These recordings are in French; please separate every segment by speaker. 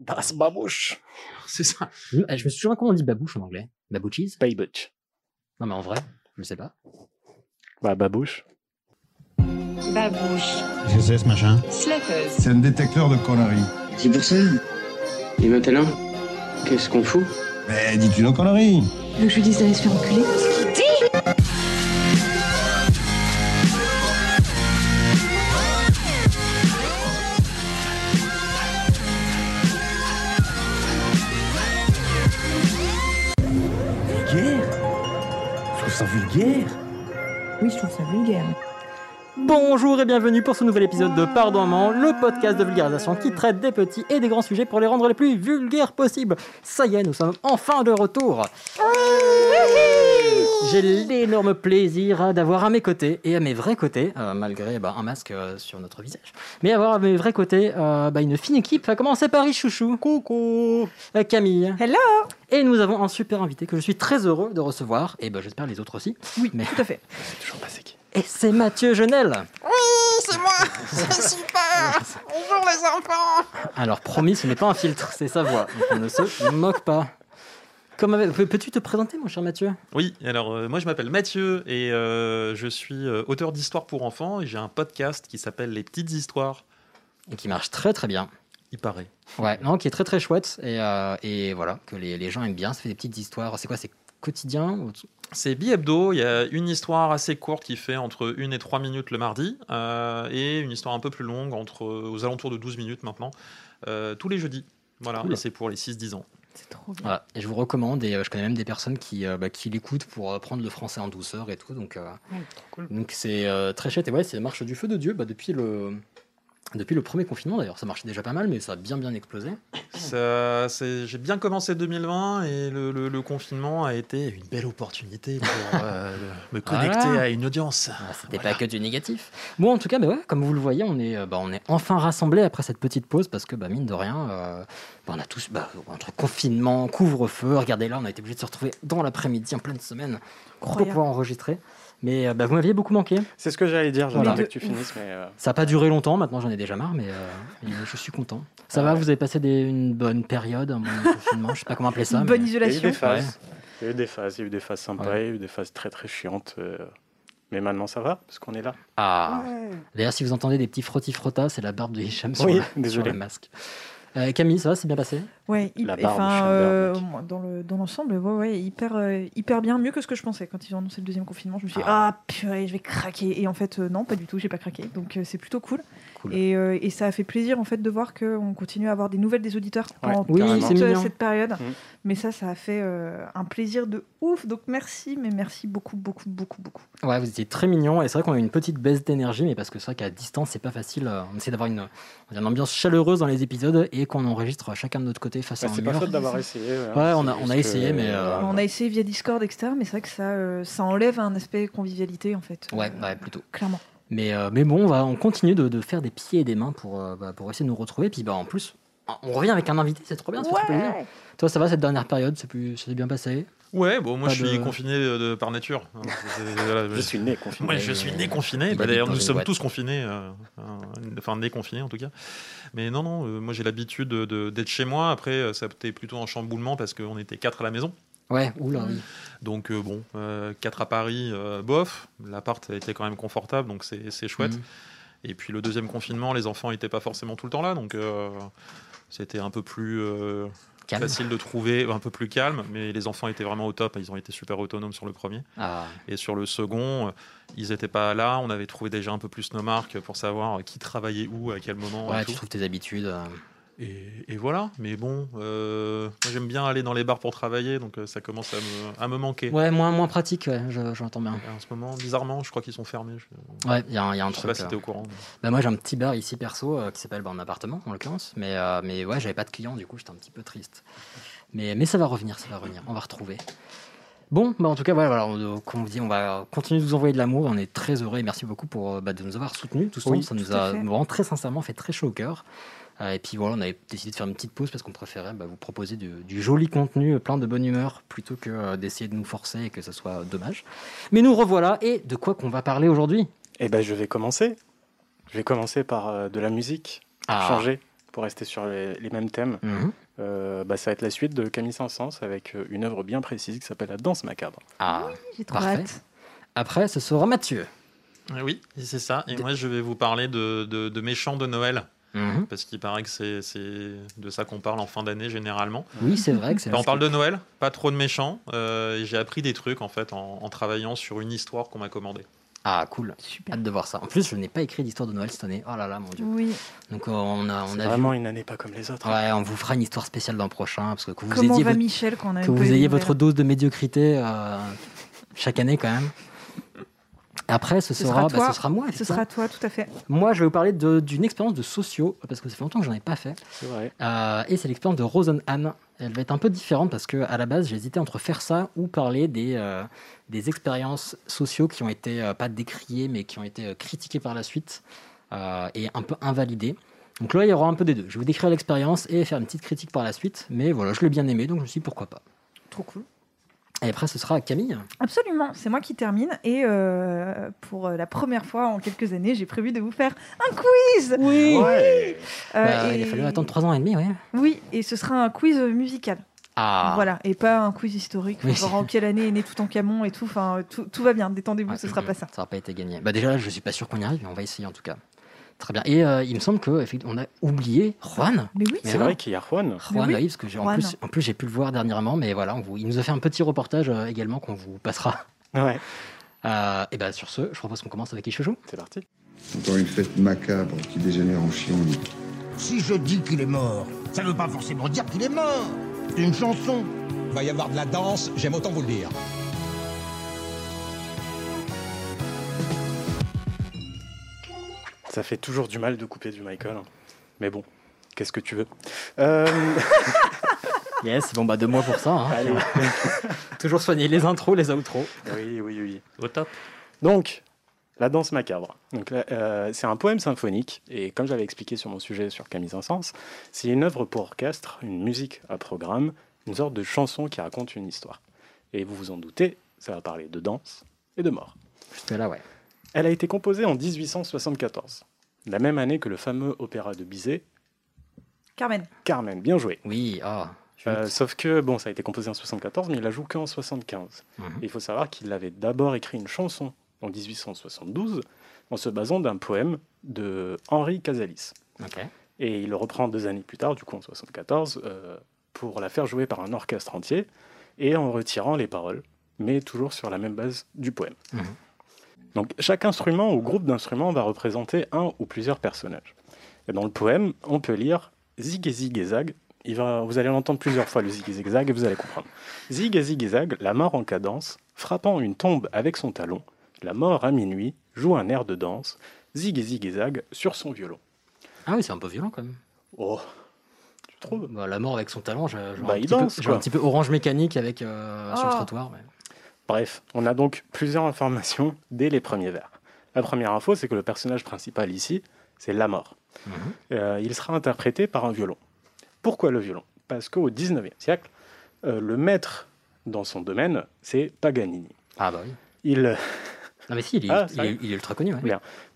Speaker 1: Das babouche.
Speaker 2: C'est ça.
Speaker 3: Je me je me suis toujours comment on dit babouche en anglais. Babouchis
Speaker 1: Baybutch.
Speaker 3: Non, mais en vrai, je sais pas.
Speaker 1: Bah, babouche.
Speaker 4: Babouche,
Speaker 5: Qu'est-ce que c'est ce machin
Speaker 4: slapeuse,
Speaker 6: C'est un détecteur de conneries.
Speaker 7: C'est pour ça. Et maintenant, qu'est-ce qu'on fout
Speaker 6: Mais dis-tu nos conneries
Speaker 8: Le que je lui dise d'aller se faire enculer Oui, je trouve ça vulgaire.
Speaker 3: Bonjour et bienvenue pour ce nouvel épisode de Pardon Maman, le podcast de vulgarisation qui traite des petits et des grands sujets pour les rendre les plus vulgaires possibles. Ça y est, nous sommes enfin de retour. J'ai l'énorme plaisir d'avoir à mes côtés et à mes vrais côtés, euh, malgré bah, un masque euh, sur notre visage, mais avoir à mes vrais côtés euh, bah, une fine équipe, à commencer par Ichouchou. Coucou Camille.
Speaker 9: Hello.
Speaker 3: Et nous avons un super invité que je suis très heureux de recevoir, et bah, j'espère les autres aussi.
Speaker 9: Oui,
Speaker 3: Mais-
Speaker 9: tout à fait.
Speaker 1: Toujours pas c'est qui.
Speaker 3: Et c'est Mathieu Genel.
Speaker 10: C'est moi, c'est super. Bonjour les enfants.
Speaker 3: Alors promis, ce n'est pas un filtre, c'est sa voix. Donc on ne se moque pas. Comme avec- peux- Peux-tu te présenter, mon cher Mathieu
Speaker 2: Oui, alors euh, moi je m'appelle Mathieu et euh, je suis euh, auteur d'histoires pour enfants et j'ai un podcast qui s'appelle Les Petites Histoires,
Speaker 3: Et Qui marche très très bien.
Speaker 2: il paraît.
Speaker 3: Ouais, non, qui est très très chouette et, euh, et voilà que les, les gens aiment bien. Ça fait des petites histoires. C'est quoi C'est quotidien ou-
Speaker 2: C'est bi-hebdo, il y a une histoire assez courte qui fait entre 1 et 3 minutes le mardi euh, et une histoire un peu plus longue, entre, euh, aux alentours de 12 minutes maintenant, euh, tous les jeudis. Voilà,
Speaker 3: Cool.
Speaker 2: et c'est pour les 6-10 ans.
Speaker 9: C'est trop
Speaker 1: Ah,
Speaker 9: bien.
Speaker 3: Voilà. Et je vous recommande. Et euh, je connais même des personnes qui euh, bah, qui l'écoutent pour apprendre le français en douceur et tout. Donc euh, donc c'est euh, très chouette. Et ouais, c'est marche du feu de Dieu. Bah, depuis le depuis le premier confinement d'ailleurs, ça marchait déjà pas mal, mais ça a bien bien explosé.
Speaker 2: Ça, c'est- J'ai bien commencé 2020 et le, le- le confinement a été une belle opportunité pour euh, me connecter
Speaker 3: Voilà.
Speaker 2: à une audience.
Speaker 3: Ah, C'était pas que du négatif. Bon, en tout cas, bah ouais, comme vous le voyez, on est, euh, bah, on est enfin rassemblés après cette petite pause parce que, bah, mine de rien, euh, bah, on a tous, bah, entre confinement, couvre-feu, regardez là, on a été obligé de se retrouver dans l'après-midi en pleine semaine pour
Speaker 9: Incroyable.
Speaker 3: pouvoir enregistrer. Mais euh, bah, vous m'aviez beaucoup manqué.
Speaker 1: C'est ce que j'allais dire,
Speaker 3: Voilà.
Speaker 1: j'attendais que tu finisses, mais. euh,
Speaker 3: Ça n'a pas duré longtemps, maintenant j'en ai déjà marre, mais euh, mais je suis content. Ça va, vous avez passé des- une bonne période, un bon confinement, je sais pas comment appeler ça.
Speaker 9: Une bonne
Speaker 3: mais-
Speaker 1: Il y a eu
Speaker 9: isolation.
Speaker 1: des phases. Il y a eu des phases, il y a eu des phases sympas,
Speaker 3: Ouais.
Speaker 1: il y a eu des phases très très chiantes. euh, Mais maintenant ça va, parce qu'on est là.
Speaker 3: Ah. D'ailleurs, si vous entendez des petits frottis-frottas, c'est la barbe de Hicham sur,
Speaker 1: Oui,
Speaker 3: la- sur
Speaker 1: désolé.
Speaker 3: le masque. Euh, Camille, ça va, c'est bien passé
Speaker 9: Ouais, hyp-
Speaker 1: La barbe,
Speaker 9: enfin,
Speaker 1: Schindler,
Speaker 9: euh,
Speaker 1: mec.
Speaker 9: au moins dans le dans l'ensemble, ouais, ouais, hyper euh, hyper bien, mieux que ce que je pensais quand ils ont annoncé le deuxième confinement. Je me suis dit, ah, purée, je vais craquer. Et en fait, euh, non, pas du tout, j'ai pas craqué. Donc euh, c'est plutôt cool.
Speaker 3: Cool.
Speaker 9: Et, euh, et ça a fait plaisir en fait de voir qu'on continue à avoir des nouvelles des auditeurs
Speaker 1: Ouais,
Speaker 9: pendant
Speaker 3: Oui,
Speaker 1: carrément.
Speaker 3: c'est
Speaker 9: toute euh,
Speaker 3: mignon.
Speaker 9: cette période.
Speaker 1: Mm.
Speaker 9: Mais ça, ça a fait euh, un plaisir de ouf. Donc merci, mais merci beaucoup, beaucoup, beaucoup, beaucoup.
Speaker 3: Ouais, vous étiez très mignon et c'est vrai qu'on a eu une petite baisse d'énergie, mais parce que c'est vrai qu'à distance, c'est pas facile. euh, On essaie d'avoir une, on a une ambiance chaleureuse dans les épisodes et qu'on enregistre chacun de notre côté face
Speaker 1: Ouais,
Speaker 3: à un
Speaker 1: Bah, c'est pas
Speaker 3: mur.
Speaker 1: faute d'avoir essayé. Ouais,
Speaker 3: on a-
Speaker 1: c'est
Speaker 3: on a
Speaker 1: juste que,
Speaker 3: essayé, mais,
Speaker 1: Ah,
Speaker 3: euh,
Speaker 9: On a essayé via Discord, etc. Mais c'est vrai que ça, euh, ça enlève un aspect convivialité en fait.
Speaker 3: Ouais,
Speaker 9: Euh,
Speaker 3: ouais, plutôt.
Speaker 9: Clairement.
Speaker 3: Mais, euh, mais bon, on, va, on continue de, de faire des pieds et des mains pour, euh, bah, pour essayer de nous retrouver. Puis bah, en plus, on revient avec un invité, c'est trop bien, ça fait trop plaisir. Toi, ça va cette dernière période, c'est plus, ça s'est bien passé.
Speaker 2: Ouais, bon, moi
Speaker 3: Pas
Speaker 2: je suis
Speaker 3: de-
Speaker 2: confiné euh, de- par nature. C'est- voilà,
Speaker 1: Je suis né confiné.
Speaker 2: Moi, je suis né confiné.
Speaker 3: euh, Il
Speaker 2: Bah,
Speaker 3: habite
Speaker 2: D'ailleurs,
Speaker 3: dans
Speaker 2: nous
Speaker 3: une
Speaker 2: sommes
Speaker 3: boîte.
Speaker 2: tous confinés. euh, euh, enfin, né confinés, en tout cas. Mais non, non, euh, moi j'ai l'habitude de- de- d'être chez moi. Après, euh, ça a été plutôt en chamboulement parce qu'on était quatre à la maison.
Speaker 3: Ouais, oula, Bah oui.
Speaker 2: Donc, euh, bon, euh, quatre à Paris, euh, bof. L'appart était quand même confortable, donc c'est c'est chouette.
Speaker 3: Mhm.
Speaker 2: Et puis, le deuxième confinement, les enfants n'étaient pas forcément tout le temps là. Donc, euh, c'était un peu plus. euh,
Speaker 3: Calme.
Speaker 2: facile de trouver, un peu plus calme, mais les enfants étaient vraiment au top, ils ont été super autonomes sur le premier.
Speaker 3: Ah,
Speaker 2: Et sur le second, euh, ils n'étaient pas là, on avait trouvé déjà un peu plus nos marques pour savoir qui travaillait où, à quel moment.
Speaker 3: ouais,
Speaker 2: et,
Speaker 3: tu
Speaker 2: tout.
Speaker 3: trouves tes habitudes. euh.
Speaker 2: Et- et voilà, mais bon, euh, moi j'aime bien aller dans les bars pour travailler, donc euh, ça commence à me, à me manquer.
Speaker 3: Ouais, moins, moins pratique, ouais, je- j'entends bien.
Speaker 2: Et En ce moment, bizarrement, je crois qu'ils sont fermés. Je
Speaker 3: Ouais, il y a, un- il y a un
Speaker 2: je sais pas
Speaker 3: truc.
Speaker 2: si
Speaker 3: là.
Speaker 2: t'es au courant.
Speaker 3: Bah moi j'ai un petit bar ici perso euh, qui s'appelle bah, un appartement en l'occurrence, mais, euh, mais ouais j'avais pas de clients du coup j'étais un petit peu triste. Mais, mais ça va revenir, ça va revenir, on va retrouver. Bon, bah en tout cas voilà, voilà, on- euh, comme on dit, on va continuer de vous envoyer de l'amour, on est très heureux et merci beaucoup pour euh, bah, de nous avoir soutenus tout ce
Speaker 9: Oui,
Speaker 3: temps, ça nous
Speaker 9: tout à
Speaker 3: a
Speaker 9: fait.
Speaker 3: vraiment très sincèrement fait très chaud au cœur. Euh, et puis voilà, on avait décidé de faire une petite pause parce qu'on préférait bah, vous proposer du, du joli contenu euh, plein de bonne humeur plutôt que euh, d'essayer de nous forcer et que ça soit dommage. Mais nous revoilà et de quoi qu'on va parler aujourd'hui
Speaker 1: Eh ben, je vais commencer. Je vais commencer par euh, de la musique.
Speaker 3: Ah.
Speaker 1: Changer. pour rester sur les, les mêmes thèmes,
Speaker 3: Mhm.
Speaker 1: euh, bah, ça va être la suite de Camille Saint-Saëns avec euh, une œuvre bien précise qui s'appelle La danse macabre.
Speaker 3: Ah.
Speaker 9: J'ai trop
Speaker 3: Parfait.
Speaker 9: hâte.
Speaker 3: Après, ce sera Mathieu.
Speaker 2: Eh Oui, c'est ça. Et moi, je vais vous parler de, de, de méchants de Noël,
Speaker 3: Mhm.
Speaker 2: parce qu'il paraît que c'est c'est de ça qu'on parle en fin d'année généralement.
Speaker 3: Oui, c'est vrai que c'est.
Speaker 2: Enfin, Bah, on parle de Noël, pas trop de méchants. Euh, et J'ai appris des trucs en fait en, en travaillant sur une histoire qu'on m'a commandée.
Speaker 3: Ah, cool.
Speaker 9: Super.
Speaker 3: Hâte de voir ça. En plus, je n'ai pas écrit d'histoire de Noël cette année. Oh là là, mon dieu.
Speaker 9: Oui.
Speaker 3: Donc, euh, on a, on
Speaker 1: C'est
Speaker 3: a
Speaker 1: vraiment une année pas comme les autres.
Speaker 3: vu. Ouais, on vous fera une histoire spéciale l'an prochain parce que que vous
Speaker 9: Comment
Speaker 3: ayez
Speaker 9: va
Speaker 3: votre,
Speaker 9: Michel quand on a
Speaker 3: que
Speaker 9: une
Speaker 3: vous
Speaker 9: poésie
Speaker 3: ayez
Speaker 9: nouvelle
Speaker 3: votre dose de médiocrité euh, chaque année quand même. Après, ce,
Speaker 9: Ce
Speaker 3: sera,
Speaker 9: sera
Speaker 3: bah,
Speaker 9: toi.
Speaker 3: ce sera moi.
Speaker 9: Ce
Speaker 3: effectivement.
Speaker 9: sera toi, tout à fait.
Speaker 3: Moi, je vais vous parler de- d'une expérience de sociaux parce que ça fait longtemps que j'en ai pas fait.
Speaker 1: C'est vrai.
Speaker 3: Euh, et c'est l'expérience de Rosenhan. Elle va être un peu différente parce que à la base, j'hésitais entre faire ça ou parler des, euh, des expériences sociaux qui ont été euh, pas décriées mais qui ont été euh, critiquées par la suite euh, et un peu invalidées. Donc là, il y aura un peu des deux. Je vais vous décrire l'expérience et faire une petite critique par la suite. Mais voilà, je l'ai bien aimé, donc je me suis dit pourquoi pas.
Speaker 9: Trop cool.
Speaker 3: Et après, ce sera à Camille.
Speaker 9: Euh, Absolument, c'est moi qui termine. Et euh, pour la première fois en quelques années, j'ai prévu de vous faire un quiz.
Speaker 3: Oui
Speaker 1: Ouais.
Speaker 9: Euh,
Speaker 3: Bah, Il a
Speaker 9: et-
Speaker 3: fallu attendre 3 ans et demi, ouais.
Speaker 9: Oui, et ce sera un quiz euh, musical.
Speaker 3: Ah
Speaker 9: Voilà, et pas un quiz historique.
Speaker 3: Oui.
Speaker 9: Genre en quelle année est né tout en Camon et tout. Enfin, tout, tout va bien, détendez-vous,
Speaker 3: Ouais,
Speaker 9: ce sera
Speaker 3: mm,
Speaker 9: pas ça.
Speaker 3: Ça n'aura pas été gagné. Bah déjà, je suis pas sûr qu'on y arrive, mais on va essayer en tout cas. Très bien. Et euh, il me semble que effectivement, on a oublié Juan.
Speaker 9: Mais oui,
Speaker 3: Mais
Speaker 1: C'est
Speaker 3: Ah ouais.
Speaker 1: vrai qu'il y a Juan.
Speaker 3: Juan,
Speaker 9: oui,
Speaker 3: oui, parce que j'ai en
Speaker 9: Juan.
Speaker 3: plus, en plus j'ai pu le voir dernièrement, mais voilà, on vous- il nous a fait un petit reportage euh, également qu'on vous passera.
Speaker 1: Ouais.
Speaker 3: et bah sur ce, je propose qu'on commence avec Ichouchou.
Speaker 1: C'est parti.
Speaker 6: Encore une fête macabre qui dégénère en chienlit.
Speaker 4: Si je dis qu'il est mort, ça veut pas forcément dire qu'il est mort. C'est une chanson. Va y avoir de la danse, j'aime autant vous le dire.
Speaker 1: Ça fait toujours du mal de couper du Michael. hein. Mais bon, qu'est-ce que tu veux Euh,
Speaker 3: Yes, bon bah deux mois pour ça. hein.
Speaker 1: Allez.
Speaker 3: Toujours soigner les intros, les outros.
Speaker 1: Oui, oui, oui.
Speaker 2: Au top.
Speaker 1: Donc, la danse macabre. Donc, là, euh, c'est un poème symphonique, et comme j'avais expliqué sur mon sujet sur Camille Saint-Saëns, c'est une œuvre pour orchestre, une musique à programme, une sorte de chanson qui raconte une histoire. Et vous vous en doutez, ça va parler de danse et de mort.
Speaker 3: Jusque là, ouais.
Speaker 1: Elle a été composée en 1874, la même année que le fameux opéra de Bizet,
Speaker 9: Carmen.
Speaker 1: Carmen. Bien joué.
Speaker 3: Oui, ah. je-
Speaker 1: Euh, sauf que, bon, ça a été composé en 74, mais il la joue qu'en 75.
Speaker 3: Mhm.
Speaker 1: Et Il faut savoir qu'il avait d'abord écrit une chanson en 1872 en se basant d'un poème de Henri Casalis.
Speaker 3: Ok.
Speaker 1: Et il le reprend deux années plus tard, du coup en 74, euh, pour la faire jouer par un orchestre entier et en retirant les paroles, mais toujours sur la même base du poème.
Speaker 3: Mhm.
Speaker 1: Donc chaque instrument ou groupe d'instruments va représenter un ou plusieurs personnages. Et dans le poème, on peut lire zig et zig et zag. Il va, vous allez l'entendre plusieurs fois le zig et zig et zag et vous allez comprendre. Zig et zig et zag, la mort en cadence, frappant une tombe avec son talon, la mort à minuit joue un air de danse, zig et zig et zag sur son violon.
Speaker 3: Ah oui, c'est un peu violent quand même.
Speaker 1: Oh, tu trouves
Speaker 3: Bah, la mort avec son talent, je, je vois
Speaker 1: Bah,
Speaker 3: un,
Speaker 1: il
Speaker 3: petit
Speaker 1: danse,
Speaker 3: peu, je
Speaker 1: quoi.
Speaker 3: vois un petit peu orange mécanique avec euh, sur le
Speaker 9: Oh.
Speaker 3: trottoir. mais-
Speaker 1: Bref, on a donc plusieurs informations dès les premiers vers. La première info, c'est que le personnage principal ici, c'est la mort.
Speaker 3: Mhm.
Speaker 1: Euh, il sera interprété par un violon. Pourquoi le violon Parce qu'au 19e siècle, euh, le maître dans son domaine, c'est Paganini.
Speaker 3: Ah bah oui.
Speaker 1: Il, euh,
Speaker 3: Non mais si, il est,
Speaker 1: Ah,
Speaker 3: il est- il est ultra connu. ouais.
Speaker 1: Oui.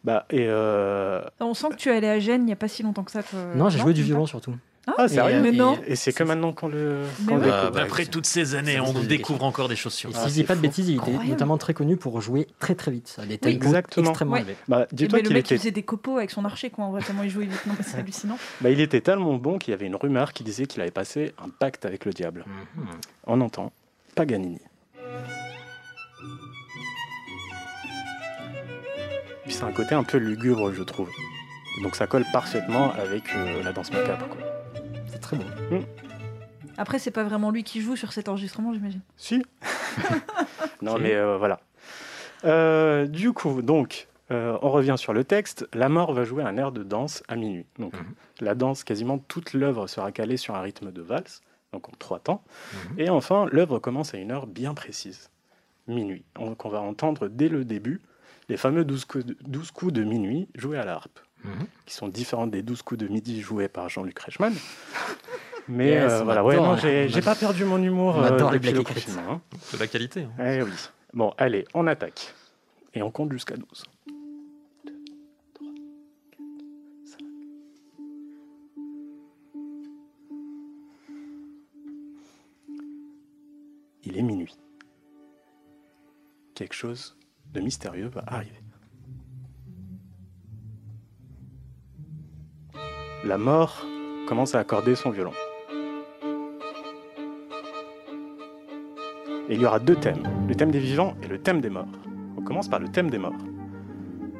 Speaker 1: bah, et euh,
Speaker 9: On sent que tu es allé à Gênes il n'y a pas si longtemps que ça. toi.
Speaker 3: Non, j'ai joué du
Speaker 9: pas
Speaker 3: violon surtout.
Speaker 1: ah, sérieux
Speaker 9: Mais
Speaker 3: et-
Speaker 9: non.
Speaker 1: Et c'est que maintenant qu'on le,
Speaker 9: Mais
Speaker 1: qu'on le
Speaker 9: oui.
Speaker 1: découvre.
Speaker 3: bah, Après oui, c'est-
Speaker 2: toutes ces
Speaker 3: c'est
Speaker 2: années,
Speaker 3: on compliqué. découvre
Speaker 2: encore des choses sur
Speaker 3: Et
Speaker 1: Ah,
Speaker 3: si je
Speaker 1: c'est
Speaker 3: dis pas de
Speaker 1: fou.
Speaker 3: bêtises, il était
Speaker 9: Incroyable.
Speaker 3: notamment très connu pour jouer très très vite, à des tempos
Speaker 1: exactement.
Speaker 3: extrêmement
Speaker 9: Ouais.
Speaker 3: élevés.
Speaker 1: Bah,
Speaker 9: Eh
Speaker 1: dis-toi
Speaker 9: ben, le
Speaker 1: qu'il
Speaker 9: mec
Speaker 1: était
Speaker 9: il faisait des copeaux avec son archer, quoi. En vrai, tellement il jouait vite. Non, mais c'est hallucinant.
Speaker 1: Bah, il était tellement bon qu'il y avait une rumeur qui disait qu'il avait passé un pacte avec le diable.
Speaker 3: Mhm.
Speaker 1: On entend Paganini. Puis c'est un côté un peu lugubre, je trouve. Donc ça colle parfaitement avec euh, la danse macabre. Quoi.
Speaker 3: C'est très beau.
Speaker 9: Après, c'est pas vraiment lui qui joue sur cet enregistrement, j'imagine.
Speaker 1: Si Non,
Speaker 3: Si.
Speaker 1: mais euh, voilà. Euh, du coup, donc, euh, on revient sur le texte. La mort va jouer un air de danse à minuit. Donc,
Speaker 3: Mhm.
Speaker 1: la danse, quasiment toute l'œuvre sera calée sur un rythme de valse, donc en trois temps.
Speaker 3: Mhm.
Speaker 1: Et enfin, l'œuvre commence à une heure bien précise, minuit. Donc, on va entendre dès le début les fameux 12 coups de, 12 coups de minuit joués à la harpe,
Speaker 3: Mhm.
Speaker 1: qui sont différents des 12 coups de midi joués par Jean-Luc Reichmann. Mais
Speaker 3: Yes,
Speaker 1: euh,
Speaker 3: on
Speaker 1: voilà,
Speaker 3: adore,
Speaker 1: ouais, non,
Speaker 3: hein.
Speaker 1: j'ai
Speaker 3: On
Speaker 1: j'ai pas perdu mon humour
Speaker 3: on
Speaker 1: euh,
Speaker 3: adore les
Speaker 1: depuis le
Speaker 3: blagues écrites.
Speaker 1: confinement, hein.
Speaker 2: de la qualité. hein.
Speaker 1: Eh oui. Bon, allez, on attaque. Et on compte jusqu'à 12. Il est minuit. Quelque chose de mystérieux va arriver. La mort commence à accorder son violon. Et il y aura deux thèmes, le thème des vivants et le thème des morts. On commence par le thème des morts.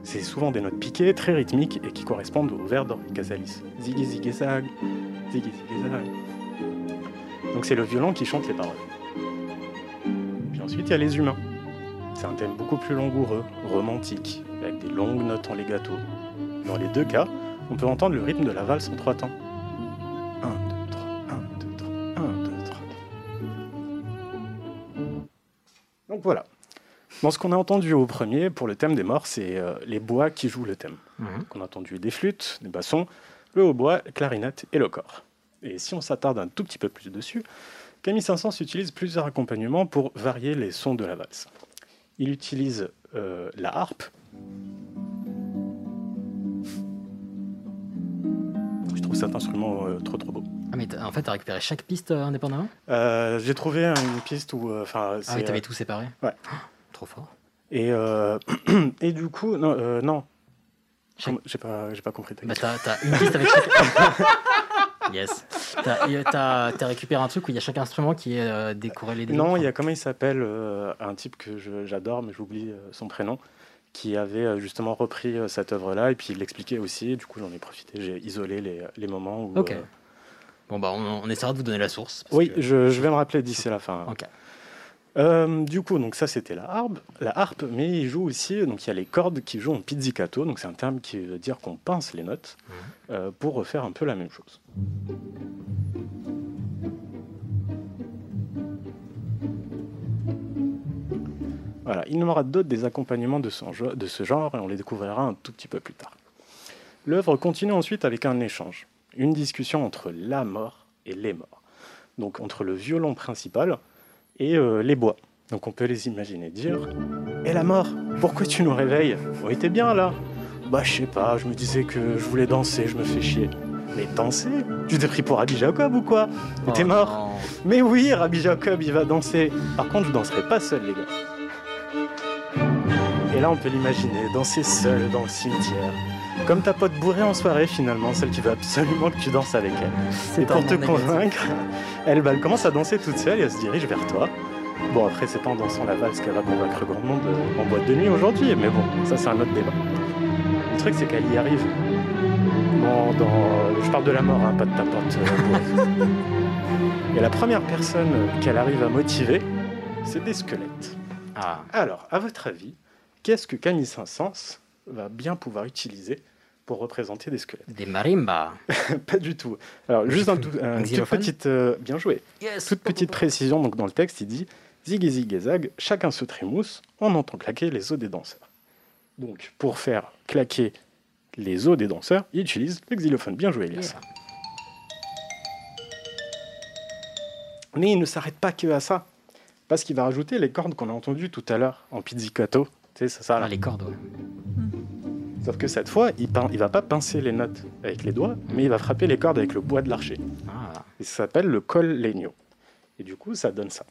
Speaker 1: C'est souvent des notes piquées, très rythmiques et qui correspondent au vers d'Henri Casalis. Ziggy ziggy zag, ziggy ziggy zag. Donc c'est le violon qui chante les paroles. Puis ensuite il y a les humains. C'est un thème beaucoup plus langoureux, romantique, avec des longues notes en legato. Dans les deux cas, on peut entendre le rythme de la valse en trois temps. 1, 2, 3, 1, 2, 3, 1, 2, 3. Donc voilà. Dans ce qu'on a entendu au premier, pour le thème des morts, c'est euh, les bois qui jouent le thème.
Speaker 3: Mhm.
Speaker 1: On a entendu des flûtes, des bassons, le hautbois, la clarinette et le corps. Et si on s'attarde un tout petit peu plus dessus, Camille 500 utilise plusieurs accompagnements pour varier les sons de la valse. Il utilise euh, la harpe. Je trouve cet instrument euh, trop trop beau.
Speaker 3: Ah, mais t'as- en fait, t'as récupéré chaque piste euh, indépendamment
Speaker 1: Euh, J'ai trouvé une piste où, euh, enfin, c'est,
Speaker 3: Ah oui, t'avais
Speaker 1: euh,
Speaker 3: tout séparé
Speaker 1: ouais.
Speaker 3: Trop fort.
Speaker 1: et euh, et du coup, non, euh, non.
Speaker 3: Chaque-
Speaker 1: J'ai pas, j'ai pas compris. ta
Speaker 3: Bah,
Speaker 1: question.
Speaker 3: t'as t'as une piste avec chaque. yes. T'as et t'as- t'as récupéré un truc où il y a chaque instrument qui est euh, décorrélé des
Speaker 1: Non,
Speaker 3: autres.
Speaker 1: il y a comment il s'appelle euh, un type que je- j'adore, mais j'oublie euh, son prénom, qui avait euh, justement repris euh, cette œuvre-là et puis il l'expliquait aussi. Du coup, j'en ai profité, j'ai isolé les, les moments où.
Speaker 3: Ok.
Speaker 1: euh,
Speaker 3: Bon, bah, on, on essaiera de vous donner la source. parce
Speaker 1: oui,
Speaker 3: que-
Speaker 1: je, je vais me rappeler d'ici la fin.
Speaker 3: Ok.
Speaker 1: Euh, du coup, donc ça c'était la harpe, la harpe, mais il joue aussi, donc il y a les cordes qui jouent en pizzicato, donc c'est un terme qui veut dire qu'on pince les notes
Speaker 3: Mhm.
Speaker 1: euh, pour refaire un peu la même chose. Voilà, il y en aura d'autres des accompagnements de ce, genre- de ce genre et on les découvrira un tout petit peu plus tard. L'œuvre continue ensuite avec un échange, une discussion entre la mort et les morts, donc entre le violon principal et euh, les bois. Donc on peut les imaginer dire Et la mort, pourquoi tu nous réveilles On était bien là Bah je sais pas, je me disais que je voulais danser, je me fais chier. Mais danser Tu t'es pris pour Rabbi Jacob ou quoi
Speaker 3: Oh,
Speaker 1: T'es mort
Speaker 3: non.
Speaker 1: mais oui, Rabbi Jacob, il va danser. Par contre, je danserai pas seul, les gars. Et là, on peut l'imaginer, danser seul dans le cimetière. Comme ta pote bourrée en soirée, finalement, celle qui veut absolument que tu danses avec elle. Et
Speaker 3: C'est un
Speaker 1: pour te
Speaker 3: monde
Speaker 1: convaincre, elle, bah, elle commence à danser toute seule et elle se dirige vers toi. Bon, après, c'est pas en dansant la valse qu'elle va convaincre grand monde euh, en boîte de nuit aujourd'hui, mais bon, ça, c'est un autre débat. Le truc, c'est qu'elle y arrive. Bon, dans... Je parle de la mort, hein, pas de ta pote euh, bourrée. Et la première personne qu'elle arrive à motiver, c'est des squelettes.
Speaker 3: négatif. Ah,
Speaker 1: Alors, à votre avis, qu'est-ce que Camille Saint-Saëns va bien pouvoir utiliser pour représenter des squelettes
Speaker 3: des marimbas.
Speaker 1: Pas du tout. Alors, juste un, tout- un-
Speaker 3: Un
Speaker 1: une toute
Speaker 3: xylophone
Speaker 1: petite, euh, bien joué,
Speaker 3: Yes.
Speaker 1: toute petite précision. Donc, dans le texte, il dit zig et zig et zag, chacun se trémousse, on entend claquer les os des danseurs. Donc, pour faire claquer les os des danseurs, il utilise le xylophone. Bien joué, Elias.
Speaker 3: Yeah.
Speaker 1: Mais il ne s'arrête pas que à ça, parce qu'il va rajouter les cordes qu'on a entendues tout à l'heure en pizzicato. Tu sais, ça, ça, là.
Speaker 3: Ah, les cordes, ouais.
Speaker 1: Sauf que cette fois, il ne va pas pincer les notes avec les doigts, mais il va frapper les cordes avec le bois de l'archer.
Speaker 3: Ah,
Speaker 1: Et ça s'appelle le col legno. Et du coup, ça donne ça.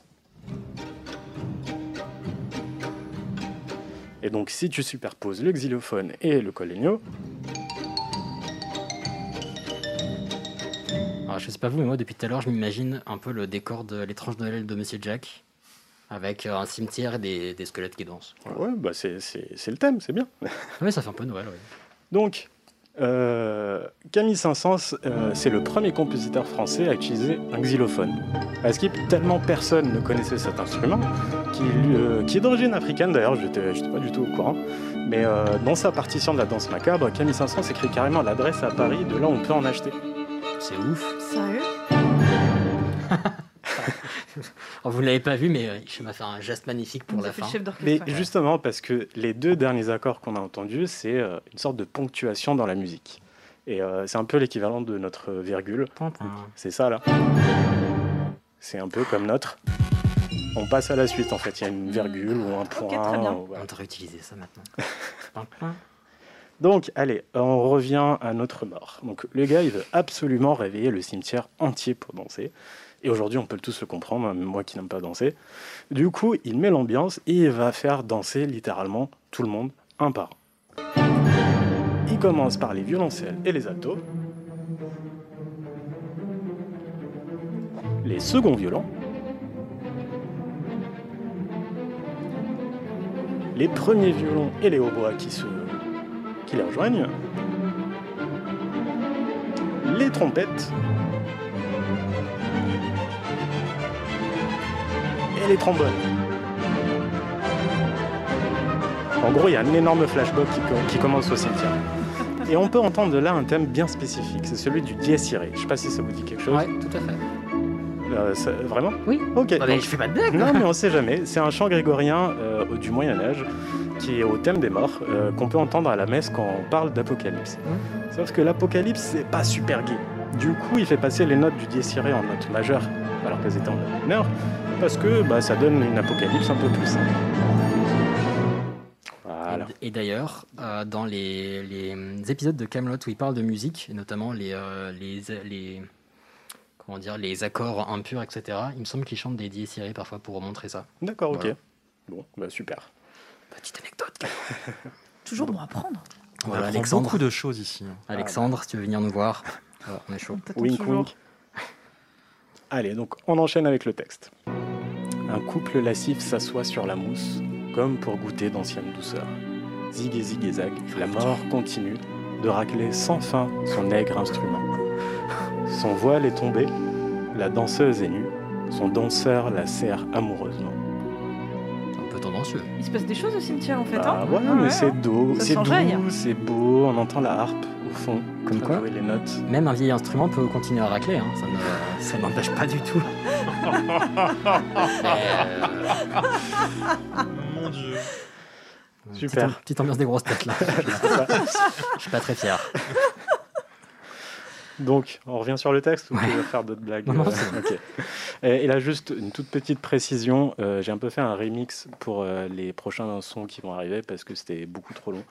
Speaker 1: Et donc, si tu superposes le xylophone et le col legno,
Speaker 3: Alors, je sais pas vous, mais moi depuis tout à l'heure, je m'imagine un peu le décor de l'étrange Noël de Monsieur Jack, avec euh, un cimetière et des, des squelettes qui dansent.
Speaker 1: ouais, bah c'est- c'est c'est le thème, c'est bien.
Speaker 3: Ah Ouais, ça fait un peu Noël, ouais.
Speaker 1: Donc, euh, Camille Saint-Saëns, euh, c'est le premier compositeur français à utiliser un xylophone. Parce que tellement personne ne connaissait cet instrument, qui, euh, qui est d'origine africaine d'ailleurs, je n'étais pas du tout au courant. Mais euh, dans sa partition de la danse macabre, Camille Saint-Saëns écrit carrément l'adresse à Paris, de là on peut en acheter.
Speaker 3: C'est ouf.
Speaker 9: Sérieux
Speaker 3: Alors, vous ne l'avez pas vu, mais euh, je m'a fait un geste magnifique pour
Speaker 9: Vous
Speaker 3: la
Speaker 9: avez
Speaker 3: fin.
Speaker 9: fait le chef
Speaker 1: Mais
Speaker 9: d'orchestre.
Speaker 1: justement, parce que les deux derniers accords qu'on a entendus, c'est euh, une sorte de ponctuation dans la musique. Et euh, c'est un peu l'équivalent de notre virgule. C'est ça là. C'est un peu comme notre. On passe à la suite en fait. Il y a une virgule ou un
Speaker 9: Hmm. Ok,
Speaker 1: point.
Speaker 9: très bien.
Speaker 1: ou- voilà.
Speaker 3: On devrait utiliser ça maintenant.
Speaker 1: Donc, allez, on revient à notre mort. Donc, le gars, il veut absolument réveiller le cimetière entier pour danser. Et aujourd'hui, on peut tous le comprendre, hein, même moi qui n'aime pas danser. Du coup, il met l'ambiance et il va faire danser littéralement tout le monde, un par un. Il commence par les violoncelles et les altos, les seconds violons, les premiers violons et les hautbois qui, se, qui les rejoignent, les trompettes et les trombones. En gros, il y a un énorme flashback qui, co- qui commence au cimetière. Et on peut entendre de là un thème bien spécifique, c'est celui du dies irae. Je sais pas si ça vous dit quelque chose.
Speaker 3: Ouais, tout à fait.
Speaker 1: Euh, ça- vraiment
Speaker 3: Oui.
Speaker 1: Ok.
Speaker 3: Bah, mais je fais pas de blague.
Speaker 1: Non, mais on sait jamais. C'est un chant grégorien euh, du Moyen Âge qui est au thème des morts, euh, qu'on peut entendre à la messe quand on parle d'apocalypse.
Speaker 3: Mmh.
Speaker 1: Sauf que l'apocalypse, c'est pas super gay. Du coup, il fait passer les notes du Dies Irae en notes majeures, alors qu'elles étaient en notes mineures, parce que bah, ça donne une apocalypse un peu plus simple. Voilà.
Speaker 3: Et, et d'ailleurs, euh, dans les, les épisodes de Camelot où il parle de musique, et notamment les, euh, les, les- comment dire, les accords impurs, etc., il me semble qu'il chante des dies irae parfois pour montrer ça.
Speaker 1: D'accord, ok.
Speaker 3: Voilà.
Speaker 1: Bon, bah super.
Speaker 3: Petite anecdote.
Speaker 9: Toujours bon à prendre. hein,
Speaker 2: On
Speaker 3: Voilà,
Speaker 2: apprend
Speaker 3: Alexandre.
Speaker 2: beaucoup de choses ici. hein.
Speaker 3: Alexandre, si tu veux venir nous voir, voilà, on est chaud.
Speaker 9: On t'attend
Speaker 1: Wink
Speaker 9: toujours.
Speaker 1: wink. Allez, donc on enchaîne avec le texte. Un couple lascif s'assoit sur la mousse, comme pour goûter d'anciennes douceurs. Zig et zig et zag, la mort continue de racler sans fin son aigre instrument. Son voile est tombé, la danseuse est nue, son danseur la serre amoureusement.
Speaker 3: Un peu tendancieux.
Speaker 9: Il se passe des choses au cimetière en fait.
Speaker 1: Bah
Speaker 9: hein
Speaker 1: ouais,
Speaker 9: Ouais,
Speaker 1: mais
Speaker 9: ouais.
Speaker 1: c'est doux,
Speaker 9: Ça
Speaker 1: c'est
Speaker 9: change rien.
Speaker 1: doux, c'est beau, on entend la harpe au fond,
Speaker 3: Comme
Speaker 1: à
Speaker 3: quoi
Speaker 1: jouer les notes.
Speaker 3: Même un vieil instrument peut continuer à racler, hein, ça ne- ça n'empêche pas du tout. Euh,
Speaker 2: Mon dieu.
Speaker 1: Super.
Speaker 3: Petite, petite ambiance des grosses têtes là. Je suis pas très fier.
Speaker 1: Donc, on revient sur le texte ou
Speaker 3: Ouais.
Speaker 1: tu veux faire d'autres blagues
Speaker 3: Non, non,
Speaker 1: euh,
Speaker 3: c'est
Speaker 1: ok. Et, et là, juste une toute petite précision. euh, J'ai un peu fait un remix pour euh, les prochains sons qui vont arriver parce que c'était beaucoup trop long.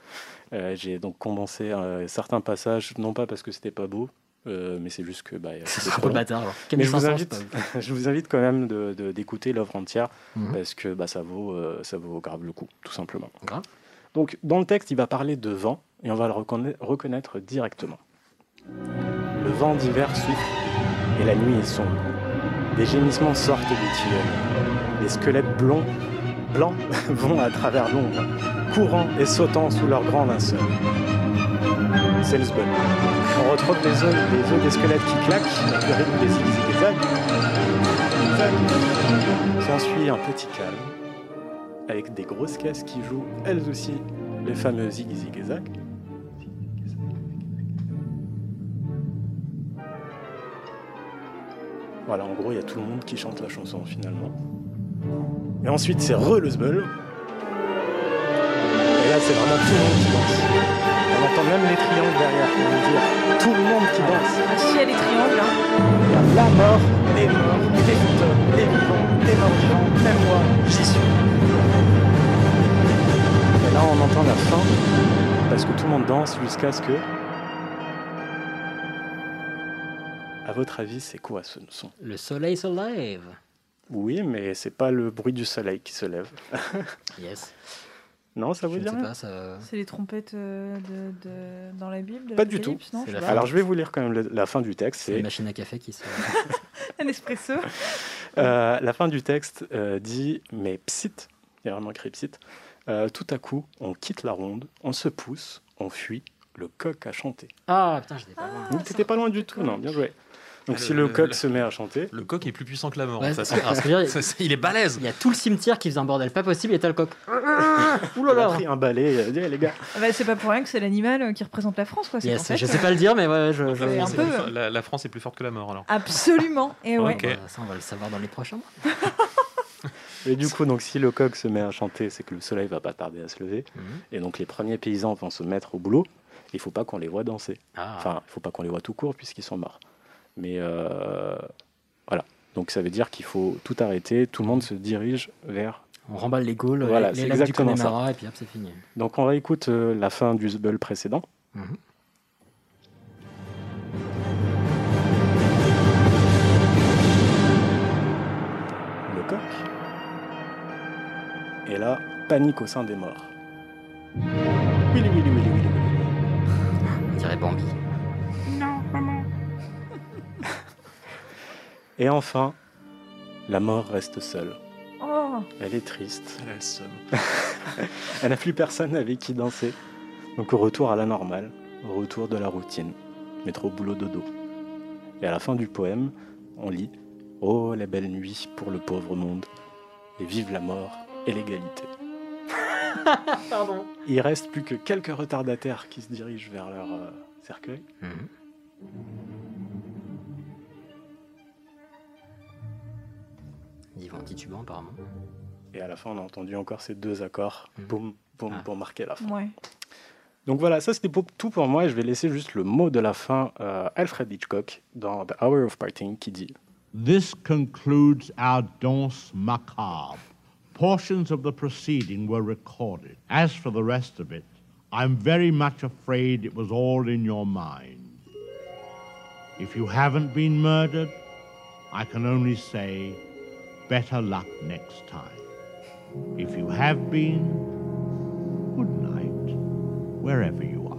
Speaker 1: Euh, J'ai donc condensé euh, certains passages, non pas parce que c'était pas beau, euh, mais c'est juste que bah, euh,
Speaker 3: C'est
Speaker 1: c'était
Speaker 3: un
Speaker 1: trop
Speaker 3: peu
Speaker 1: long.
Speaker 3: bâtard. genre.
Speaker 1: Mais je vous
Speaker 3: 4500,
Speaker 1: invite.
Speaker 3: c'est pas-
Speaker 1: Je vous invite quand même de- de- d'écouter l'œuvre entière
Speaker 3: Mhm.
Speaker 1: parce que bah, ça, vaut, euh, ça vaut grave le coup, tout simplement.
Speaker 3: Grave.
Speaker 1: Donc, dans le texte, il va parler de vent et on va le reconna- reconnaître directement. Le vent d'hiver souffle et la nuit est sombre. Des gémissements sortent du tilleul. Des squelettes blonds, blancs vont à travers l'ombre, courant et sautant sous leur grand linceul. C'est le sbon. On retrouve des œufs, des œufs des squelettes qui claquent, le rythme des zigzags. S'ensuit un petit calme, avec des grosses caisses qui jouent, elles aussi, les fameux zig zig et zag. Voilà, en gros, il y a tout le monde qui chante la chanson finalement. Et ensuite, c'est re le zbeul. Et là, c'est vraiment tout le monde qui danse. On entend même les triangles derrière pour vous dire tout le monde qui danse.
Speaker 9: Ah, si elle est triangle, hein.
Speaker 1: Il y a la mort, les morts, les fantômes, les vivants, les morts vivants, même moi, j'y suis. Et là, on entend la fin, parce que tout le monde danse jusqu'à ce que. À votre avis, c'est quoi ce son
Speaker 3: Le soleil se lève.
Speaker 1: Oui, mais c'est pas le bruit du soleil qui se lève.
Speaker 3: Yes.
Speaker 1: Non, ça
Speaker 3: Je
Speaker 1: vous
Speaker 3: ne
Speaker 1: dit
Speaker 3: sais
Speaker 1: rien
Speaker 3: pas, ça...
Speaker 9: C'est les trompettes euh, de, de- dans la Bible. de
Speaker 1: Pas du tout.
Speaker 9: l'Apocalypse, non
Speaker 3: C'est
Speaker 9: Je
Speaker 3: la
Speaker 9: sais pas.
Speaker 1: Alors, je vais vous lire quand même le- la fin du texte.
Speaker 3: c'est
Speaker 1: C'est
Speaker 3: une machine à café qui se.
Speaker 9: Un espresso.
Speaker 1: Euh, la fin du texte euh, dit Mais psit, il y a vraiment écrit psit. euh, tout à coup, on quitte la ronde, on se pousse, on fuit, le coq a chanté.
Speaker 3: Ah putain, je l'ai pas. loin.
Speaker 1: Donc t'étais pas loin du tout, non, bien joué. Donc
Speaker 2: Ah,
Speaker 1: si
Speaker 2: le-
Speaker 1: le,
Speaker 2: le-
Speaker 1: coq
Speaker 2: le-
Speaker 1: se met à chanter,
Speaker 2: Le coq est plus puissant que la mort.
Speaker 3: Ouais,
Speaker 2: ça,
Speaker 3: c'est-
Speaker 2: c'est-
Speaker 3: parce que je veux dire,
Speaker 2: ça, c'est- il est balèze.
Speaker 3: Il y a tout le cimetière qui faisait un bordel pas possible et t'as le coq. Ouh là
Speaker 1: il a
Speaker 3: là.
Speaker 1: pris un balai et il a dit Eh, les gars,
Speaker 9: Ah bah, c'est pas pour rien que c'est l'animal euh, qui représente la France, quoi. C'est
Speaker 3: Yes,
Speaker 9: qu'en fait,
Speaker 3: je
Speaker 9: euh,
Speaker 3: sais pas le dire, mais ouais, je. je-
Speaker 2: La France,
Speaker 9: un
Speaker 2: est
Speaker 9: peu-
Speaker 2: plus fo- la- la France est plus forte que la mort alors.
Speaker 9: Absolument. Et ouais.
Speaker 2: Ok.
Speaker 3: Voilà, bah, ça, on va le savoir dans les prochains mois.
Speaker 1: Et du coup, donc, si le coq se met à chanter, c'est que le soleil va pas tarder à se lever.
Speaker 3: Mhm.
Speaker 1: Et donc, les premiers paysans vont se mettre au boulot. Il faut pas qu'on les voit danser.
Speaker 3: Ah,
Speaker 1: Enfin, il faut pas qu'on les voit tout court puisqu'ils sont morts. Mais euh, voilà. Donc, ça veut dire qu'il faut tout arrêter. Tout le monde se dirige vers
Speaker 3: On remballe les Gaules,
Speaker 1: Voilà,
Speaker 3: les
Speaker 1: c'est
Speaker 3: lacs du
Speaker 1: exactement ça.
Speaker 3: Connemara, et puis hop, c'est fini.
Speaker 1: Donc on réécoute euh, la fin du Zbul précédent.
Speaker 3: Mhm.
Speaker 1: Le coq. Et là, panique au sein des morts. Oui, oui, oui, oui, oui, oui.
Speaker 3: On dirait Bambi.
Speaker 1: Et enfin, la mort reste seule.
Speaker 9: Oh,
Speaker 1: Elle est triste.
Speaker 2: Elle a le seum.
Speaker 1: Elle n'a plus personne avec qui danser. Donc au retour à la normale, au retour de la routine. Métro, boulot, dodo. Et à la fin du poème, on lit Oh la belle nuit pour le pauvre monde. Et vive la mort et l'égalité.
Speaker 3: Pardon.
Speaker 1: Il reste plus que quelques retardataires qui se dirigent vers leur euh, cercueil.
Speaker 3: Ils vont en titubant, hein, apparemment.
Speaker 1: Et à la fin, on a entendu encore ces deux accords.
Speaker 3: Mhm.
Speaker 1: Boum, boum,
Speaker 3: Ah.
Speaker 1: pour marquer la fin.
Speaker 9: ouais.
Speaker 1: Donc voilà, ça c'était pour- tout pour moi. et Je vais laisser juste le mot de la fin à Alfred Hitchcock dans The Hour of Parting qui dit
Speaker 5: This concludes our Danse Macabre. Portions of the proceeding were recorded. As for the rest of it, I'm very much afraid it was all in your mind. If you haven't been murdered, I can only say better luck next time. If you have been, good night, wherever you are.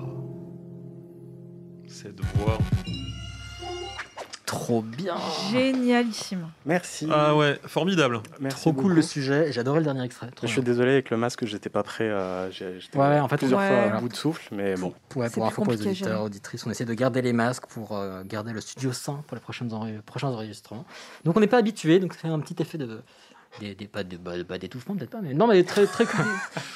Speaker 2: Cette voix.
Speaker 3: Trop bien
Speaker 9: Génialissime.
Speaker 1: Merci.
Speaker 2: Ah ouais, formidable.
Speaker 1: Merci
Speaker 3: Trop cool
Speaker 1: beaucoup.
Speaker 3: le sujet, j'adorais le dernier extrait. Trop
Speaker 1: Je suis
Speaker 3: bien.
Speaker 1: désolé avec le masque, j'étais pas prêt. euh, j'ai- j'étais
Speaker 3: Ouais, ouais, en fait,
Speaker 1: plusieurs
Speaker 9: ouais.
Speaker 1: fois à bout de souffle, mais bon.
Speaker 3: Ouais,
Speaker 9: C'est
Speaker 3: pour
Speaker 9: plus
Speaker 3: info pour les
Speaker 9: compliqué à gérer.
Speaker 3: auditeurs, auditrices, on essaie de garder les masques pour euh, garder le studio sain pour les prochaines enre- prochains enregistrements. Donc on n'est pas habitué, donc ça fait un petit effet de. Des, des, pas de- bah, bah, d'étouffement, peut-être pas, mais non, mais très, très cool.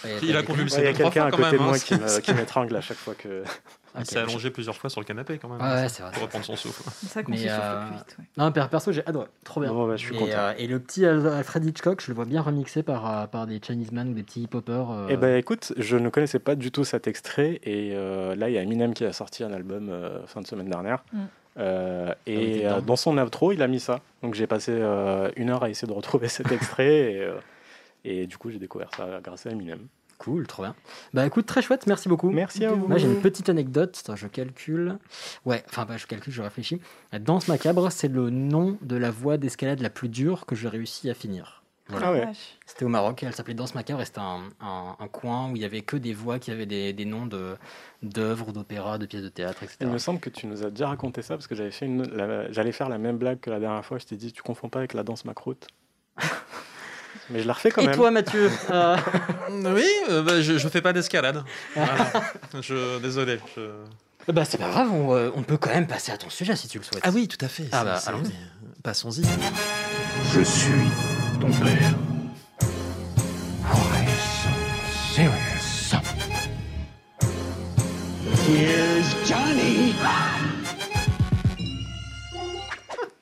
Speaker 3: Ouais,
Speaker 2: Il a convulsé.
Speaker 1: Ouais, Il y a
Speaker 2: trois
Speaker 1: quelqu'un
Speaker 2: fois
Speaker 1: à
Speaker 2: quand
Speaker 1: côté
Speaker 2: même,
Speaker 1: de moi
Speaker 2: hein,
Speaker 1: qui me- qui m'étrangle à chaque fois que.
Speaker 3: Ok,
Speaker 2: Il s'est allongé plusieurs fois sur le canapé quand même.
Speaker 3: Ah ouais, c'est vrai.
Speaker 2: Pour reprendre son souffle.
Speaker 9: C'est ça qu'on
Speaker 3: Mais,
Speaker 9: s'essouffle
Speaker 3: euh,
Speaker 9: plus vite. ouais.
Speaker 3: Non, per- perso, j'ai adoré. Trop bien.
Speaker 1: Bon, bah, je suis
Speaker 3: et,
Speaker 1: content.
Speaker 3: euh, et le petit Al- Alfred Hitchcock, je le vois bien remixé par, euh, par des Chinese men ou des petits hip-hoppers. euh,
Speaker 1: Eh ben écoute, je ne connaissais pas du tout cet extrait et euh, là il y a Eminem qui a sorti un album euh, fin de semaine dernière
Speaker 9: Mm.
Speaker 1: Euh,
Speaker 3: Ah oui, t'es
Speaker 1: et
Speaker 3: dedans.
Speaker 1: euh, dans son outro il a mis ça. Donc j'ai passé euh, une heure à essayer de retrouver cet extrait et, euh, et du coup j'ai découvert ça grâce à Eminem.
Speaker 3: Cool, trop bien. Bah écoute, très chouette, merci beaucoup.
Speaker 1: Merci à vous.
Speaker 3: Moi j'ai une petite anecdote, Attends, je calcule. Ouais, enfin bah, je calcule, je réfléchis. La danse macabre, c'est le nom de la voie d'escalade la plus dure que j'ai réussi à finir.
Speaker 1: Ah ouais.
Speaker 9: Vache.
Speaker 3: C'était au Maroc, elle s'appelait Danse Macabre et c'était un, un- un coin où il y avait que des voix qui avaient des, des noms de- d'œuvres, d'opéras, de pièces de théâtre, etc.
Speaker 1: Il me semble que tu nous as déjà raconté ça parce que j'avais fait une, la- j'allais faire la même blague que la dernière fois. Je t'ai dit tu confonds pas avec la danse macroute. Mais je la refais quand
Speaker 3: et
Speaker 1: même.
Speaker 3: toi Mathieu euh,
Speaker 2: Oui, euh, bah, je, je fais pas d'escalade. Voilà. Je, désolé. je-
Speaker 3: Bah c'est pas grave, on, euh, on peut quand même passer à ton sujet si tu le souhaites.
Speaker 2: Ah oui, tout à fait.
Speaker 3: Ah
Speaker 2: c'est-
Speaker 3: bah,
Speaker 2: c'est-
Speaker 3: allons-y.
Speaker 2: Passons-y.
Speaker 4: Je suis ton père. I serious. Here's Johnny.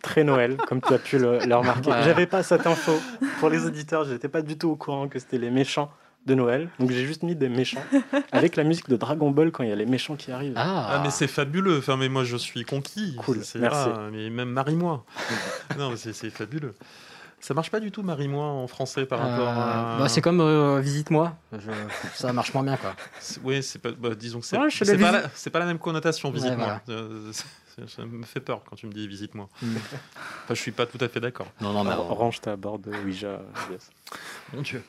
Speaker 1: Très Noël, comme tu as pu le, le remarquer.
Speaker 3: Ouais.
Speaker 1: J'avais pas cette info. Pour les auditeurs, j'étais pas du tout au courant que c'était les méchants de Noël. Donc j'ai juste mis des méchants avec la musique de Dragon Ball quand il y a les méchants qui arrivent.
Speaker 3: Ah,
Speaker 2: Ah, mais c'est fabuleux. Enfin, mais moi, je suis conquis.
Speaker 1: Cool,
Speaker 2: C'est-
Speaker 1: merci.
Speaker 2: ah, mais même marie-moi. non, mais c'est c'est fabuleux. Ça marche pas du tout, marie-moi, en français par rapport
Speaker 3: Euh,
Speaker 2: à.
Speaker 3: bah, c'est comme euh, visite-moi. Je- Ça marche moins bien quoi.
Speaker 2: C'est- Oui, c'est pas. bah, disons que c'est
Speaker 3: Ouais, je fais
Speaker 2: c'est
Speaker 3: des
Speaker 2: pas,
Speaker 3: visi-
Speaker 2: la- c'est pas la même connotation,
Speaker 3: Ouais,
Speaker 2: visite-moi.
Speaker 3: voilà.
Speaker 2: Euh, c'est- ça me fait peur quand tu me dis visite-moi.
Speaker 3: Mm.
Speaker 2: Enfin, je suis pas tout à fait d'accord.
Speaker 3: Non non
Speaker 1: Alors,
Speaker 3: non.
Speaker 1: Range ta board de Ouija. yes.
Speaker 2: Mon Dieu.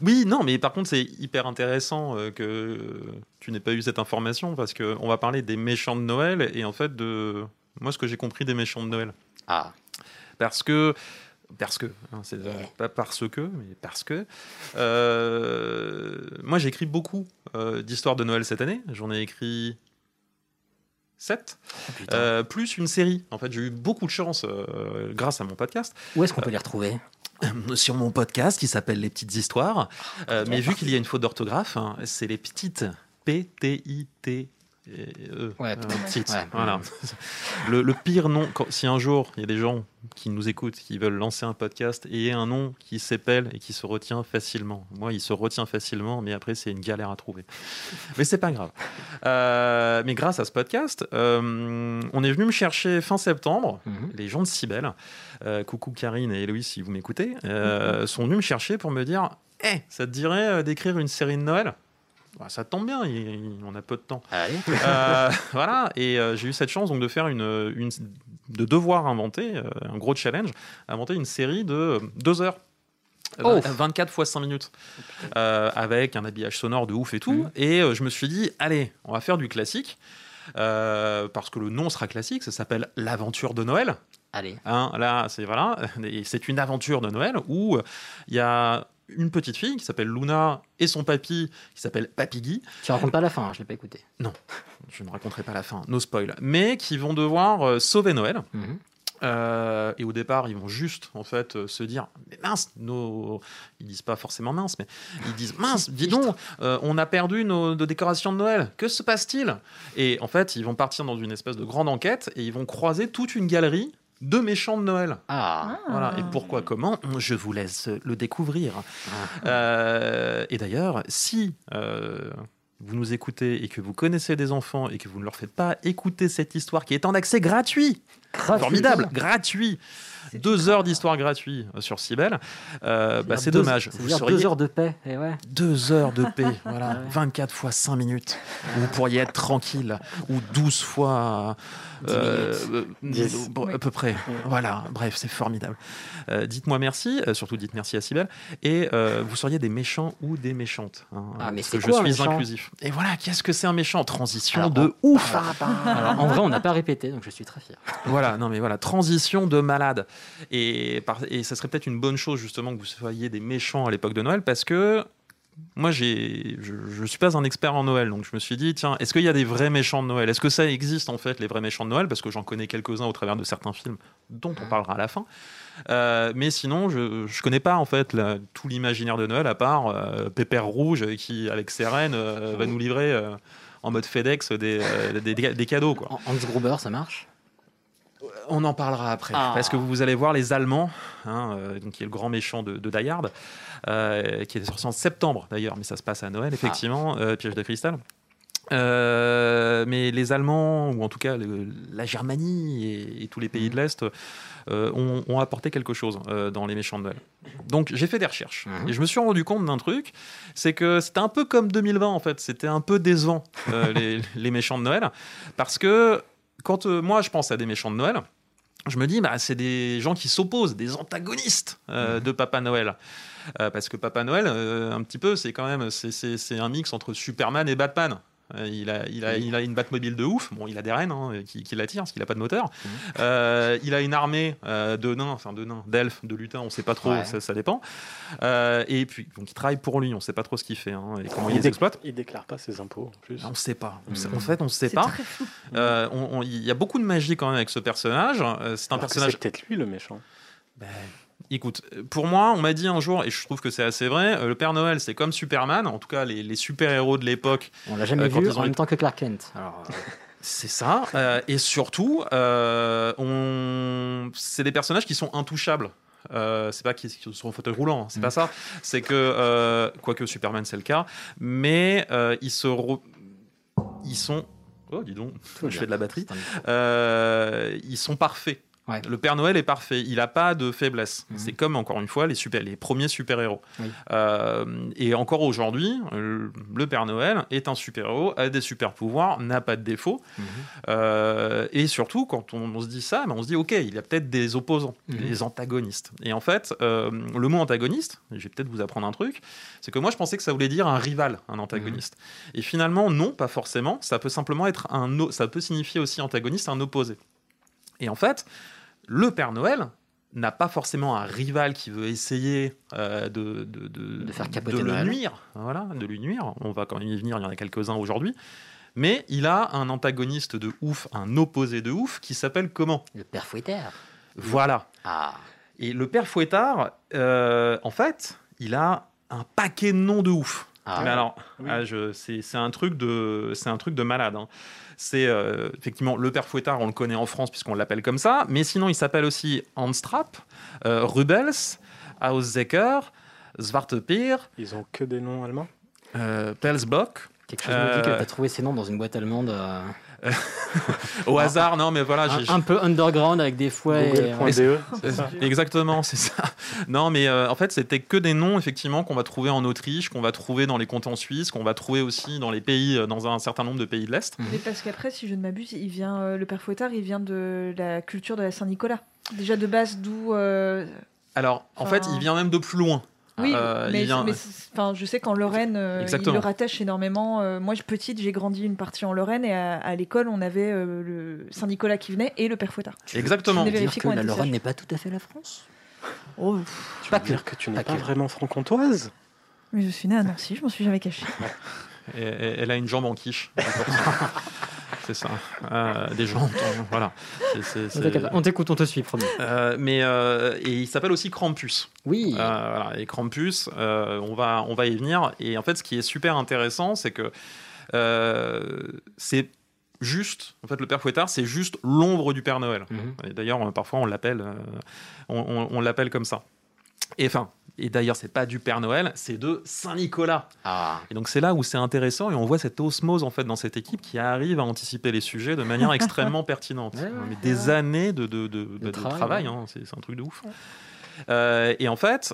Speaker 2: Oui, non, mais par contre, c'est hyper intéressant euh, que tu n'aies pas eu cette information parce qu'on va parler des méchants de Noël et en fait de. Moi, ce que j'ai compris des méchants de Noël.
Speaker 3: Ah.
Speaker 2: Parce que. Parce que, hein, c'est euh, pas parce que, mais parce que. Euh, moi, j'ai écrit beaucoup euh, d'histoires de Noël cette année. J'en ai écrit 7,
Speaker 3: putain.
Speaker 2: plus une série. En fait, j'ai eu beaucoup de chance euh, grâce à mon podcast
Speaker 3: Où est-ce qu'on peut les retrouver
Speaker 2: Euh, sur mon podcast qui s'appelle Les Petites Ah, Histoires. Euh, mais vu qu'il y a une faute d'orthographe, hein, c'est les petites P-T-I-T. et E.
Speaker 3: Ouais,
Speaker 2: Euh,
Speaker 3: putain,
Speaker 2: petite.
Speaker 3: ouais.
Speaker 2: Voilà. Le, le pire nom, quand- si un jour il y a des gens qui nous écoutent, qui veulent lancer un podcast et un nom qui s'épelle et qui se retient facilement. Moi, il se retient facilement, mais après, c'est une galère à trouver. Mais c'est pas grave. Euh, mais grâce à ce podcast, euh, on est venu me chercher fin septembre.
Speaker 3: Mhm.
Speaker 2: Les gens de Cybelle, euh, coucou Karine et Héloïse, si vous m'écoutez, euh, sont venus me chercher pour me dire Eh, ça te dirait euh, d'écrire une série de Noël Bah, ça tombe bien, il- il- on a peu de temps. Euh, voilà, et euh, j'ai eu cette chance donc de faire une, une- de devoir inventer euh, un gros challenge, inventer une série de euh, deux heures.
Speaker 3: Oh.
Speaker 2: 24 fois 5 minutes Euh, avec un habillage sonore de ouf et tout et euh, je me suis dit allez on va faire du classique euh, parce que le nom sera classique ça s'appelle l'aventure de Noël
Speaker 3: Allez.
Speaker 2: Hein, là, c'est voilà, et c'est une aventure de Noël où euh, il y a une petite fille qui s'appelle Luna et son papy qui s'appelle Papy Guy.
Speaker 3: Tu racontes pas la fin, hein, je l'ai pas écouté.
Speaker 2: Non, je ne raconterai pas la fin, no spoil. Mais qui vont devoir euh, sauver Noël.
Speaker 3: Mhm.
Speaker 2: Euh, et au départ, ils vont juste en fait euh, se dire mais mince, nos... ils disent pas forcément mince, mais ils disent mince, dis donc, euh, on a perdu nos, nos décorations de Noël. Que se passe-t-il Et en fait, ils vont partir dans une espèce de grande enquête et ils vont croiser toute une galerie de méchants de Noël.
Speaker 3: Ah.
Speaker 2: Voilà. Et pourquoi, comment Je vous laisse le découvrir.
Speaker 3: Ah.
Speaker 2: Euh, et d'ailleurs, si euh, vous nous écoutez et que vous connaissez des enfants et que vous ne leur faites pas écouter cette histoire qui est en accès gratuit,
Speaker 3: Ah,
Speaker 2: formidable, gratuit, deux heures d'histoire gratuite sur Cybelle, euh, bah, c'est
Speaker 3: Deux-
Speaker 2: dommage. Vous
Speaker 3: C'est-à-dire
Speaker 2: seriez
Speaker 3: deux heures de paix. Et ouais.
Speaker 2: deux heures de paix, voilà, 24 fois 5 minutes. Vous pourriez être tranquille, ou 12 fois euh, euh,
Speaker 1: Dix.
Speaker 2: bon, à peu près. Voilà, bref, c'est formidable. Euh, dites-moi merci, euh, surtout dites merci à Cybelle, et euh, vous seriez des méchants ou des méchantes. hein,
Speaker 3: Ah, mais
Speaker 2: parce
Speaker 3: c'est
Speaker 2: que
Speaker 3: quoi un
Speaker 2: je suis
Speaker 3: méchant
Speaker 2: inclusif. Et voilà, qu'est-ce que c'est un méchant Transition
Speaker 3: Alors,
Speaker 2: de
Speaker 3: en-
Speaker 2: ouf. Ah.
Speaker 3: Alors, en vrai, on n'a pas répété, donc je suis très fier.
Speaker 2: Voilà, non mais voilà, transition de malade. Et, par- et ça serait peut-être une bonne chose justement que vous soyez des méchants à l'époque de Noël parce que moi j'ai, je, je suis pas un expert en Noël, donc je me suis dit tiens, est-ce qu'il y a des vrais méchants de Noël Est-ce que ça existe en fait les vrais méchants de Noël Parce que j'en connais quelques-uns au travers de certains films dont on parlera à la fin. Euh, mais sinon, je, je connais pas en fait la- tout l'imaginaire de Noël à part euh, Pépère Rouge qui avec ses rennes euh, va nous livrer euh, en mode FedEx des, euh, des, des- des cadeaux quoi.
Speaker 3: Hans Gruber, ça marche
Speaker 2: On en parlera après.
Speaker 3: Ah.
Speaker 2: Parce que vous allez voir les Allemands, hein, euh, donc, qui est le grand méchant de, de Die Hard, euh, qui est sorti en septembre d'ailleurs, mais ça se passe à Noël, effectivement, euh, Piège de cristal. Euh, mais les Allemands, ou en tout cas le- la Germanie et, et tous les pays de l'Est, euh, ont, ont apporté quelque chose euh, dans les méchants de Noël. Donc j'ai fait des recherches et je me suis rendu compte d'un truc, c'est que c'était un peu comme 2020 en fait, c'était un peu décevant euh, les, les méchants de Noël, parce que quand euh, moi je pense à des méchants de Noël, je me dis, bah, c'est des gens qui s'opposent, des antagonistes euh, de Papa Noël. Euh, parce que Papa Noël, euh, un petit peu, c'est quand même c'est, c'est- c'est un mix entre Superman et Batman. Euh, il, a, il, a, il a une Batmobile de ouf. Bon, il a des rennes hein, qui, qui l'attirent parce qu'il n'a pas de moteur.
Speaker 1: Mmh.
Speaker 2: Euh, il a une armée euh, de nains, enfin de nains, d'elfes, de lutins, on ne sait pas trop,
Speaker 1: Ouais.
Speaker 2: ça, ça dépend. Euh, et puis, donc il travaille pour lui, on ne sait pas trop ce qu'il fait hein, et comment il Ah, les
Speaker 1: dé-
Speaker 2: exploite.
Speaker 1: il déclare pas ses impôts en plus.
Speaker 2: On ne sait pas. On sait-
Speaker 1: Mhm.
Speaker 2: En fait, on ne sait
Speaker 1: C'est
Speaker 2: pas.
Speaker 1: très
Speaker 2: Euh, on- on- Il y a beaucoup de magie quand même avec ce personnage. Euh, c'est un
Speaker 1: Alors que
Speaker 2: personnage Ben,
Speaker 1: C'est peut-être lui le méchant.
Speaker 2: Écoute, pour moi, on m'a dit un jour, et je trouve que c'est assez vrai, euh, le Père Noël, c'est comme Superman, en tout cas les, les super-héros de l'époque.
Speaker 3: On l'a jamais
Speaker 2: euh, quand
Speaker 3: vu
Speaker 2: ils ont
Speaker 3: en même
Speaker 2: été-
Speaker 3: temps que Clark Kent. Alors, euh,
Speaker 2: C'est ça. euh, et surtout, euh, on... c'est des personnages qui sont intouchables. Euh, c'est pas qu'ils qu'ils sont en fauteuil roulant, hein,
Speaker 1: Mm.
Speaker 2: c'est pas ça. C'est que, euh, quoique Superman c'est le cas, mais euh, ils se. re- Ils sont. Oh, dis donc,
Speaker 3: va
Speaker 2: je
Speaker 3: bien.
Speaker 2: fais de la batterie.
Speaker 3: C'est un micro.
Speaker 2: Euh, ils sont parfaits.
Speaker 3: Ouais. Mhm.
Speaker 2: Le Père Noël est parfait, il n'a pas de faiblesse. C'est comme, encore une fois, les, super, les premiers super-héros.
Speaker 3: Oui.
Speaker 2: Euh, et encore aujourd'hui, euh, le Père Noël est un super-héros, a des super-pouvoirs, n'a pas de défauts.
Speaker 3: Mhm.
Speaker 2: Euh, et surtout, quand on, on se dit ça, ben, on se dit, OK, il y a peut-être des opposants,
Speaker 3: Mhm.
Speaker 2: des antagonistes. Et en fait, euh, le mot antagoniste, je vais peut-être vous apprendre un truc, c'est que moi, je pensais que ça voulait dire un rival, un antagoniste. Et finalement, non, pas forcément. Ça peut simplement être un... o- Ça peut signifier aussi antagoniste, un opposé. Et en fait, le Père Noël n'a pas forcément un rival qui veut essayer euh, de, de, de,
Speaker 3: De faire capoter
Speaker 2: de le
Speaker 3: Noël.
Speaker 2: nuire. Voilà, de lui nuire. On va quand même y venir, il y en a quelques-uns aujourd'hui. Mais il a un antagoniste de ouf, un opposé de ouf, qui s'appelle comment
Speaker 3: le père fouettard.
Speaker 2: Voilà.
Speaker 3: Ah.
Speaker 2: Et le père Fouettard, euh, en fait, il a un paquet de noms de ouf. Ah. Mais alors, ah, je- c'est c'est un truc de, c'est un truc de malade. hein. C'est euh, effectivement le père Fouettard, on le connaît en France puisqu'on l'appelle comme ça, mais sinon il s'appelle aussi Handstrap, euh, Rubels, Hauszecker, Zwartepeer.
Speaker 1: Ils ont que des noms allemands.
Speaker 2: euh, Pelsbock.
Speaker 3: Quelque chose me dit
Speaker 2: Euh,
Speaker 3: que t'as trouvé ces noms dans une boîte allemande. euh,
Speaker 2: Au hasard, non, mais voilà. Ah, j'ai-
Speaker 3: un, un peu underground avec des fouets. et-
Speaker 1: E.
Speaker 2: Mais c'est- c'est ça. Exactement, c'est ça. Non, mais euh, en fait, c'était que des noms, effectivement, qu'on va trouver en Autriche, qu'on va trouver dans les cantons suisses, qu'on va trouver aussi dans les pays, euh, dans un certain nombre de pays de l'Est.
Speaker 9: Mais parce qu'après, si je ne m'abuse, il vient euh, le père Fouettard, il vient de la culture de la Saint-Nicolas. Déjà de base, d'où. euh,
Speaker 2: Alors, en
Speaker 9: Enfin-
Speaker 2: fait, il vient même de plus loin.
Speaker 9: Oui,
Speaker 2: Euh, il
Speaker 9: mais,
Speaker 2: vient-
Speaker 9: mais c'est- enfin, je sais qu'en Lorraine, euh, il
Speaker 2: Exactement.
Speaker 9: le rattache énormément. Euh, moi, je- petite, j'ai grandi une partie en Lorraine et à, à l'école, on avait euh, le Saint-Nicolas qui venait et le père Fouettard.
Speaker 2: Exactement.
Speaker 9: Je venais vérifier qu'on était sages.
Speaker 3: tout à fait la France
Speaker 9: Oh,
Speaker 1: Tu veux dire que tu n'es pas vraiment franc-comtoise
Speaker 9: mais je suis née à Nancy, je m'en suis jamais cachée.
Speaker 2: Et- et- elle a une jambe en quiche. c'est ça. Euh, des jambes. Voilà. C'est- c'est-
Speaker 3: Non, t'inquiète
Speaker 2: c'est-
Speaker 3: pas, On t'écoute, on te suit, promis.
Speaker 2: Euh, mais euh, et il s'appelle aussi Krampus.
Speaker 3: Oui.
Speaker 2: et Krampus, euh, on va on va y venir. Et en fait, ce qui est super intéressant, c'est que euh, c'est juste. En fait, le Père Fouettard, c'est juste l'ombre du Père Noël.
Speaker 3: mhm.
Speaker 2: Et d'ailleurs, on- parfois, on l'appelle euh, on, on- on l'appelle comme ça. Et enfin. Et d'ailleurs, c'est pas du Père Noël, c'est de Saint Nicolas. Et donc c'est là où c'est intéressant et on voit cette osmose en fait dans cette équipe qui arrive à anticiper les sujets de manière extrêmement pertinente.
Speaker 3: Ouais, ouais,
Speaker 2: Mais
Speaker 3: ouais.
Speaker 2: des années de, de- de- bah, de
Speaker 3: travail,
Speaker 2: travail,
Speaker 3: ouais.
Speaker 2: hein, c'est c'est un truc de ouf. Euh, et en fait,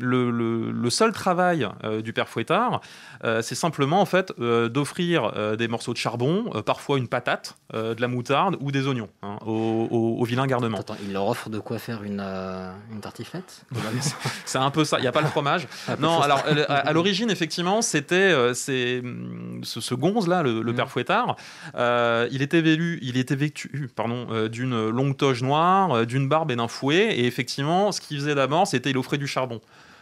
Speaker 2: le, le- le seul travail euh, du père Fouettard, euh, c'est simplement en fait euh, d'offrir euh, des morceaux de charbon, euh, parfois une patate, euh, de la moutarde ou des oignons hein, au, au- au vilain garnement.
Speaker 3: Attends, il leur offre de quoi faire une, euh, une tartiflette
Speaker 2: C'est un peu ça, il n'y a pas le fromage.
Speaker 3: Ah, peu de
Speaker 2: non,
Speaker 3: choses.
Speaker 2: alors euh, à, à l'origine, effectivement, c'était euh, c'est, hum, ce, ce gonze-là,
Speaker 3: Mm.
Speaker 2: le, le père Fouettard. euh, il était vélu, il était vêtu pardon, euh, d'une longue toge noire, euh, d'une barbe et d'un fouet. Et effectivement, ce qu'il faisait d'abord, c'était il offrait du charbon.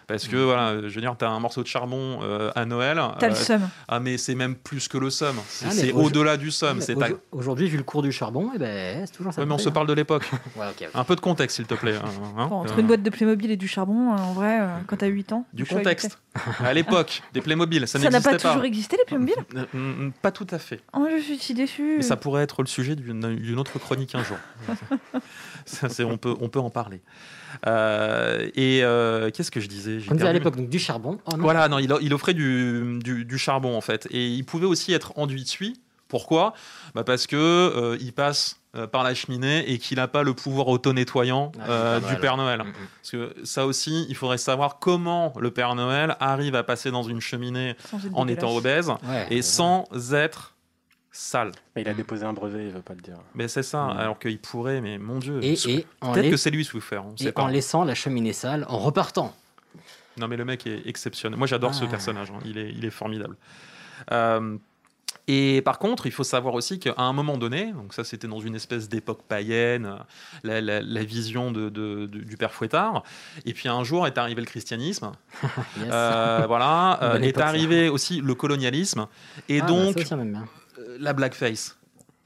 Speaker 2: Parce
Speaker 3: Mm.
Speaker 2: que, voilà, euh, je veux dire, t'as un morceau de charbon euh, à Noël.
Speaker 9: T'as le seum.
Speaker 2: Ah, mais c'est même plus que le seum. C'est
Speaker 3: Ah, mais
Speaker 2: c'est
Speaker 3: au-
Speaker 2: au-delà du seum.
Speaker 3: Mais
Speaker 2: euh, C'est
Speaker 3: aujo-
Speaker 2: ta-
Speaker 3: Aujourd'hui, vu le cours du charbon, eh ben, c'est toujours ça.
Speaker 2: Ouais,
Speaker 3: de
Speaker 2: mais on
Speaker 3: prix,
Speaker 2: se
Speaker 3: hein.
Speaker 2: parle Ah, de l'époque.
Speaker 3: Ouais, ok, ok.
Speaker 2: Un peu de contexte, s'il te plaît. hein, hein.
Speaker 9: Bon, entre
Speaker 2: Euh,
Speaker 9: une boîte de Playmobil et du charbon, euh, en vrai, euh, quand t'as 8 ans.
Speaker 2: Du
Speaker 9: le choix, il est
Speaker 2: contexte. À l'époque, des Playmobil, ça
Speaker 9: fait. Ça n'a
Speaker 2: n'existait
Speaker 9: pas,
Speaker 2: pas.
Speaker 9: toujours existé, les Playmobil
Speaker 2: Euh, mm, mm, Pas tout à fait.
Speaker 9: Oh, je suis si déçue.
Speaker 2: Mais ça pourrait être le sujet d'une d'une autre chronique un jour. Ça, c'est- on, peut, on peut en parler. Euh, et euh, qu'est-ce que je disais J'ai
Speaker 3: On disait à
Speaker 2: perdu-
Speaker 3: l'époque donc du charbon. Oh, non.
Speaker 2: Voilà, non, il, il offrait du, du- du charbon en fait. Et il pouvait aussi être enduit de suie. Pourquoi Bah, Parce que euh, il passe euh, par la cheminée et qu'il n'a pas le pouvoir auto-nettoyant
Speaker 3: Ah,
Speaker 2: euh,
Speaker 3: du
Speaker 2: du
Speaker 3: Père
Speaker 2: Père Noël.
Speaker 3: mm.
Speaker 2: Parce que ça aussi, il faudrait savoir comment le Père Noël arrive à passer dans une cheminée
Speaker 1: Sans être
Speaker 2: en
Speaker 1: dégueulasse.
Speaker 2: étant obèse
Speaker 1: Ouais,
Speaker 2: et
Speaker 3: Ah,
Speaker 1: ouais.
Speaker 2: sans être sale.
Speaker 1: Mais il a déposé un brevet, il veut pas le dire.
Speaker 2: Mais c'est ça, alors qu'il pourrait, mais mon Dieu.
Speaker 3: Et-
Speaker 2: euh, Parce-
Speaker 3: et en
Speaker 2: Peut-être
Speaker 3: lait-
Speaker 2: que c'est lui souffert, on
Speaker 3: Et
Speaker 2: sait
Speaker 3: en
Speaker 2: pas.
Speaker 3: laissant la cheminée sale, en repartant.
Speaker 2: Non, mais le mec est exceptionnel. Moi, j'adore ce
Speaker 3: Ah.
Speaker 2: personnage, hein. il, est, il est formidable. Euh, et par contre, il faut savoir aussi qu'à un moment donné, donc ça c'était dans une espèce d'époque païenne, euh, la, la- la vision de- de- du du père Fouettard, et puis un jour est arrivé le christianisme,
Speaker 3: Yes. Ah,
Speaker 2: Euh, voilà, euh,
Speaker 3: Bonne
Speaker 2: est
Speaker 3: époque, ça.
Speaker 2: arrivé aussi le colonialisme, et
Speaker 3: Ah, bah,
Speaker 2: donc
Speaker 3: ça aussi, on aime bien.
Speaker 2: euh, la blackface.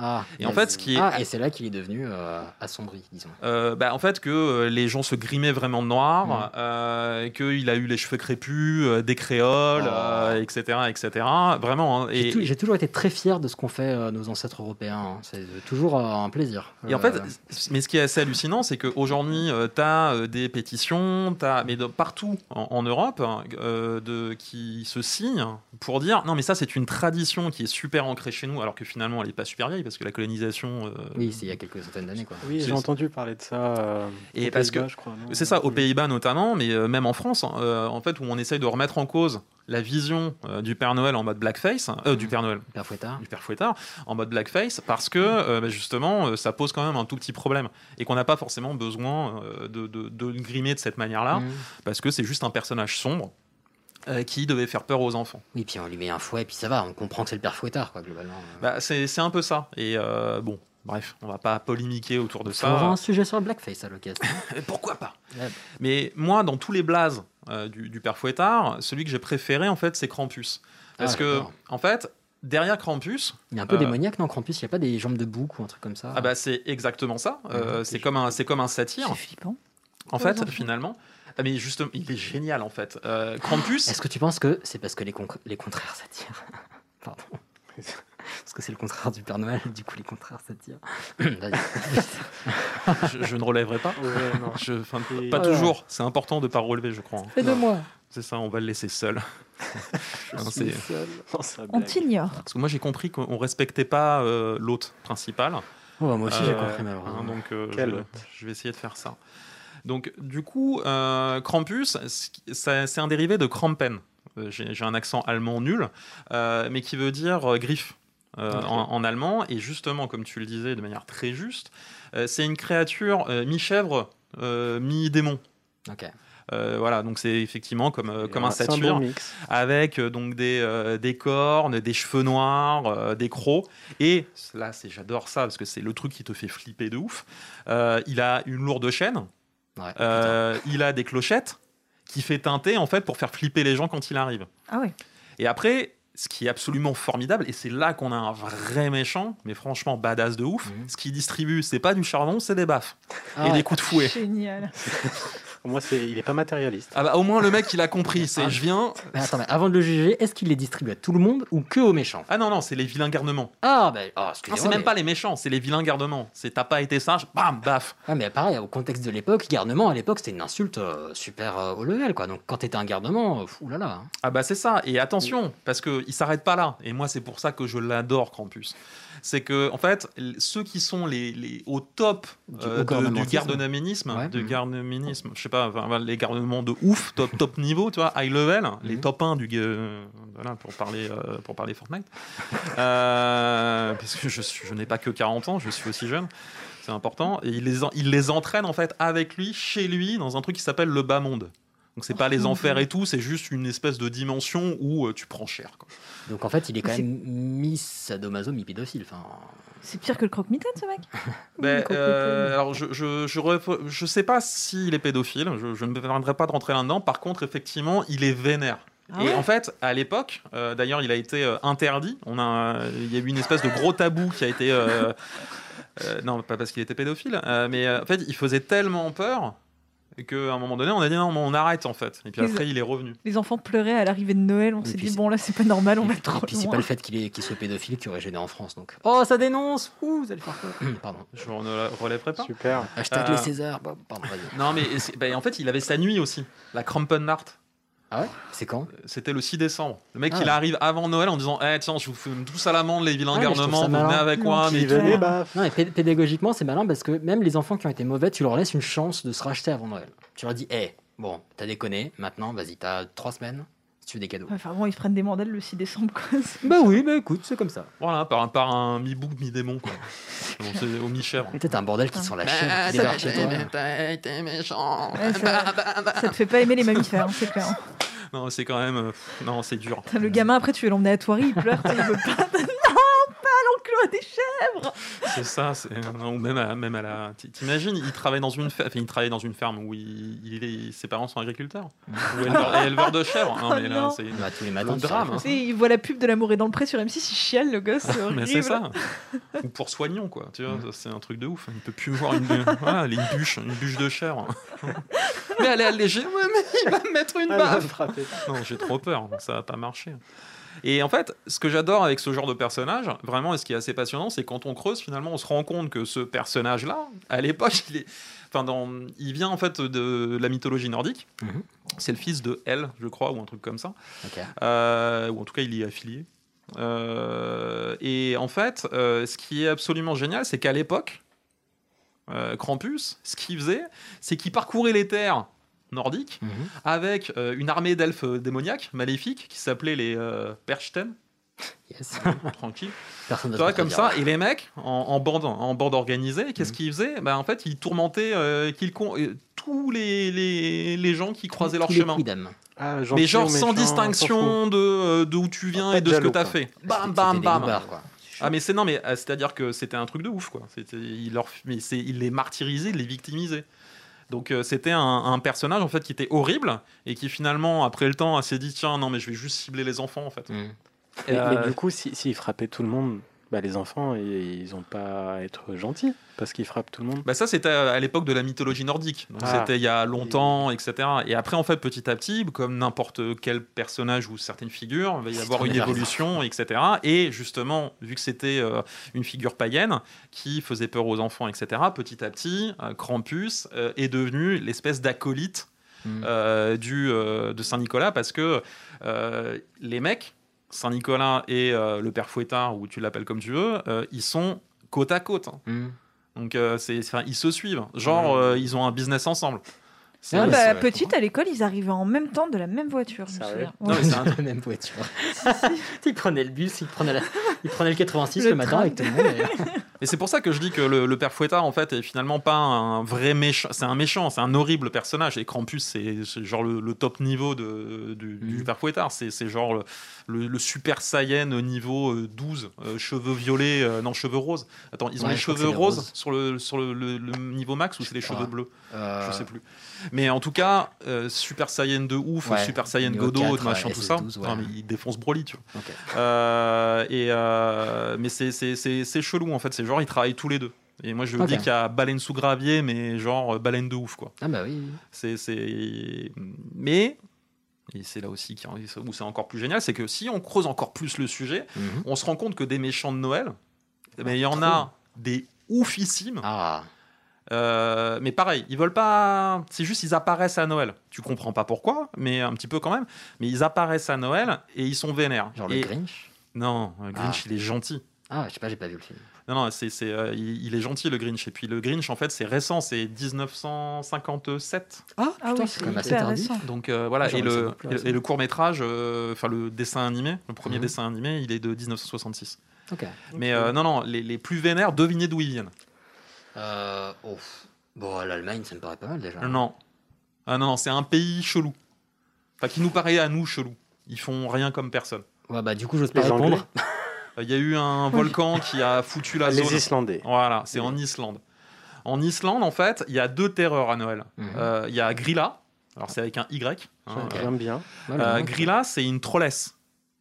Speaker 3: Ah,
Speaker 2: Et en fait, ce qui est
Speaker 3: Ah, et c'est là qu'il est devenu euh, assombri, disons.
Speaker 2: Euh, bah, en fait, que euh, les gens se grimaient vraiment de noir,
Speaker 3: Mhm.
Speaker 2: euh, qu'il a eu les cheveux crépus, euh, des créoles, euh, etc., etc. Vraiment. hein.
Speaker 3: Oh. J'ai
Speaker 2: et,
Speaker 3: tou- j'ai toujours été très fier de ce qu'ont fait euh, nos ancêtres européens. hein. C'est euh, toujours euh, un plaisir.
Speaker 2: et en
Speaker 3: Euh,
Speaker 2: fait, c- mais ce qui est assez hallucinant, c'est qu'aujourd'hui, tu as des pétitions, as, mais de- partout en, en Europe, hein, euh, de, qui se signent pour dire non, mais ça, c'est une tradition qui est super ancrée chez nous, alors que finalement, elle n'est pas super vieille, parce que la colonisation. euh,
Speaker 3: oui, c'est il y a quelques centaines d'années, quoi.
Speaker 1: Oui, j'ai
Speaker 2: C'est-
Speaker 1: entendu parler de ça. euh,
Speaker 2: Et
Speaker 1: aux
Speaker 2: parce que
Speaker 1: Pays-Bas, je crois, non
Speaker 2: c'est ça aux Pays-Bas notamment, mais euh, même en France, hein, euh, en fait, où on essaye de remettre en cause la vision euh, du Père Noël en mode blackface, euh, du Père Noël,
Speaker 3: Père Fouettard.
Speaker 2: du Père Fouettard, en mode blackface, parce que euh, bah, justement, euh, ça pose quand même un tout petit problème et qu'on n'a pas forcément besoin euh, de, de, de le grimer de cette manière-là,
Speaker 3: Mhm.
Speaker 2: parce que c'est juste un personnage sombre euh, qui devait faire peur aux enfants.
Speaker 3: Oui, puis on lui met un fouet, puis ça va, on comprend que c'est le père Fouettard, quoi, globalement. Euh,
Speaker 2: Bah, c'est c'est un peu ça. Et euh, bon, bref, on va pas polémiquer autour de
Speaker 3: On
Speaker 2: ça.
Speaker 3: aura un sujet sur le blackface à l'occasion.
Speaker 2: Pourquoi pas Mais moi, dans tous les blazes euh, du, du père Fouettard, celui que j'ai préféré, en fait, c'est Krampus. Parce
Speaker 3: Ah,
Speaker 2: que,
Speaker 3: d'accord.
Speaker 2: en fait, derrière Krampus. ah
Speaker 3: Il est un peu
Speaker 2: euh,
Speaker 3: démoniaque, non Krampus, il n'y a pas des
Speaker 2: bah,
Speaker 3: jambes de bouc ou un truc comme ça
Speaker 2: Ah bah, c'est exactement ça. Euh, c'est comme, un- c'est comme un satire.
Speaker 9: flippant.
Speaker 2: en fait, finalement. Ah, mais justement, il est génial en fait. Euh, Krampus.
Speaker 3: Est-ce que tu penses que c'est parce que les, con- les contraires s'attirent Pardon. Parce que c'est le contraire du Père Noël, du coup les contraires s'attirent. Vas-y.
Speaker 2: je, je ne relèverai pas. Je- enfin, pas
Speaker 3: Alors.
Speaker 2: toujours. C'est important de ne pas relever, je crois.
Speaker 9: Fais de
Speaker 2: Non.
Speaker 9: moi.
Speaker 2: C'est ça, on va le laisser seul. Non, c'est-
Speaker 9: On t'ignore.
Speaker 2: Parce que moi, j'ai compris qu'on respectait pas euh, l'hôte principal.
Speaker 3: Oh, bah, moi aussi, j'ai compris, malheureusement.
Speaker 2: hein, donc, euh,
Speaker 3: Quel
Speaker 2: je,
Speaker 3: hôte
Speaker 2: je vais essayer de faire ça. Donc, du coup, euh, Krampus, c- ça- c'est un dérivé de Krampen. Euh, J'ai j'ai un accent allemand nul, euh, mais qui veut dire euh, griffe. euh,
Speaker 11: Ok.
Speaker 2: en, en allemand et justement comme tu le disais de manière très juste euh, c'est une créature euh, mi-chèvre euh, mi-démon
Speaker 3: Ok.
Speaker 2: euh, voilà, donc c'est effectivement comme, euh, comme
Speaker 1: un-
Speaker 2: un
Speaker 1: c'est un bon
Speaker 2: satyre
Speaker 1: mix.
Speaker 2: avec euh, donc des, euh, des cornes, des cheveux noirs, euh, des crocs. Et là, c'est j'adore ça parce que c'est le truc qui te fait flipper de ouf. Euh, il a une lourde chaîne. Euh, il a des clochettes qui fait teinter en fait pour faire flipper les gens quand il arrive.
Speaker 9: Ah oui.
Speaker 2: Et après, ce qui est absolument formidable, et c'est là qu'on a un vrai méchant, mais franchement badass de ouf, ce qu'il distribue, c'est pas du charbon, c'est des baffes
Speaker 1: Ah
Speaker 2: et
Speaker 1: ouais.
Speaker 2: des coups de fouet.
Speaker 9: Génial.
Speaker 1: Moi, c'est, il est pas matérialiste.
Speaker 2: Ah bah, au moins le mec il a compris, c'est je viens.
Speaker 3: Mais attends, mais avant de le juger, est-ce qu'il les distribue à tout le monde ou que aux méchants
Speaker 2: Ah non, non, c'est les vilains garnements.
Speaker 3: Ah, bah, oh,
Speaker 2: Non,
Speaker 3: excusez-moi.
Speaker 2: c'est même
Speaker 3: mais-
Speaker 2: pas les méchants, c'est les vilains garnements. C'est t'as pas été singe, bam, baf.
Speaker 3: Ah, mais pareil, au contexte de l'époque, gardement, à l'époque, c'était une insulte euh, super euh, haut level, quoi. Donc quand t'étais un gardement, euh, fou, oulala. hein.
Speaker 2: Ah bah c'est ça, et attention, parce qu'il s'arrête pas là. Et moi c'est pour ça que je l'adore Krampus. C'est que en fait, l- ceux qui sont les, les- au top
Speaker 3: Du
Speaker 2: euh, de- du
Speaker 3: gardementisme.
Speaker 2: gardenaménisme, de gardeménisme, je sais pas, enfin, les gardenements de ouf, top, top niveau, tu vois, high level, les top 1 du ga- euh, voilà, pour parler euh, pour parler Fortnite. Euh, parce que je, suis- je n'ai pas que 40 ans, je suis aussi jeune. C'est important. Et il les, en- il les entraîne en fait avec lui, chez lui, dans un truc qui s'appelle le bas monde. Donc c'est pas les enfers et tout, c'est juste une espèce de dimension où euh, tu prends cher. quoi.
Speaker 3: Donc en fait, il est quand
Speaker 9: C'est-
Speaker 3: même mi-sadomaso, mi-pédophile. Enfin,
Speaker 9: C'est pire que le croque-mitaine, ce mec.
Speaker 2: Ben, euh, alors je je, je, ref- je sais pas s'il est pédophile, je, je ne me permettrai pas de rentrer là-dedans. Par contre, effectivement, il est vénère.
Speaker 11: Ah
Speaker 2: et
Speaker 11: ouais
Speaker 2: en fait, à l'époque, euh, d'ailleurs, il a été euh, interdit. On a, euh, il y a eu une espèce de gros tabou qui a été. euh, euh, non, pas parce qu'il était pédophile, euh, mais euh, en fait, il faisait tellement peur qu'à un moment donné, on a dit non, mais on arrête en fait. Et puis
Speaker 9: Ils-
Speaker 2: après, il est revenu.
Speaker 9: Les enfants pleuraient à l'arrivée de Noël. On s'est
Speaker 3: puis
Speaker 9: dit, bon, là, c'est pas normal, on va
Speaker 3: et
Speaker 9: trop
Speaker 3: puis c'est
Speaker 9: loin.
Speaker 3: pas le fait qu'il est- qu'il soit pédophile qui aurait gêné en France, donc. Oh, ça dénonce Ouh, vous allez faire quoi Pardon. Euh.
Speaker 2: Je ne relèverai pas.
Speaker 1: Super.
Speaker 3: Hashtag les Césars. Bon, pardon, vas-y.
Speaker 2: Non, mais c'est- ben, en fait, il avait sa nuit aussi, la Krampennacht.
Speaker 3: Ah ouais C'est quand
Speaker 2: C'était le 6 décembre. Le mec,
Speaker 3: Ah.
Speaker 2: il arrive avant Noël en disant Eh, tiens, je vous fume tous à l'amande, les vilains
Speaker 3: Ouais, mais je trouve
Speaker 2: garnements,
Speaker 3: ça
Speaker 2: vous
Speaker 3: malin.
Speaker 2: venez avec moi. Ah, Mais tout.
Speaker 3: Non, mais pé- pédagogiquement, c'est malin parce que même les enfants qui ont été mauvais, tu leur laisses une chance de se racheter avant Noël. Tu leur dis, hé, bon, t'as déconné, maintenant, vas-y, t'as trois semaines, si tu veux des cadeaux.
Speaker 9: Ouais, Enfin bon, ils se prennent des mandales le 6 décembre. Quoi. C'est-
Speaker 3: Bah oui, bah écoute, c'est comme ça.
Speaker 2: Voilà, par un, par un mi-bouc, mi-démon, quoi. Bon, c'est au mi-chèvre.
Speaker 3: Peut-être un bordel qui sent la chèvre qui
Speaker 10: Ah,
Speaker 3: débarque
Speaker 10: ça-
Speaker 3: chez toi.
Speaker 10: mais T'as été méchant.
Speaker 9: Ouais, ça, ça te fait pas aimer les mammifères, hein, c'est clair.
Speaker 2: Non, c'est quand même. euh, pff, Non, c'est dur.
Speaker 9: Putain, Le gamin, après, tu veux l'emmener à Toiry, il pleure, il veut pas. Non, pas l'enclos à des chèvres
Speaker 2: C'est ça, c'est- non, ou même à, même à la. t- T'imagines, il travaille dans une ferme, il travaille dans une ferme où il, il est- ses parents sont agriculteurs ou éleveurs, et éleveurs de chèvres. Non,
Speaker 9: Oh
Speaker 2: mais là,
Speaker 9: non.
Speaker 2: c'est
Speaker 3: Bah, tous les matins,
Speaker 2: le
Speaker 3: tu
Speaker 2: drame.
Speaker 9: Tu
Speaker 2: hein.
Speaker 9: sais, Il voit la pub de l'amour est dans le pré sur M6, il chiale le gosse. c'est
Speaker 2: Mais c'est
Speaker 9: horrible.
Speaker 2: ça. Ou pour soignant, quoi. Tu vois, ça, c'est un truc de ouf. Il peut plus voir une, voilà, les bûches, une bûche de chair. mais elle est allégée. Ouais, mais il va me mettre une
Speaker 1: Ah,
Speaker 10: Elle va
Speaker 2: baffe.
Speaker 10: me frapper.
Speaker 2: Non, j'ai trop peur. Ça va pas marcher. Et en fait, ce que j'adore avec ce genre de personnage, vraiment, et ce qui est assez passionnant, c'est quand on creuse, finalement, on se rend compte que ce personnage-là, à l'époque, il est, enfin, dans, il vient en fait de la mythologie nordique.
Speaker 3: Mhm.
Speaker 2: C'est le fils de El, je crois, ou un truc comme ça.
Speaker 3: Ok.
Speaker 2: Euh, ou en tout cas il y est affilié. Euh, et en fait, euh, ce qui est absolument génial, c'est qu'à l'époque, euh, Krampus, ce qu'il faisait, c'est qu'il parcourait les terres nordiques
Speaker 3: Mhm.
Speaker 2: avec euh, une armée d'elfes démoniaques, maléfiques, qui s'appelaient les euh, Perchten.
Speaker 3: Yes.
Speaker 2: Tranquille.
Speaker 3: Personne
Speaker 2: Tu
Speaker 3: ne
Speaker 2: vois,
Speaker 3: se
Speaker 2: comme
Speaker 3: dire.
Speaker 2: ça, et les mecs, en, en bande, en bande organisée,
Speaker 3: Mhm.
Speaker 2: qu'est-ce qu'ils faisaient ben, En fait, ils tourmentaient euh, qu'ils con- euh, tous les, les, les gens qui croisaient leur
Speaker 3: Tous les
Speaker 2: chemin.
Speaker 3: quidam.
Speaker 1: Ah,
Speaker 2: Mais genre sans distinction de, euh, de où tu viens
Speaker 3: Pas
Speaker 2: et de
Speaker 3: de
Speaker 2: ce que
Speaker 3: jaloux,
Speaker 2: t'as
Speaker 3: quoi.
Speaker 2: fait.
Speaker 3: C'était-
Speaker 2: Bam,
Speaker 3: c'était
Speaker 2: bam,
Speaker 3: des
Speaker 2: bam.
Speaker 3: loupards, quoi.
Speaker 2: Ah mais c'est non mais euh, c'est-à-dire que c'était un truc de ouf quoi. C'était il leur mais c'est il les martyrisait, il les victimisait. Donc euh, c'était un, un personnage en fait qui était horrible et qui finalement après le
Speaker 3: Mhm.
Speaker 2: temps s'est dit tiens non mais je vais juste cibler les enfants en fait.
Speaker 1: Mais, mais
Speaker 2: Euh,
Speaker 1: du coup, si- s'il frappait tout le monde, Bah, les enfants, ils n'ont pas à être gentils parce qu'ils frappent tout le monde.
Speaker 2: Bah ça, c'était à à l'époque de la mythologie nordique. Donc
Speaker 1: Ah.
Speaker 2: c'était il y a longtemps, etc. Et après, en fait, petit à petit, comme n'importe quel personnage ou certaines figures, il va y avoir une
Speaker 1: bizarre.
Speaker 2: évolution, etc. Et justement, vu que c'était euh, une figure païenne qui faisait peur aux enfants, etc., petit à petit, euh, Krampus euh, est devenu l'espèce d'acolyte euh, du, euh, de Saint-Nicolas parce que euh, les mecs, Saint-Nicolas et euh, le père Fouettard, ou tu l'appelles comme tu veux, euh, ils sont côte à côte. hein.
Speaker 3: Mhm.
Speaker 2: Donc euh, c'est, c'est- enfin, ils se suivent. Genre, euh, ils ont un business ensemble. C'est-
Speaker 9: Ah, bah,
Speaker 2: c'est-
Speaker 9: petite, à l'école, ils arrivaient en même temps de la même voiture. je me
Speaker 3: Sérieux
Speaker 9: souviens.
Speaker 2: Non, mais c'est un-
Speaker 3: la même voiture. il prenait le bus, il prenait, la- il prenait le 86 le,
Speaker 9: Le
Speaker 3: matin
Speaker 9: train.
Speaker 3: avec tout le monde. et-
Speaker 2: Et c'est pour ça que je dis que le, le père Fouettard, en fait, est finalement pas un vrai méchant. C'est un méchant, c'est un horrible personnage. Et Krampus, c'est c'est genre le, le top niveau de,
Speaker 3: Mhm.
Speaker 2: du, du père Fouettard. C'est c'est genre le, le- le super saiyan au niveau euh, 12, euh, cheveux violets, euh, non, cheveux roses. Attends, ils ont
Speaker 3: Ouais,
Speaker 2: les
Speaker 3: je crois que
Speaker 2: cheveux
Speaker 3: c'est les
Speaker 2: roses,
Speaker 3: roses.
Speaker 2: sur, le, sur le, le- le niveau max ou c'est les
Speaker 3: crois.
Speaker 2: cheveux bleus
Speaker 3: Euh,
Speaker 2: Je sais plus. Mais en tout cas, euh, Super Saiyan de ouf,
Speaker 3: Ouais,
Speaker 2: Super Saiyan
Speaker 3: niveau
Speaker 2: Godot,
Speaker 3: 4,
Speaker 2: machin,
Speaker 3: euh,
Speaker 2: tout ça.
Speaker 3: SS12, ouais.
Speaker 2: Non, mais il défonce Broly, tu vois.
Speaker 3: Ok.
Speaker 2: Euh, et euh, mais c'est- c'est c'est- c'est chelou en fait, c'est genre ils travaillent tous les deux. Et moi je
Speaker 3: Ok.
Speaker 2: dis qu'il y a baleine sous gravier, mais genre euh, baleine de ouf quoi.
Speaker 3: Ah bah oui. oui.
Speaker 2: C'est c'est mais et c'est là aussi qu'il y a- où c'est encore plus génial, c'est que si on creuse encore plus le sujet,
Speaker 3: Mhm.
Speaker 2: on se rend compte que des méchants de Noël, mais il y en a des oufissimes.
Speaker 3: Ah.
Speaker 2: Euh, mais pareil, ils veulent pas. C'est juste ils apparaissent à Noël. Tu comprends pas pourquoi, mais un petit peu quand même. Mais ils apparaissent à Noël et ils sont vénères.
Speaker 3: Genre le
Speaker 2: Et-
Speaker 3: Grinch.
Speaker 2: Non, euh, Grinch il est gentil.
Speaker 3: Ah, je sais pas, j'ai pas vu le film.
Speaker 2: Non, non, c'est, c'est, euh, il, il est gentil le Grinch. Et puis le Grinch, en fait, c'est récent, c'est 1957.
Speaker 9: Ah oui, c'est
Speaker 3: quand même assez
Speaker 9: hyper
Speaker 3: tardif.
Speaker 9: récent.
Speaker 2: Donc euh, voilà,
Speaker 3: Ah, j'aurais
Speaker 2: et
Speaker 3: dit ça
Speaker 2: le,
Speaker 3: beaucoup plus
Speaker 2: et le-
Speaker 3: récent.
Speaker 2: et le court-métrage, euh, enfin le dessin animé, le premier
Speaker 3: Mhm.
Speaker 2: dessin animé, il est de 1966.
Speaker 3: Ok.
Speaker 2: Mais euh, non, non, les, les plus vénères, devinez d'où ils viennent.
Speaker 3: Euh, oh. Bon, l'Allemagne, ça me paraît pas mal déjà.
Speaker 2: Non. Ah non, non, c'est un pays chelou. Enfin, qui nous paraît à nous chelou. Ils font rien comme personne.
Speaker 3: Ouais, bah du coup, j'ose pas
Speaker 1: Les Anglais,
Speaker 3: répondre.
Speaker 2: Euh, Il y a eu un volcan qui a foutu la
Speaker 1: les
Speaker 2: zone.
Speaker 1: Islandais.
Speaker 2: Voilà, c'est en Islande. En Islande, en fait, il y a deux terreurs à Noël. Euh, Il
Speaker 3: Mhm.
Speaker 2: y a Grilla, alors c'est avec un Y. hein,
Speaker 1: J'aime-
Speaker 2: euh,
Speaker 1: J'aime bien.
Speaker 3: Ouais,
Speaker 2: euh,
Speaker 3: l'Allemagne,
Speaker 2: Grilla, c'est une trollesse.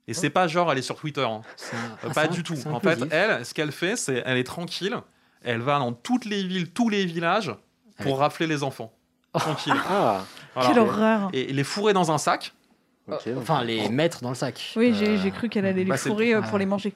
Speaker 2: Et c'est pas genre, elle est sur Twitter. hein.
Speaker 3: c'est un-
Speaker 2: Euh,
Speaker 3: ah,
Speaker 2: pas
Speaker 3: c'est
Speaker 2: du
Speaker 3: un-
Speaker 2: tout.
Speaker 3: c'est
Speaker 2: En fait,
Speaker 3: inclusif.
Speaker 2: elle, ce qu'elle fait, c'est elle est tranquille. Elle va dans toutes les villes, tous les villages pour
Speaker 3: Elle
Speaker 2: rafler les enfants. Tranquille.
Speaker 1: Ah,
Speaker 2: Voilà.
Speaker 9: Quelle horreur.
Speaker 2: Et et les fourrer dans un sac.
Speaker 1: ok. Oh.
Speaker 3: Euh, Enfin, les mettre dans le sac.
Speaker 9: Oui,
Speaker 3: Euh,
Speaker 9: j'ai j'ai cru qu'elle allait
Speaker 2: bah,
Speaker 9: les
Speaker 2: c'est-
Speaker 9: fourrer euh, pour
Speaker 3: ouais.
Speaker 9: les manger.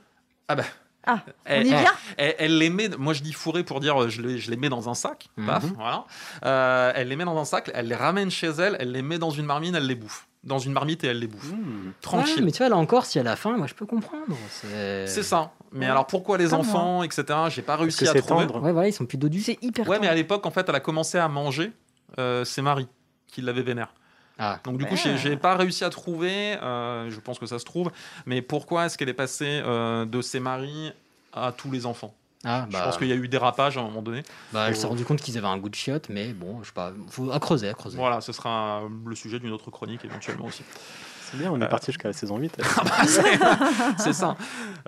Speaker 2: Ah bah.
Speaker 9: Ah, on
Speaker 2: Elle-
Speaker 9: y vient
Speaker 2: Elle, eh, elle les met, moi je dis fourré pour dire euh, je les, je les mets dans un sac,
Speaker 3: Mhm.
Speaker 2: paf, voilà. Euh, elle les met dans un sac, elle les ramène chez elle, elle les met dans une marmite, elle les bouffe. Dans une marmite et elle les bouffe.
Speaker 1: Hmm.
Speaker 2: Tranquille.
Speaker 3: Ouais, mais tu vois, là encore, si à la fin, moi je peux comprendre. C'est
Speaker 2: C'est ça. Mais
Speaker 9: Ouais.
Speaker 2: alors pourquoi les
Speaker 9: Pas moi.
Speaker 2: enfants, etc. J'ai
Speaker 1: Parce
Speaker 2: pas
Speaker 1: que
Speaker 2: réussi à
Speaker 1: c'est
Speaker 2: trouver.
Speaker 1: tendre.
Speaker 3: Ouais, voilà, ils sont plus dodus.
Speaker 9: C'est hyper
Speaker 2: Ouais, mais à
Speaker 9: tendre.
Speaker 2: l'époque, en fait, elle a commencé à manger euh, ses maris qui l'avaient vénère.
Speaker 3: Ah.
Speaker 2: Donc du coup,
Speaker 9: Ah.
Speaker 2: j'ai- j'ai pas réussi à trouver, euh, je pense que ça se trouve, mais pourquoi est-ce qu'elle est passée euh, de ses maris à tous les enfants
Speaker 3: Ah,
Speaker 2: Je
Speaker 3: bah,
Speaker 2: pense qu'il y a eu dérapage à un moment donné.
Speaker 3: bah, elle s'est rendue compte qu'ils avaient un goût de chiotte, mais bon, je sais pas. Faut à creuser, à creuser.
Speaker 2: Voilà, ce sera euh, le sujet d'une autre chronique éventuellement aussi.
Speaker 1: C'est bien, on
Speaker 2: Euh,
Speaker 1: est parti jusqu'à la saison 8.
Speaker 2: C'est ça.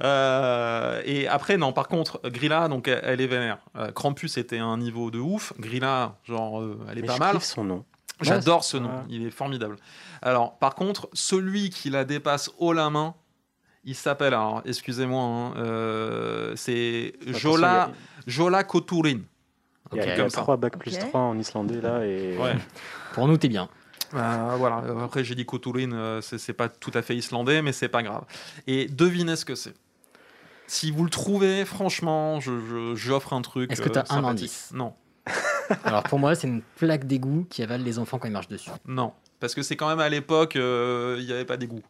Speaker 2: Euh, et après, non, par contre, Grilla, donc elle- elle est vénère. Euh, Krampus était un niveau de ouf. Grilla, genre, euh, elle est
Speaker 1: Mais
Speaker 2: pas
Speaker 1: je
Speaker 2: mal.
Speaker 1: kiffe son nom.
Speaker 2: J'adore ce nom,
Speaker 1: Ouais.
Speaker 2: il est formidable. Alors, par contre, celui qui la dépasse haut la main, il s'appelle, alors, excusez-moi, hein, euh, c'est Jola,
Speaker 1: Attention,
Speaker 2: Jola
Speaker 1: Il
Speaker 2: Koturin.
Speaker 1: y a, il y a- il y a
Speaker 2: comme ça.
Speaker 1: 3 bac plus
Speaker 9: Ok.
Speaker 1: 3 en islandais là. Et...
Speaker 2: Ouais.
Speaker 3: Pour nous, t'es bien.
Speaker 2: Euh, voilà. Euh, Après, j'ai dit Koturin, euh, c'est c'est pas tout à fait islandais, mais c'est pas grave. Et devinez ce que c'est. Si vous le trouvez, franchement, j'offre je, j'offre un truc. euh,
Speaker 3: Est-ce que t'as un
Speaker 2: sympathique.
Speaker 3: indice
Speaker 2: Non,
Speaker 3: Alors pour moi, c'est une plaque d'égout qui avale les enfants quand ils marchent dessus.
Speaker 2: non. Parce que c'est quand même à l'époque, euh, il n'y avait pas d'égout.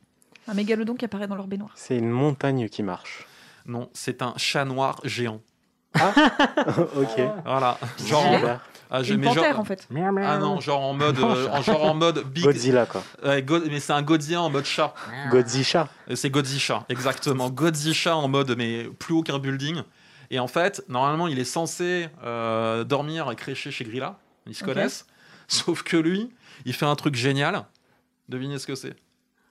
Speaker 9: Un mégalodon qui apparaît dans leur baignoire.
Speaker 1: C'est une montagne qui marche.
Speaker 2: Non, c'est un chat noir géant.
Speaker 1: ok.
Speaker 2: Voilà. Genre,
Speaker 1: Super.
Speaker 2: ah, je-
Speaker 9: Une
Speaker 2: mais genre-
Speaker 9: panthère, en fait.
Speaker 2: Ah non, genre en mode, euh, en genre en mode big.
Speaker 1: Godzilla quoi.
Speaker 2: Ouais, Go- mais c'est un Godzilla en mode chat.
Speaker 3: Ah.
Speaker 9: Ah.
Speaker 1: Godzilla.
Speaker 2: Euh, C'est Godzilla, exactement. Godzilla en mode mais plus haut qu'un building. Et en fait, normalement, il est censé euh, dormir et crécher chez Grilla. Ils se
Speaker 9: Ok.
Speaker 2: connaissent. Sauf que lui, il fait un truc génial. Devinez ce que c'est.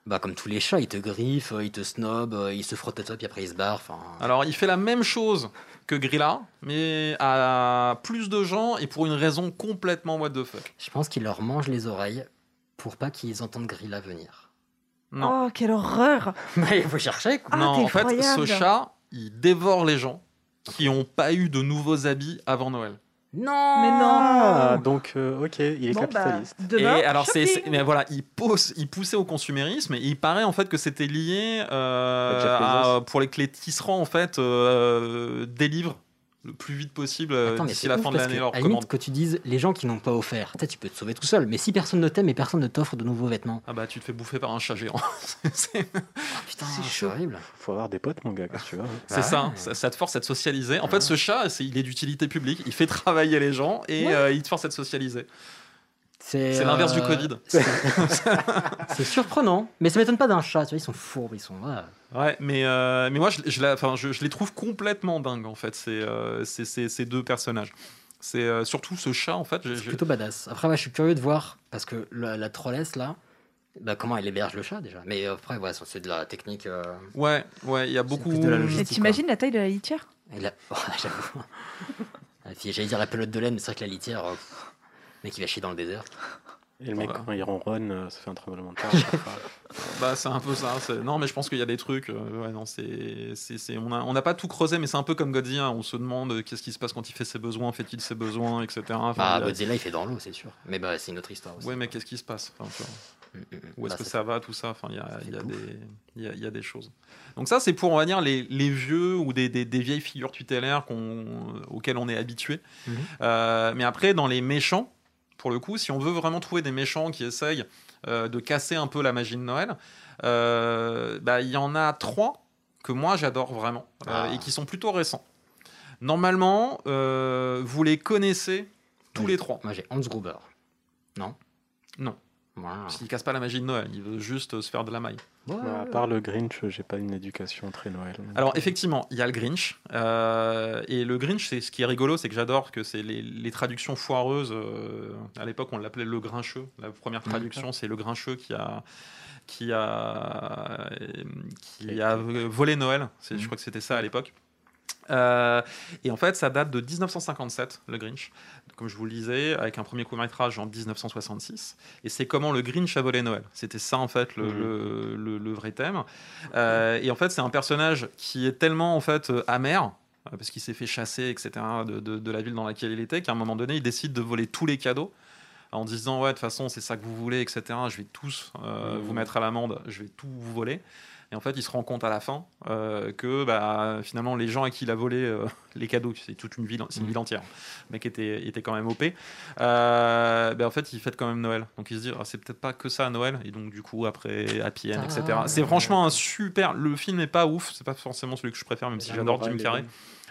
Speaker 3: Bah comme tous les chats, ils te griffent, euh, ils te snobent, euh, ils se frottent à toi puis après ils se barrent. Enfin,
Speaker 2: Alors, il fait la même chose que Grilla, mais à plus de gens et pour une raison complètement what the fuck.
Speaker 3: je pense qu'ils leur mangent les oreilles pour pas qu'ils entendent Grilla venir.
Speaker 2: Non.
Speaker 9: Oh, quelle horreur
Speaker 3: Mais il faut chercher. quoi.
Speaker 9: Ah,
Speaker 2: non,
Speaker 9: t'es
Speaker 2: en fait, ce
Speaker 9: effroyable.
Speaker 2: chat, il dévore les gens qui n'ont pas eu de nouveaux habits avant Noël.
Speaker 3: Non
Speaker 9: Mais
Speaker 1: Ah,
Speaker 9: non
Speaker 1: donc, euh, ok, il est
Speaker 9: Bon, bah,
Speaker 1: capitaliste.
Speaker 9: demain,
Speaker 2: et alors c'est,
Speaker 9: shopping.
Speaker 2: c'est- mais voilà, il pousse, il poussait au consumérisme et il paraît en fait que c'était lié euh,
Speaker 1: À Jeff Bezos.
Speaker 2: à- pour les clés tisserands en fait euh, des livres le plus vite possible euh,
Speaker 3: Attends, mais
Speaker 2: d'ici
Speaker 3: c'est
Speaker 2: la
Speaker 3: ouf
Speaker 2: fin de
Speaker 3: parce
Speaker 2: l'année
Speaker 3: que,
Speaker 2: leur
Speaker 3: à la limite,
Speaker 2: commande.
Speaker 3: que tu dises les gens qui n'ont pas offert, peut-être tu peux te sauver tout seul, mais si personne ne t'aime et personne ne t'offre de nouveaux vêtements,
Speaker 2: Ah bah tu te fais bouffer par un chat géant. c'est Ah, c'est-
Speaker 3: putain,
Speaker 9: C'est
Speaker 3: c'est
Speaker 9: chaud.
Speaker 3: horrible.
Speaker 1: Faut avoir des potes, mon gars, qu'est-ce que tu vois.
Speaker 3: Bah
Speaker 2: c'est ça, hein. ça, ça te force à te socialiser. En fait, ce chat, c'est, il est d'utilité publique, il fait travailler les gens et euh, il te force à te socialiser. C'est l'inverse du Covid.
Speaker 3: C'est euh, c'est surprenant, mais ça m'étonne pas d'un chat, tu vois, ils sont fourbes, ils sont. ah.
Speaker 2: Ouais, mais, euh, mais moi, je, je, la- enfin, je, je les trouve complètement dingues, en fait, ces, euh, ces, ces- ces deux personnages. C'est euh, surtout ce chat, en fait. j'ai-
Speaker 3: C'est
Speaker 2: j'ai-
Speaker 3: plutôt badass. Après, ouais, je suis curieux de voir, parce que la, la trollesse, là, bah, comment elle héberge le chat déjà. Mais euh, après, ouais, ça, c'est de la technique. euh,
Speaker 2: Ouais, ouais, il y a beaucoup.
Speaker 3: plus de la logique.
Speaker 9: Et t'imagines la taille de la litière
Speaker 3: et la- oh, J'avoue. Et puis, J'allais dire la pelote de laine, mais c'est vrai que la litière, euh, pff, le mec, il va chier dans le désert.
Speaker 2: Ah,
Speaker 1: Et le mec,
Speaker 2: Voilà.
Speaker 1: quand il ronronne, euh, ça fait un tremblement de terre. à chaque fois.
Speaker 2: Bah, c'est un peu ça. c'est- Non, mais je pense qu'il y a des trucs. euh, ouais, non, c'est, c'est, c'est- on n'a on n'a pas tout creusé, mais c'est un peu comme Godzilla. On se demande euh, qu'est-ce qui se passe quand il fait ses besoins, fait-il ses besoins, etc. Enfin,
Speaker 3: Bah,
Speaker 2: il y a-
Speaker 3: Godzilla, il fait dans l'eau, c'est sûr. Mais bah, c'est une autre histoire aussi.
Speaker 2: Ouais, mais qu'est-ce qui se passe Enfin, tu vois.
Speaker 3: Mm, mm, mm.
Speaker 2: Où est-ce
Speaker 3: Bah,
Speaker 2: que
Speaker 3: c'est-
Speaker 2: ça va, tout ça Enfin, il y a,
Speaker 3: fait
Speaker 2: il y a
Speaker 3: pouf.
Speaker 2: des, il y a- il y a des choses. Donc ça, c'est pour, on va dire, les, les vieux ou des, des- des vieilles figures tutélaires qu'on- auxquelles on est habitué.
Speaker 3: Mhm.
Speaker 2: Euh, mais après, dans les méchants, pour le coup, si on veut vraiment trouver des méchants qui essayent euh, de casser un peu la magie de Noël, euh, bah, il y en a trois que moi j'adore vraiment euh,
Speaker 3: Ah.
Speaker 2: et qui sont plutôt récents. Normalement, euh, vous les connaissez tous
Speaker 3: Oui.
Speaker 2: les trois.
Speaker 3: Moi, j'ai Hans Gruber. Non
Speaker 2: Non.
Speaker 3: Voilà.
Speaker 2: Parce qu'ils cassent pas la magie de Noël, ils veulent juste euh, se faire de la maille.
Speaker 1: Ouais, à part le Grinch, euh, j'ai pas une éducation très Noël.
Speaker 2: Alors effectivement, il y a le Grinch. euh, et le Grinch, c'est ce qui est rigolo, c'est que j'adore que c'est les, les traductions foireuses. euh, à l'époque, on l'appelait le Grincheux. La première traduction, c'est le Grincheux qui a qui a euh, qui a volé Noël. C'est- Je crois que c'était ça à l'époque. Euh, et en fait, ça date de 1957, le Grinch, comme je vous le disais, avec un premier court métrage en 1966. Et c'est comment le Grinch a volé Noël. C'était ça, en fait, le,
Speaker 1: Mhm.
Speaker 2: le- le- le vrai thème. Euh, et en fait, c'est un personnage qui est tellement en fait euh, amer euh, parce qu'il s'est fait chasser, etc., de, de- de la ville dans laquelle il était, qu'à un moment donné, il décide de voler tous les cadeaux en disant ouais, de toute façon, c'est ça que vous voulez, etc. Je vais tous euh,
Speaker 1: Mhm.
Speaker 2: vous mettre à l'amende, je vais tout vous voler. Et en fait, il se rend compte à la fin euh, que bah, finalement, les gens à qui il a volé euh, les cadeaux, c'est toute une ville, c'est une
Speaker 3: Mhm.
Speaker 2: ville entière. Le mec était, était quand même OP. Euh, ben, en fait, il fête quand même Noël. Donc il se dit, Ah, c'est peut-être pas que ça à Noël. Et donc, du coup, après Happy End,
Speaker 3: Ah,
Speaker 2: etc.
Speaker 3: ouais.
Speaker 2: C'est franchement un super. Le film n'est pas ouf. C'est pas forcément celui que je préfère, même si j'adore Jim Carrey.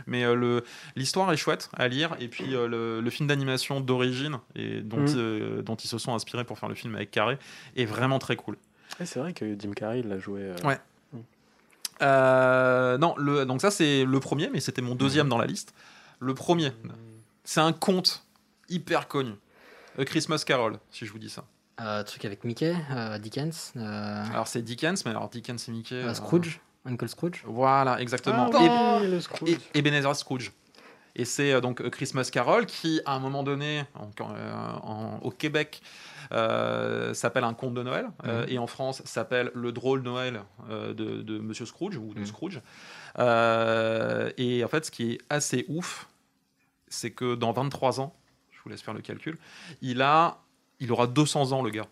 Speaker 2: Mais euh, le l'histoire est chouette à lire. Et puis euh, le, le film d'animation d'origine, et dont,
Speaker 1: Mhm.
Speaker 2: euh, dont ils se sont inspirés pour faire le film avec Carré, est vraiment très cool.
Speaker 1: Ouais, Ah, c'est vrai que Jim Carrey, il l'a joué. euh,
Speaker 2: Ouais. Euh, non, le, donc ça c'est le premier, mais c'était mon deuxième dans la liste. Le premier, c'est un conte hyper connu. A Christmas Carol, si je vous dis ça.
Speaker 3: Euh, truc avec Mickey, euh, Dickens, euh,
Speaker 2: Alors c'est Dickens, mais alors Dickens et Mickey.
Speaker 3: euh,
Speaker 2: Ah, euh,
Speaker 3: Scrooge, Uncle Scrooge.
Speaker 2: Voilà, exactement.
Speaker 1: Ah oui,
Speaker 2: Et-
Speaker 1: le
Speaker 2: et
Speaker 1: Scrooge.
Speaker 2: Ebenezer Scrooge. Et c'est euh, donc euh, Christmas Carol qui, à un moment donné, en- quand, euh, en- au Québec, euh, s'appelle un conte de Noël, euh, et en France s'appelle le drôle Noël euh, de, de Monsieur Scrooge ou de
Speaker 3: Mhm.
Speaker 2: Scrooge. Euh, et en fait, ce qui est assez ouf, c'est que dans 23 ans, je vous laisse faire le calcul, il a, il aura 200 ans le gars.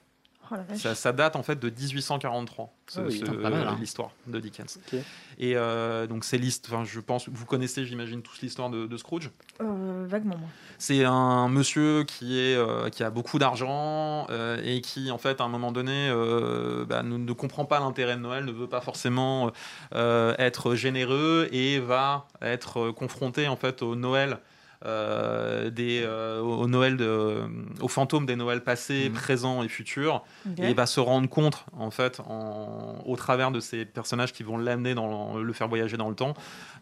Speaker 9: Oh la vache.
Speaker 2: Ça, ça date en fait de 1843, ce-
Speaker 1: Ah oui,
Speaker 2: ce-
Speaker 3: putain, pas mal, hein.
Speaker 2: l'histoire de Dickens.
Speaker 1: Ok.
Speaker 2: Et euh, donc c'est l'histoire, enfin, je pense, vous connaissez, j'imagine, tous l'histoire de, de Scrooge.
Speaker 9: Euh, vaguement, moi.
Speaker 2: C'est un monsieur qui, est, euh, qui a beaucoup d'argent euh, et qui, en fait, à un moment donné, euh, bah, ne, ne comprend pas l'intérêt de Noël, ne veut pas forcément euh, être généreux et va être euh, confronté, en fait, au Noël. euh, des, euh, au Noël de- aux fantômes des Noëls passés,
Speaker 3: Mhm.
Speaker 2: présents et futurs
Speaker 9: Ok.
Speaker 2: et il va se rendre compte, en fait, en- au travers de ces personnages qui vont l'amener, dans le, le faire voyager dans le temps,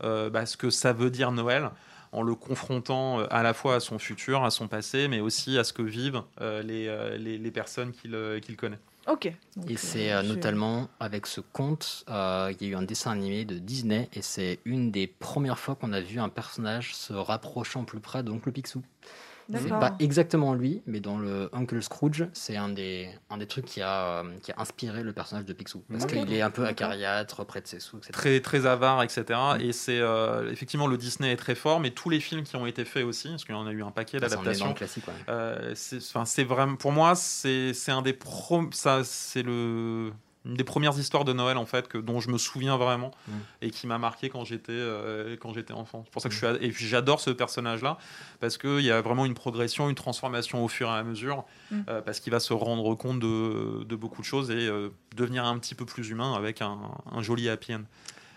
Speaker 2: euh, bah, ce que ça veut dire Noël, en le confrontant euh, à la fois à son futur, à son passé, mais aussi à ce que vivent euh, les, euh, les, les personnes qu'il euh, qu'il connaît.
Speaker 9: Ok. Donc,
Speaker 3: Et
Speaker 9: euh,
Speaker 3: c'est euh,
Speaker 9: je-
Speaker 3: notamment avec ce conte, euh, il y a eu un dessin animé de Disney et c'est une des premières fois qu'on a vu un personnage se rapprochant plus près de Oncle Picsou. C'est
Speaker 9: D'accord.
Speaker 3: pas exactement lui, mais dans le Uncle Scrooge, c'est un des, un des trucs qui a, euh, qui a inspiré le personnage de Picsou. Parce
Speaker 9: Ok.
Speaker 3: qu'il est un peu acariâtre, près de ses sous, etc.
Speaker 2: très très avare, etc. Et c'est euh, effectivement le Disney est très fort, mais tous les films qui ont été faits aussi, parce qu'il y en a eu un paquet
Speaker 3: Bah, Ça, c'en est dans le
Speaker 2: d'adaptations.
Speaker 3: classique, ouais.
Speaker 9: Bah
Speaker 2: euh, c'est enfin, c'est vraiment, pour moi, c'est c'est un des pro- ça, c'est le une des premières histoires de Noël en fait que dont je me souviens vraiment
Speaker 3: Mm.
Speaker 2: et qui m'a marqué quand j'étais euh, quand j'étais enfant. C'est pour ça que je suis ad- et puis j'adore ce personnage là parce que il y a vraiment une progression, une transformation au fur et à mesure
Speaker 9: Mm.
Speaker 2: euh, parce qu'il va se rendre compte de, de beaucoup de choses et euh, devenir un petit peu plus humain avec un, un joli happy end.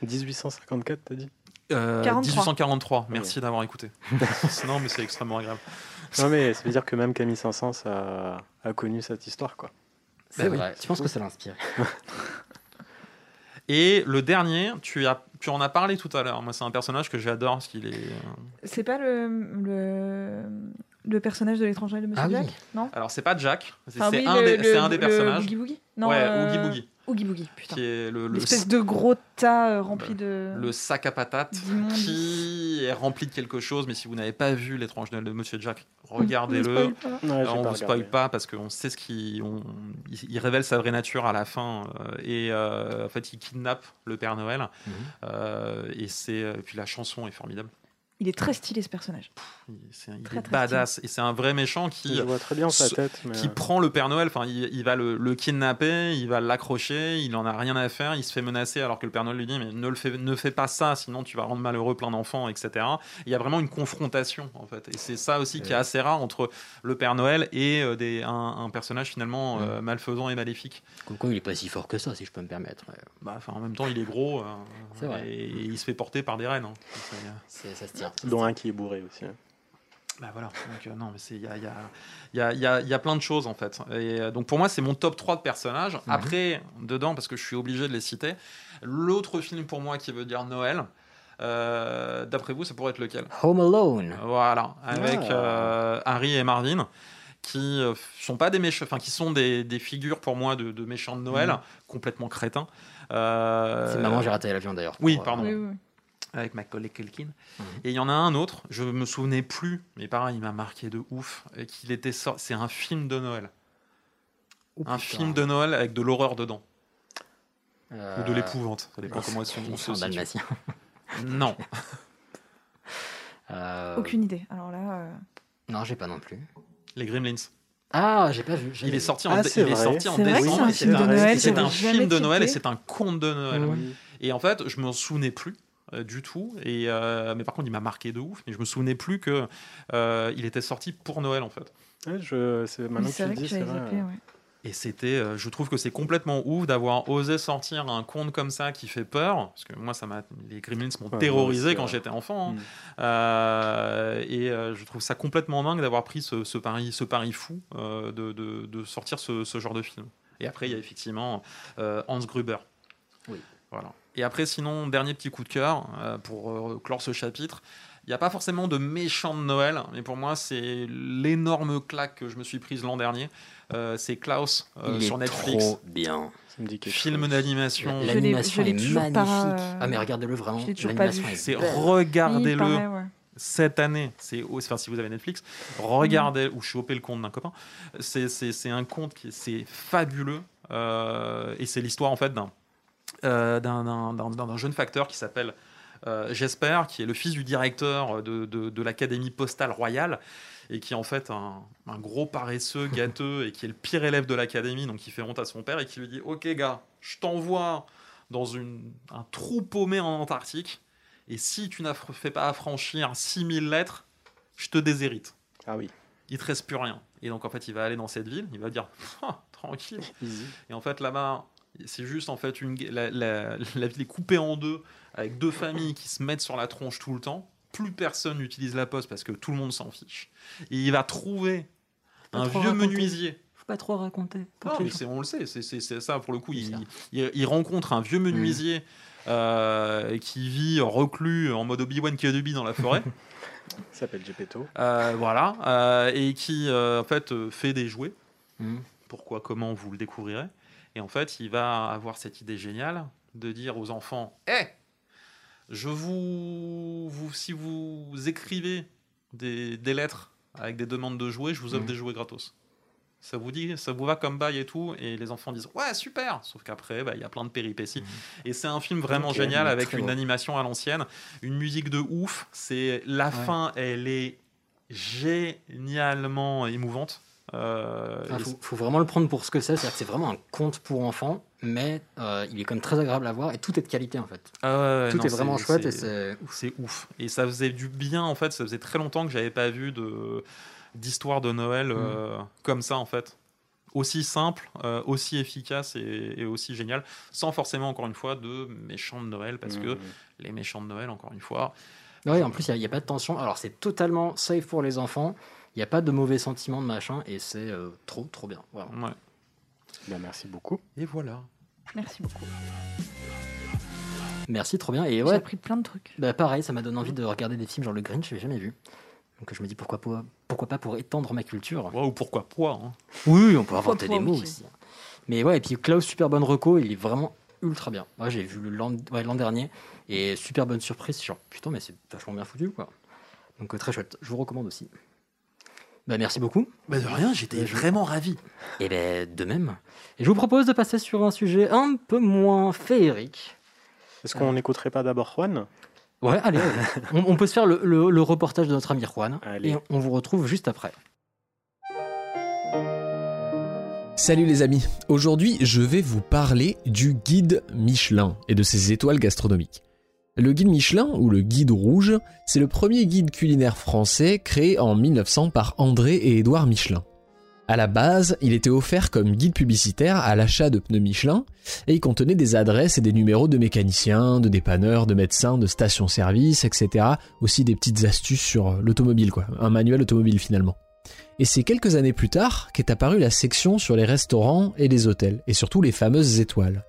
Speaker 1: 1854, t'as dit
Speaker 2: Euh,
Speaker 1: 43.
Speaker 2: 1843. Merci d'avoir écouté. non, mais c'est extrêmement agréable.
Speaker 1: Non, mais ça veut dire que même Camille Saint-Saëns a, a connu cette histoire, quoi.
Speaker 3: C'est vrai. Tu penses que ça l'a inspiré
Speaker 2: Et le dernier, tu, as, tu en as parlé tout à l'heure. Moi, c'est un personnage que j'adore parce qu'il est. euh,
Speaker 9: C'est pas le, le, le personnage de l'étranger de Monsieur
Speaker 2: Ah oui.
Speaker 9: Black Non
Speaker 2: Alors, c'est pas Jack, c'est
Speaker 9: Enfin,
Speaker 2: c'est
Speaker 9: oui,
Speaker 2: un,
Speaker 9: le-
Speaker 2: des-
Speaker 9: le-
Speaker 2: c'est un des
Speaker 9: le
Speaker 2: personnages.
Speaker 9: Oogie Boogie Non,
Speaker 2: ouais,
Speaker 9: euh,
Speaker 2: Oogie Boogie.
Speaker 9: Oogie Boogie, putain.
Speaker 2: Qui est le, le,
Speaker 9: L'espèce de gros tas euh, rempli de.
Speaker 2: le sac à patates
Speaker 9: d'immondices.
Speaker 2: qui est rempli de quelque chose. Mais si vous n'avez pas vu L'étrange Noël de Monsieur Jack, regardez-le.
Speaker 9: Mm, On ne spoil pas. Ouais, j'ai
Speaker 2: Euh,
Speaker 9: pas
Speaker 2: on vous
Speaker 9: regardé.
Speaker 2: spoil pas parce qu'on sait ce qu'il. on- il- Il révèle sa vraie nature à la fin. euh, et euh, en fait, il kidnappe le Père Noël.
Speaker 3: Mhm.
Speaker 2: Euh, et, c'est et puis la chanson est formidable.
Speaker 9: Il est très stylé ce personnage.
Speaker 2: C'est- il
Speaker 9: Très,
Speaker 2: est
Speaker 9: très
Speaker 2: badass et c'est un vrai méchant qui
Speaker 1: Je vois très bien sa
Speaker 2: se-
Speaker 1: tête, mais,
Speaker 2: qui
Speaker 1: euh,
Speaker 2: prend le Père Noël. Enfin, il, il va le, le kidnapper, il va l'accrocher, il en a rien à faire, il se fait menacer alors que le Père Noël lui dit mais ne le fais, ne fais pas ça, sinon tu vas rendre malheureux plein d'enfants, etc. Il y a vraiment une confrontation en fait, et c'est ça aussi qui est assez rare entre le Père Noël et euh, des, un, un personnage finalement euh, malfaisant et maléfique.
Speaker 3: Comme quoi, il est pas si fort que ça, si je peux me permettre. Ouais.
Speaker 2: Bah, enfin, en même temps, il est gros euh,
Speaker 3: C'est vrai.
Speaker 2: et, et il se fait porter par des reines. hein. C'est-
Speaker 3: Ça se tient.
Speaker 1: Dont un qui est bourré aussi. hein.
Speaker 2: Bah voilà, donc euh, non, mais c'est- il y a, il y a- il y a- il y a- il y a plein de choses en fait. Et euh, donc pour moi, c'est mon top 3 de
Speaker 3: Mhm.
Speaker 2: personnages. Après, dedans, parce que je suis obligé de les citer, l'autre film pour moi qui veut dire Noël, euh, d'après vous, ça pourrait être lequel
Speaker 3: Home Alone.
Speaker 2: Euh, Voilà, avec
Speaker 3: Ah.
Speaker 2: euh, Harry et Marvin qui euh, sont pas des méchants, enfin qui sont des, des figures pour moi de, de méchants de Noël,
Speaker 3: Mhm.
Speaker 2: complètement crétins. Euh,
Speaker 3: C'est maman, j'ai raté l'avion d'ailleurs.
Speaker 2: Oui,
Speaker 3: pour, euh,
Speaker 2: pardon
Speaker 9: Oui, oui, oui.
Speaker 2: avec Macaulay Culkin.
Speaker 3: Mhm.
Speaker 2: Et il y en a un autre, je me souvenais plus, mais pareil, il m'a marqué de ouf, et qu'il était sor- C'est un film de Noël.
Speaker 3: Oh,
Speaker 2: un
Speaker 3: putain.
Speaker 2: film de Noël avec de l'horreur dedans. Ou de
Speaker 3: Euh,
Speaker 2: l'épouvante. Ça dépend
Speaker 3: non,
Speaker 2: comment ils sont.
Speaker 3: c'est
Speaker 2: on se
Speaker 3: un
Speaker 2: situe.
Speaker 3: dalmatien.
Speaker 2: Non.
Speaker 3: Euh,
Speaker 9: Aucune idée. Alors là. euh,
Speaker 3: Non, j'ai pas non plus.
Speaker 2: Les Gremlins.
Speaker 3: Ah, j'ai pas vu. j'ai
Speaker 2: Il est
Speaker 3: vu.
Speaker 2: sorti
Speaker 1: Ah,
Speaker 2: en, dé-
Speaker 1: c'est
Speaker 2: il est
Speaker 1: vrai.
Speaker 2: sorti en
Speaker 9: C'est vrai que
Speaker 2: décembre.
Speaker 9: c'est un
Speaker 2: et
Speaker 9: film de
Speaker 2: un-
Speaker 9: Noël,
Speaker 2: C'est
Speaker 9: j'avais
Speaker 2: un film
Speaker 9: jamais
Speaker 2: de Noël et
Speaker 9: tilté.
Speaker 2: c'est un conte de Noël.
Speaker 3: Oui.
Speaker 2: Et en fait, je me souvenais plus euh, du tout. Et, euh, mais par contre, il m'a marqué de ouf. Mais je me souvenais plus que euh, il était sorti pour Noël en fait.
Speaker 1: Ouais, je, c'est
Speaker 9: oui,
Speaker 1: maintenant que
Speaker 9: c'est
Speaker 1: tu le
Speaker 9: vrai que
Speaker 1: dis, c'est
Speaker 9: j'avais
Speaker 1: vrai. euh,
Speaker 9: zappé, hein. ouais.
Speaker 2: Et c'était, euh, je trouve que c'est complètement ouf d'avoir osé sortir un conte comme ça qui fait peur, parce que moi, ça m'a, les Gremlins m'ont
Speaker 1: moi
Speaker 2: terrorisé
Speaker 1: aussi,
Speaker 2: quand
Speaker 1: ouais.
Speaker 2: j'étais enfant. hein.
Speaker 1: Mm.
Speaker 2: Euh, et euh, je trouve ça complètement dingue d'avoir pris ce, ce pari, ce pari fou euh, de, de- de sortir ce, ce genre de film. Et après, il y a effectivement euh, Hans Gruber.
Speaker 3: Oui.
Speaker 2: Voilà. Et après, sinon, dernier petit coup de cœur euh, pour euh, clore ce chapitre. Il n'y a pas forcément de méchant de Noël, mais pour moi, c'est l'énorme claque que je me suis prise l'an dernier. Euh, c'est Klaus euh,
Speaker 3: Il est
Speaker 2: sur Netflix.
Speaker 3: trop bien.
Speaker 1: Ça me dit quelque
Speaker 2: Film
Speaker 1: chose.
Speaker 2: d'animation.
Speaker 9: l'ai-
Speaker 3: L'animation
Speaker 9: je l'ai
Speaker 3: est
Speaker 9: toujours
Speaker 3: magnifique.
Speaker 9: pas, euh,
Speaker 3: Ah mais regardez-le vraiment.
Speaker 9: je l'ai toujours pas
Speaker 3: l'animation
Speaker 9: vu.
Speaker 3: est
Speaker 2: C'est
Speaker 3: belle.
Speaker 9: Il
Speaker 2: regardez-le
Speaker 9: paraît, ouais.
Speaker 2: cette année. C'est enfin si vous avez Netflix, regardez ou chopez le compte d'un copain. C'est c'est- c'est un compte qui c'est fabuleux euh, et c'est l'histoire en fait d'un euh, d'un- d'un d'un- d'un- d'un jeune facteur qui s'appelle euh, Jesper, qui est le fils du directeur de, de- de l'Académie postale royale et qui est en fait un, un gros paresseux, gâteux et qui est le pire élève de l'Académie, donc qui fait honte à son père et qui lui dit Ok, gars, je t'envoie dans une, un trou paumé en Antarctique et si tu n'as fais pas affranchir 6000 lettres, je te déshérite.
Speaker 1: Ah oui,
Speaker 2: Il te reste plus rien. Et donc en fait, il va aller dans cette ville, il va dire Ah, tranquille.
Speaker 1: easy.
Speaker 2: Et en fait, là-bas, c'est juste en fait une gue- la, la- la ville est coupée en deux avec deux familles qui se mettent sur la tronche tout le temps. Plus personne n'utilise la poste parce que tout le monde s'en fiche. Et il va trouver un vieux menuisier.
Speaker 3: Faut pas trop raconter.
Speaker 2: Non, Oh, mais c'est- on le sait, c'est- c'est c'est ça pour le coup. Il, il- il rencontre un vieux menuisier euh, qui vit reclus en mode Obi-Wan Kenobi dans la forêt.
Speaker 1: Il s'appelle Gepetto.
Speaker 2: Euh, voilà, Euh, et qui euh, en fait euh, fait des jouets.
Speaker 3: Mhm.
Speaker 2: Pourquoi, comment, vous le découvrirez. Et en fait, il va avoir cette idée géniale de dire aux enfants Eh, Hé, je vous, vous- si vous écrivez des, des lettres avec des demandes de jouets, je vous
Speaker 11: Mhm.
Speaker 2: offre des jouets gratos. Ça vous dit, ça vous va comme bail et tout, et les enfants disent ouais super. Sauf qu'après, bah, il y a plein de péripéties. Et c'est un film vraiment
Speaker 11: Mhm. Ok,
Speaker 2: génial
Speaker 11: mais
Speaker 2: avec
Speaker 11: très
Speaker 2: une
Speaker 11: beau.
Speaker 2: animation à l'ancienne, une musique de ouf. C'est la fin, elle est génialement émouvante. Euh,
Speaker 11: Ah,
Speaker 3: Enfin,
Speaker 2: et
Speaker 3: Ah, faut, faut vraiment le prendre pour ce que c'est. C'est-à-dire que c'est vraiment un conte pour enfants, mais euh, il est quand même très agréable à voir et tout est de qualité en fait.
Speaker 2: Ah ouais,
Speaker 3: tout
Speaker 2: non,
Speaker 3: est vraiment
Speaker 2: c'est-
Speaker 3: chouette et
Speaker 2: c'est-
Speaker 3: c'est.
Speaker 2: c'est ouf. Et ça faisait du bien en fait. Ça faisait très longtemps que j'avais pas vu de d'histoire de Noël euh, comme ça en fait. Aussi simple, euh, aussi efficace et, et aussi génial, sans forcément encore une fois de méchants de Noël parce
Speaker 1: Mm.
Speaker 2: que
Speaker 3: Mhm.
Speaker 2: les méchants de Noël encore une fois.
Speaker 3: Oui, en plus, il n'y a, pas de tension. Alors, c'est totalement safe pour les enfants. Il n'y a pas de mauvais sentiments de machin et c'est euh, trop, trop bien. Vraiment.
Speaker 1: Bah, merci beaucoup.
Speaker 2: Et voilà.
Speaker 9: Merci beaucoup.
Speaker 3: Merci, trop bien. Et
Speaker 9: J'ai
Speaker 3: ouais,
Speaker 9: appris plein de trucs.
Speaker 3: bah, pareil, ça m'a donné envie de regarder des films genre Le Grinch, je l'ai jamais vu. Donc, je me dis pourquoi, pas- pourquoi pas pour étendre ma culture.
Speaker 2: ou pourquoi hein. pas.
Speaker 3: Oui, on peut inventer
Speaker 9: Pourquoi
Speaker 3: des mots
Speaker 9: aussi.
Speaker 3: aussi. hein. Mais ouais, et puis Klaus, super bonne reco, il est vraiment ultra bien. Moi, j'ai vu l'an ouais, l'an dernier et super bonne surprise. Genre, putain, mais c'est vachement bien foutu, quoi. Donc, euh, très chouette. Je vous recommande aussi. Bah, merci beaucoup.
Speaker 2: Bah, de rien, j'étais vraiment ravi.
Speaker 3: Et ben, de même. Et je vous propose de passer sur un sujet un peu moins féerique.
Speaker 1: Est-ce qu'on n'écouterait pas d'abord Juan
Speaker 3: Ouais, allez, on, on peut se faire le, le- le reportage de notre ami Juan.
Speaker 1: Allez.
Speaker 3: Et on vous retrouve juste après.
Speaker 12: Salut les amis, aujourd'hui je vais vous parler du guide Michelin et de ses étoiles gastronomiques. Le guide Michelin, ou le guide rouge, c'est le premier guide culinaire français créé en 1900 par André et Édouard Michelin. À la base, il était offert comme guide publicitaire à l'achat de pneus Michelin et il contenait des adresses et des numéros de mécaniciens, de dépanneurs, de médecins, de stations-service, etc. Aussi des petites astuces sur l'automobile, quoi. Un manuel automobile finalement. Et c'est quelques années plus tard qu'est apparue la section sur les restaurants et les hôtels, et surtout les fameuses étoiles.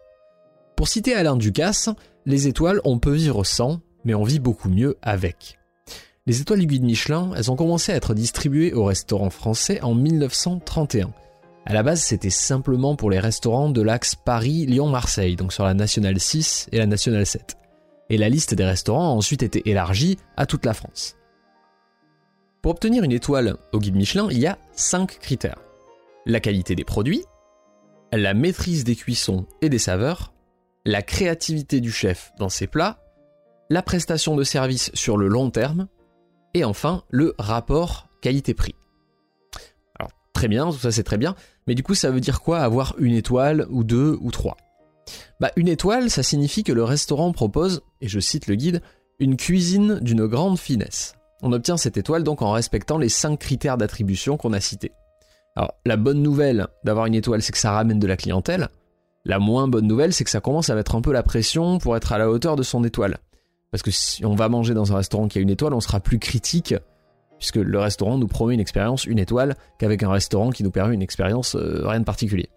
Speaker 12: Pour citer Alain Ducasse, les étoiles, on peut vivre sans, mais on vit beaucoup mieux avec. Les étoiles du guide Michelin, elles ont commencé à être distribuées aux restaurants français en 1931. À la base, c'était simplement pour les restaurants de l'axe Paris-Lyon-Marseille, donc sur la nationale 6 et la nationale 7. Et la liste des restaurants a ensuite été élargie à toute la France. Pour obtenir une étoile au guide Michelin, il y a 5 critères. La qualité des produits, la maîtrise des cuissons et des saveurs, la créativité du chef dans ses plats, la prestation de service sur le long terme, et enfin le rapport qualité-prix. Alors très bien, tout ça c'est très bien, mais du coup ça veut dire quoi avoir une étoile ou deux ou trois bah, une étoile, ça signifie que le restaurant propose, et je cite le guide, une cuisine d'une grande finesse. On obtient cette étoile donc en respectant les 5 critères d'attribution qu'on a cités. Alors, la bonne nouvelle d'avoir une étoile, c'est que ça ramène de la clientèle. La moins bonne nouvelle, c'est que ça commence à mettre un peu la pression pour être à la hauteur de son étoile. Parce que si on va manger dans un restaurant qui a une étoile, on sera plus critique, puisque le restaurant nous promet une expérience, une étoile, qu'avec un restaurant qui nous permet une expérience, euh, rien de particulier.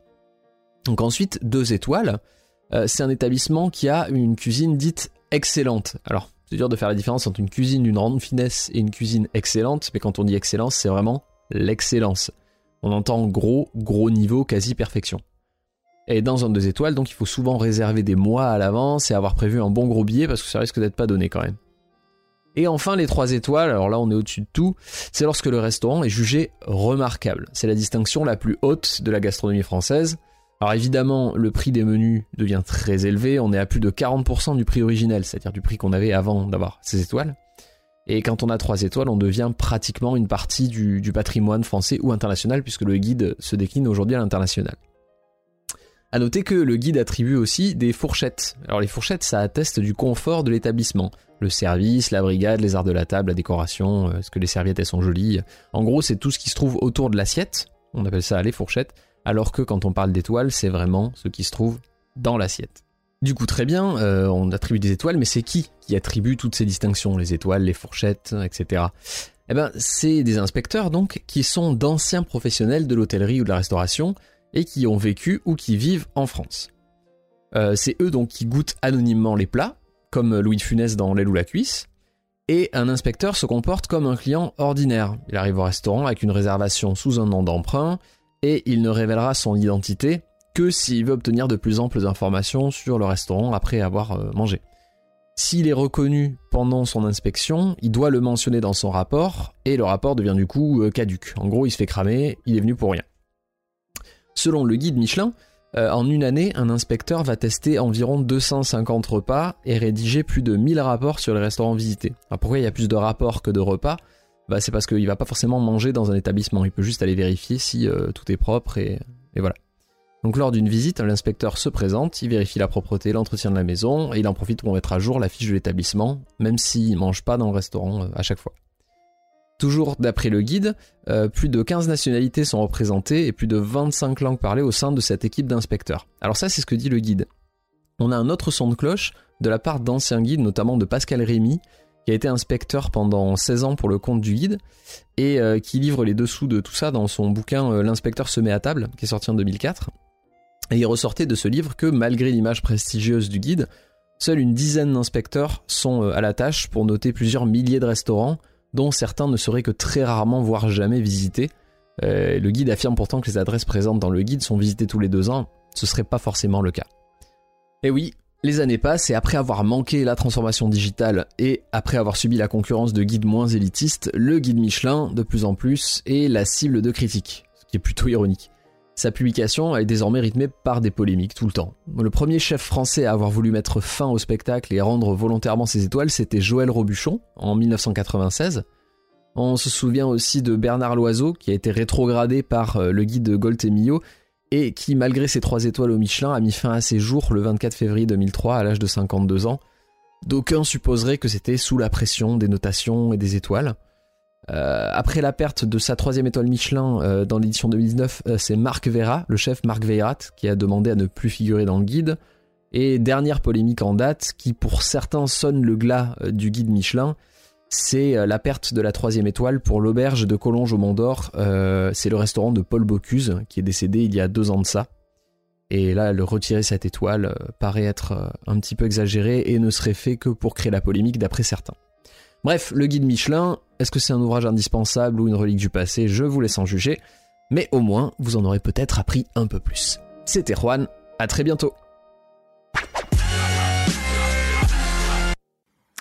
Speaker 12: Donc ensuite, deux étoiles, euh, c'est un établissement qui a une cuisine dite excellente. Alors, c'est dur de faire la différence entre une cuisine d'une grande finesse et une cuisine excellente, mais quand on dit excellence, c'est vraiment l'excellence. On entend gros, gros niveau, quasi perfection. Et dans un deux étoiles, donc il faut souvent réserver des mois à l'avance et avoir prévu un bon gros billet parce que ça risque d'être pas donné quand même. Et enfin, les trois étoiles, alors là on est au-dessus de tout, c'est lorsque le restaurant est jugé remarquable. C'est la distinction la plus haute de la gastronomie française. Alors évidemment, le prix des menus devient très élevé, on est à plus de 40% du prix originel, c'est-à-dire du prix qu'on avait avant d'avoir ces étoiles. Et quand on a trois étoiles, on devient pratiquement une partie du, du patrimoine français ou international, puisque le guide se décline aujourd'hui à l'international. À noter que le guide attribue aussi des fourchettes. Alors les fourchettes, ça atteste du confort de l'établissement. Le service, la brigade, les arts de la table, la décoration, euh, est-ce que les serviettes elles sont jolies. En gros, c'est tout ce qui se trouve autour de l'assiette. On appelle ça les fourchettes. Alors que quand on parle d'étoiles, c'est vraiment ce qui se trouve dans l'assiette. Du coup, très bien, euh, on attribue des étoiles, mais c'est qui qui attribue toutes ces distinctions Les étoiles, les fourchettes, etc. Eh ben, c'est des inspecteurs, donc, qui sont d'anciens professionnels de l'hôtellerie ou de la restauration et qui ont vécu ou qui vivent en France. Euh, c'est eux, donc, qui goûtent anonymement les plats, comme Louis de Funès dans L'aile ou la cuisse, et un inspecteur se comporte comme un client ordinaire. Il arrive au restaurant avec une réservation sous un nom d'emprunt et il ne révélera son identité que s'il veut obtenir de plus amples informations sur le restaurant après avoir euh, mangé. S'il est reconnu pendant son inspection, il doit le mentionner dans son rapport, et le rapport devient du coup euh, caduque. En gros, il se fait cramer, il est venu pour rien. Selon le guide Michelin, euh, en une année, un inspecteur va tester environ 250 repas et rédiger plus de 1000 rapports sur les restaurants visités. Alors pourquoi il y a plus de rapports que de repas bah, C'est parce qu'il va pas forcément manger dans un établissement, il peut juste aller vérifier si euh, tout est propre et, et voilà. Donc lors d'une visite, l'inspecteur se présente, il vérifie la propreté, l'entretien de la maison et il en profite pour mettre à jour la fiche de l'établissement, même s'il mange pas dans le restaurant euh, à chaque fois. Toujours d'après le guide, euh, plus de 15 nationalités sont représentées et plus de 25 langues parlées au sein de cette équipe d'inspecteurs. Alors ça c'est ce que dit le guide. On a un autre son de cloche de la part d'anciens guides, notamment de Pascal Rémy, qui a été inspecteur pendant 16 ans pour le compte du guide, et euh, qui livre les dessous de tout ça dans son bouquin euh, L'inspecteur se met à table, qui est sorti en 2004. Et il ressortait de ce livre que, malgré l'image prestigieuse du guide, seule une dizaine d'inspecteurs sont euh, à la tâche pour noter plusieurs milliers de restaurants, dont certains ne seraient que très rarement, voire jamais visités. Euh, le guide affirme pourtant que les adresses présentes dans le guide sont visitées tous les deux ans, ce serait pas forcément le cas. Et oui, les années passent et après avoir manqué la transformation digitale et après avoir subi la concurrence de guides moins élitistes, le guide Michelin, de plus en plus, est la cible de critiques, ce qui est plutôt ironique. Sa publication est désormais rythmée par des polémiques tout le temps. Le premier chef français à avoir voulu mettre fin au spectacle et rendre volontairement ses étoiles, c'était Joël Robuchon, en 1996. On se souvient aussi de Bernard Loiseau, qui a été rétrogradé par euh, le guide Goltemillo, et qui, malgré ses trois étoiles au Michelin, a mis fin à ses jours le 24 février 2003 à l'âge de 52 ans. D'aucuns supposeraient que c'était sous la pression des notations et des étoiles. Euh, après la perte de sa troisième étoile Michelin euh, dans l'édition 2019, euh, c'est Marc Vera, le chef Marc Veyrat, qui a demandé à ne plus figurer dans le guide. Et dernière polémique en date, qui pour certains sonne le glas euh, du guide Michelin, c'est euh, la perte de la troisième étoile pour l'auberge de Collonges au Mont d'Or. Euh, c'est le restaurant de Paul Bocuse, qui est décédé il y a deux ans de ça. Et là, le retirer cette étoile euh, paraît être euh, un petit peu exagéré et ne serait fait que pour créer la polémique d'après certains. Bref, le guide Michelin, est-ce que c'est un ouvrage indispensable ou une relique du passé Je vous laisse en juger, mais au moins vous en aurez peut-être appris un peu plus. C'était Juan, à très bientôt.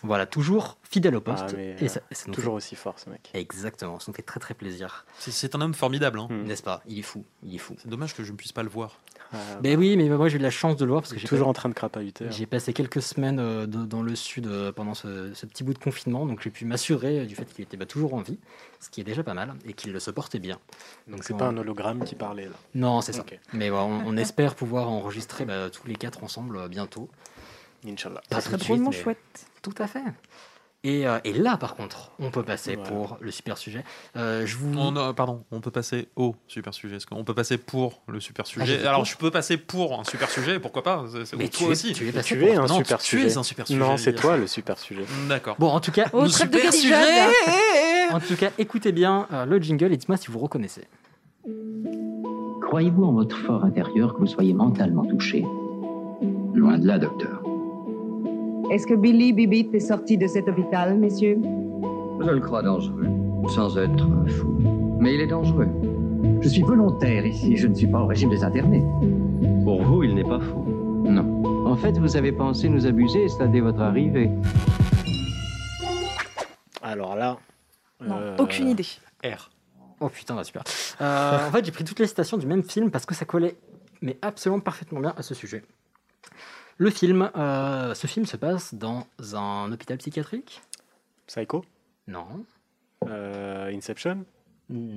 Speaker 3: Voilà, toujours fidèle au poste.
Speaker 1: Ah, mais,
Speaker 3: et ça-
Speaker 1: euh,
Speaker 3: ça nous
Speaker 1: toujours aussi fort ce mec.
Speaker 3: fait- Exactement, ça nous fait très très plaisir.
Speaker 2: C'est- C'est un homme formidable,
Speaker 1: Mm.
Speaker 2: hein.
Speaker 3: N'est-ce pas Il est fou, il est fou.
Speaker 2: C'est dommage que je ne puisse pas le voir.
Speaker 3: Ben oui, mais moi j'ai eu la chance de le voir parce que j'ai
Speaker 1: Ah, Toujours
Speaker 3: pas-
Speaker 1: en train de crapahuter. hein.
Speaker 3: J'ai passé quelques semaines euh, de- dans le sud euh, pendant ce, ce petit bout de confinement, donc j'ai pu m'assurer euh, du fait qu'il était bah, toujours en vie, ce qui est déjà pas mal, hein, et qu'il se portait bien.
Speaker 1: Donc c'est
Speaker 3: on-
Speaker 1: pas un hologramme qui parlait là.
Speaker 3: Non, c'est ça.
Speaker 1: Ok.
Speaker 3: Mais voilà, on, on espère pouvoir enregistrer bah, tous les quatre ensemble euh, bientôt.
Speaker 1: Inch'Allah.
Speaker 3: Pas
Speaker 9: Ça
Speaker 3: tout
Speaker 9: serait
Speaker 3: de suite,
Speaker 9: drôlement
Speaker 3: mais-
Speaker 9: chouette.
Speaker 3: Tout à fait. Et, euh, et là, par contre, on peut passer
Speaker 1: Voilà.
Speaker 3: pour le super sujet. Euh, je vous...
Speaker 2: On, euh, pardon, on peut passer au super sujet. Est-ce qu'on peut passer pour le super
Speaker 3: Ah, j'ai
Speaker 2: sujet
Speaker 3: fait
Speaker 2: Alors,
Speaker 3: pour.
Speaker 2: je peux passer pour un super sujet, pourquoi pas c'est- c'est-
Speaker 3: Mais
Speaker 2: ou
Speaker 3: tu
Speaker 2: toi
Speaker 3: es-
Speaker 2: aussi.
Speaker 3: tu es passé
Speaker 1: Tu es un
Speaker 2: Non,
Speaker 1: super
Speaker 2: tu
Speaker 1: sujet.
Speaker 2: es un super sujet,
Speaker 1: Non, c'est
Speaker 2: Lydia.
Speaker 1: toi le super sujet.
Speaker 2: D'accord.
Speaker 3: Bon, en tout cas,
Speaker 9: Au
Speaker 2: Le
Speaker 9: trêve Oh, de
Speaker 2: super
Speaker 9: Gadijad.
Speaker 3: en tout cas, écoutez bien euh, le jingle et dites-moi si vous reconnaissez.
Speaker 11: Croyez-vous en votre fort intérieur que vous soyez mentalement touché Loin de là, docteur.
Speaker 13: Est-ce que Billy Bibit est sorti de cet hôpital, messieurs
Speaker 11: Je le crois dangereux, sans être fou. Mais il est dangereux. Je suis volontaire ici, je ne suis pas au régime des internés. Pour vous, il n'est pas fou. Non. En fait, vous avez pensé nous abuser, c'est dès votre arrivée.
Speaker 1: Alors là. euh,
Speaker 9: Aucune idée.
Speaker 2: R.
Speaker 3: Oh putain, bah super. Euh, en fait, j'ai pris toutes les citations du même film parce que ça collait, mais absolument parfaitement bien à ce sujet. Le film, euh, ce film se passe dans un hôpital psychiatrique
Speaker 1: Psycho
Speaker 3: Non.
Speaker 1: Euh, Inception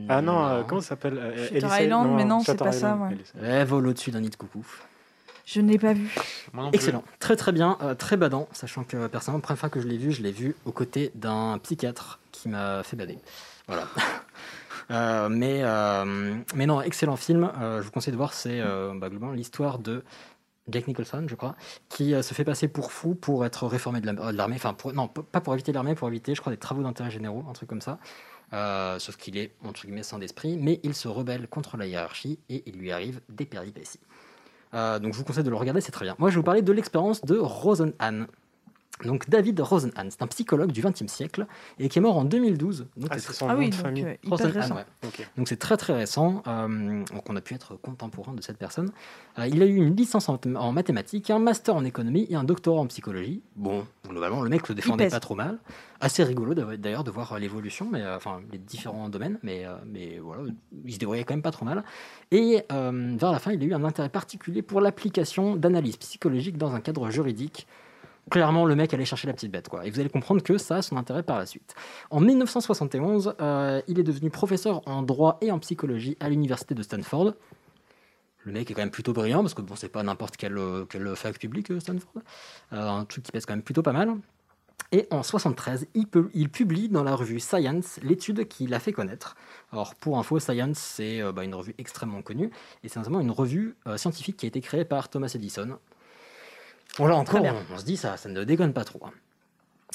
Speaker 1: Ah non, euh, comment ça s'appelle Euh,
Speaker 9: Shutter
Speaker 1: Elise-
Speaker 9: Island, mais non, c'est
Speaker 1: Shutter
Speaker 9: pas ça,
Speaker 1: Island,
Speaker 9: ouais.
Speaker 1: Elise-
Speaker 3: Rêve vole Eh, au-dessus d'un nid de coucou.
Speaker 9: Je ne l'ai pas vu.
Speaker 2: Moi non plus.
Speaker 3: Excellent, très très bien, euh, très badant, sachant que euh, personnellement, la première fois que je l'ai vu, je l'ai vu aux côtés d'un psychiatre qui m'a fait bader. Voilà. Euh, mais, euh, mais non, excellent film, euh, je vous conseille de voir, c'est euh, bah, globalement l'histoire de Jack Nicholson, je crois, qui euh, se fait passer pour fou pour être réformé de la- euh, de l'armée, enfin pour- non, p- pas pour éviter l'armée, pour éviter, je crois, des travaux d'intérêt généraux, un truc comme ça. Euh, sauf qu'il est, entre guillemets, sans d'esprit, mais il se rebelle contre la hiérarchie et il lui arrive des péripéties. Euh, donc je vous conseille de le regarder, c'est très bien. Moi, je vais vous parler de l'expérience de Rosenhan. Donc David Rosenhan, c'est un psychologue du XXe siècle et qui est mort en 2012. Donc
Speaker 1: Ah,
Speaker 3: c'est
Speaker 1: c'est
Speaker 3: très-
Speaker 1: son Ah nom oui, de donc, famille. euh, hyper
Speaker 3: Rosenhan,
Speaker 1: récent.
Speaker 3: ouais.
Speaker 1: Ok.
Speaker 3: Donc c'est très très récent. euh, donc on a pu être contemporain de cette personne. Euh, il a eu une licence en, en mathématiques, un master en économie et un doctorat en psychologie. Bon, globalement le mec le défendait
Speaker 12: pèse.
Speaker 3: pas trop mal. Assez rigolo d'av- d'ailleurs de voir euh, l'évolution, mais euh, enfin les différents domaines, mais euh, mais voilà, il se débrouillait quand même pas trop mal. Et euh, vers la fin, il a eu un intérêt particulier pour l'application d'analyse psychologique dans un cadre juridique clairement le mec allait chercher la petite bête quoi. Et vous allez comprendre que ça a son intérêt par la suite. En 1971, euh, il est devenu professeur en droit et en psychologie à l'université de Stanford. Le mec est quand même plutôt brillant parce que bon, c'est pas n'importe quel, euh, quel fac public euh, Stanford. Euh, un truc qui pèse quand même plutôt pas mal. Et en 73, il, pu- il publie dans la revue Science l'étude qui l'a fait connaître. Alors pour info, Science, c'est euh, bah, une revue extrêmement connue, et c'est notamment une revue euh, scientifique qui a été créée par Thomas Edison, Bon, là
Speaker 12: Très
Speaker 3: encore,
Speaker 12: bien.
Speaker 3: on, on se dit, ça, ça ne déconne pas trop. hein.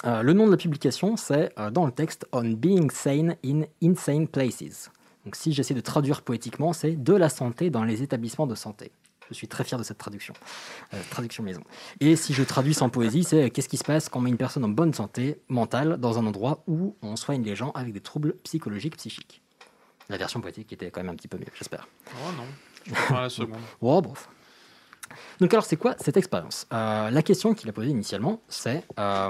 Speaker 3: Euh, le nom de la publication, c'est euh, dans le texte On Being Sane in Insane Places. Donc, si j'essaie de traduire poétiquement, c'est De la santé dans les établissements de santé. Je suis très fier de cette traduction. Euh, traduction maison. Et si je traduis sans poésie, c'est euh, Qu'est-ce qui se passe quand on met une personne en bonne santé mentale dans un endroit où on soigne les gens avec des troubles psychologiques, psychiques La version poétique était quand même un petit peu mieux, j'espère.
Speaker 2: Oh non, je comprends à la seconde.
Speaker 3: Oh, bof. Donc alors, c'est quoi cette expérience Euh, La question qu'il a posée initialement, c'est euh,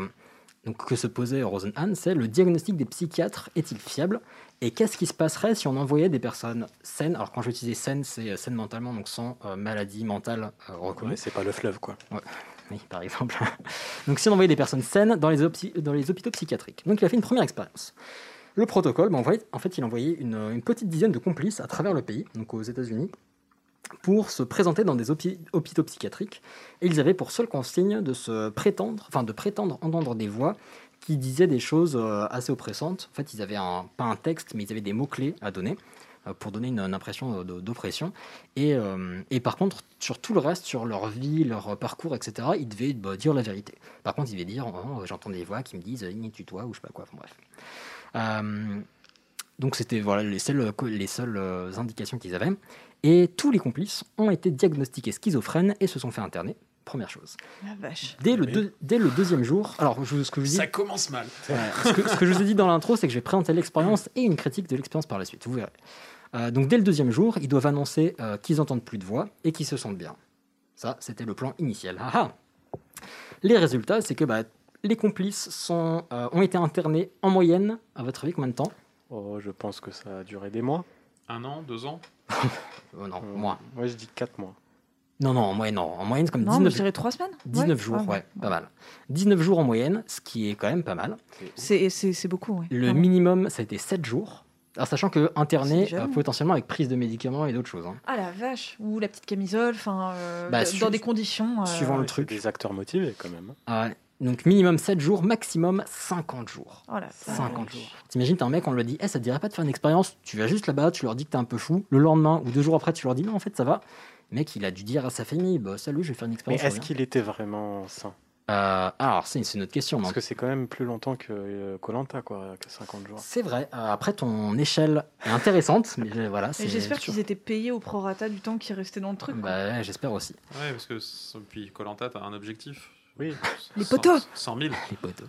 Speaker 3: donc que se posait Rosenhan, c'est le diagnostic des psychiatres est-il fiable et qu'est-ce qui se passerait si on envoyait des personnes saines Alors quand je disais saines, c'est euh, saines mentalement, donc sans euh, maladie mentale euh, reconnue.
Speaker 1: Ouais, c'est pas le fleuve, quoi.
Speaker 3: Oui, par exemple. donc si on envoyait des personnes saines dans les, opsi- dans les hôpitaux psychiatriques. Donc il a fait une première expérience. Le protocole, ben, on voyait- en fait, il envoyait une, une petite dizaine de complices à travers le pays, donc aux États-Unis, pour se présenter dans des hôpi- hôpitaux psychiatriques. Et ils avaient pour seule consigne de se prétendre, enfin de prétendre entendre des voix qui disaient des choses euh, assez oppressantes. En fait, ils avaient un, pas un texte, mais ils avaient des mots-clés à donner euh, pour donner une, une impression euh, de- d'oppression. Et, euh, et par contre, sur tout le reste, sur leur vie, leur parcours, etc., ils devaient bah, dire la vérité. Par contre, ils devaient dire, Oh, j'entends des voix qui me disent, ignite-toi, ou je sais pas quoi, Enfin, bref. Euh, donc c'était voilà, les seules, les seules euh, indications qu'ils avaient. Et tous les complices ont été diagnostiqués schizophrènes et se sont fait interner. Première chose.
Speaker 9: La vache.
Speaker 3: Dès le, deux- dès le deuxième jour, alors je- ce que je vous dis,
Speaker 2: Ça commence mal.
Speaker 3: Ouais, ce, que, ce que je vous ai dit dans l'intro, c'est que je vais présenter l'expérience et une critique de l'expérience par la suite. Vous verrez. Euh, donc dès le deuxième jour, ils doivent annoncer euh, qu'ils entendent plus de voix et qu'ils se sentent bien. Ça, c'était le plan initial. Ah ah les résultats, c'est que bah, les complices sont, euh, ont été internés en moyenne, à votre avis, combien de temps
Speaker 1: Oh, je pense que ça a duré des mois.
Speaker 2: Un an, deux ans
Speaker 3: Oh non,
Speaker 1: Euh,
Speaker 3: moins.
Speaker 1: Moi, je dis 4 mois.
Speaker 3: Non, non, en moyenne, non. En moyenne, c'est comme
Speaker 9: Non, mais
Speaker 3: 19
Speaker 9: je dirais trois semaines.
Speaker 3: 19
Speaker 9: Ouais.
Speaker 3: jours,
Speaker 9: Ah,
Speaker 3: ouais, pas mal. 19 jours en moyenne, ce qui est quand même pas mal.
Speaker 9: C'est c'est- c'est beaucoup, ouais. Ah
Speaker 3: Le
Speaker 9: Pardon.
Speaker 3: minimum, ça a été 7 jours. Alors, sachant que interné,
Speaker 9: C'est déjà
Speaker 3: euh,
Speaker 9: long.
Speaker 3: potentiellement avec prise de médicaments et d'autres choses. hein.
Speaker 9: Ah la vache, ou la petite camisole, enfin, euh,
Speaker 3: Bah,
Speaker 9: dans
Speaker 3: su-
Speaker 9: des conditions. euh,
Speaker 3: suivant le
Speaker 1: Ouais,
Speaker 3: truc.
Speaker 1: c'est Des acteurs motivés, quand même. hein.
Speaker 3: Ah ouais. donc, minimum 7 jours, maximum 50 jours.
Speaker 9: Oh la
Speaker 3: 50 jours. T'imagines, t'as un mec, on lui dit, Eh, ça te dirait pas de faire une expérience Tu vas juste là-bas, tu leur dis que t'es un peu fou. Le lendemain ou deux jours après, tu leur dis, non, en fait, ça va. Le mec, il a dû dire à sa famille, bah, salut, je vais faire une
Speaker 1: Mais
Speaker 3: expérience.
Speaker 1: est-ce
Speaker 3: reviens.
Speaker 1: qu'il était vraiment sain
Speaker 3: Euh, ah, alors, c'est c'est une autre question.
Speaker 1: Parce
Speaker 3: non.
Speaker 1: que c'est quand même plus longtemps que euh, Colanta, quoi, que 50 jours.
Speaker 3: C'est vrai. euh, après, ton échelle est intéressante, mais euh, voilà.
Speaker 9: Et
Speaker 3: c'est-
Speaker 9: J'espère qu'ils étaient payés au prorata du temps qui restait dans le truc. quoi.
Speaker 3: Bah ouais, j'espère aussi.
Speaker 2: Ouais, parce que c- puis Colanta, t'as un objectif.
Speaker 1: Oui.
Speaker 9: Les poteaux
Speaker 2: 100 000.
Speaker 3: Les poteaux.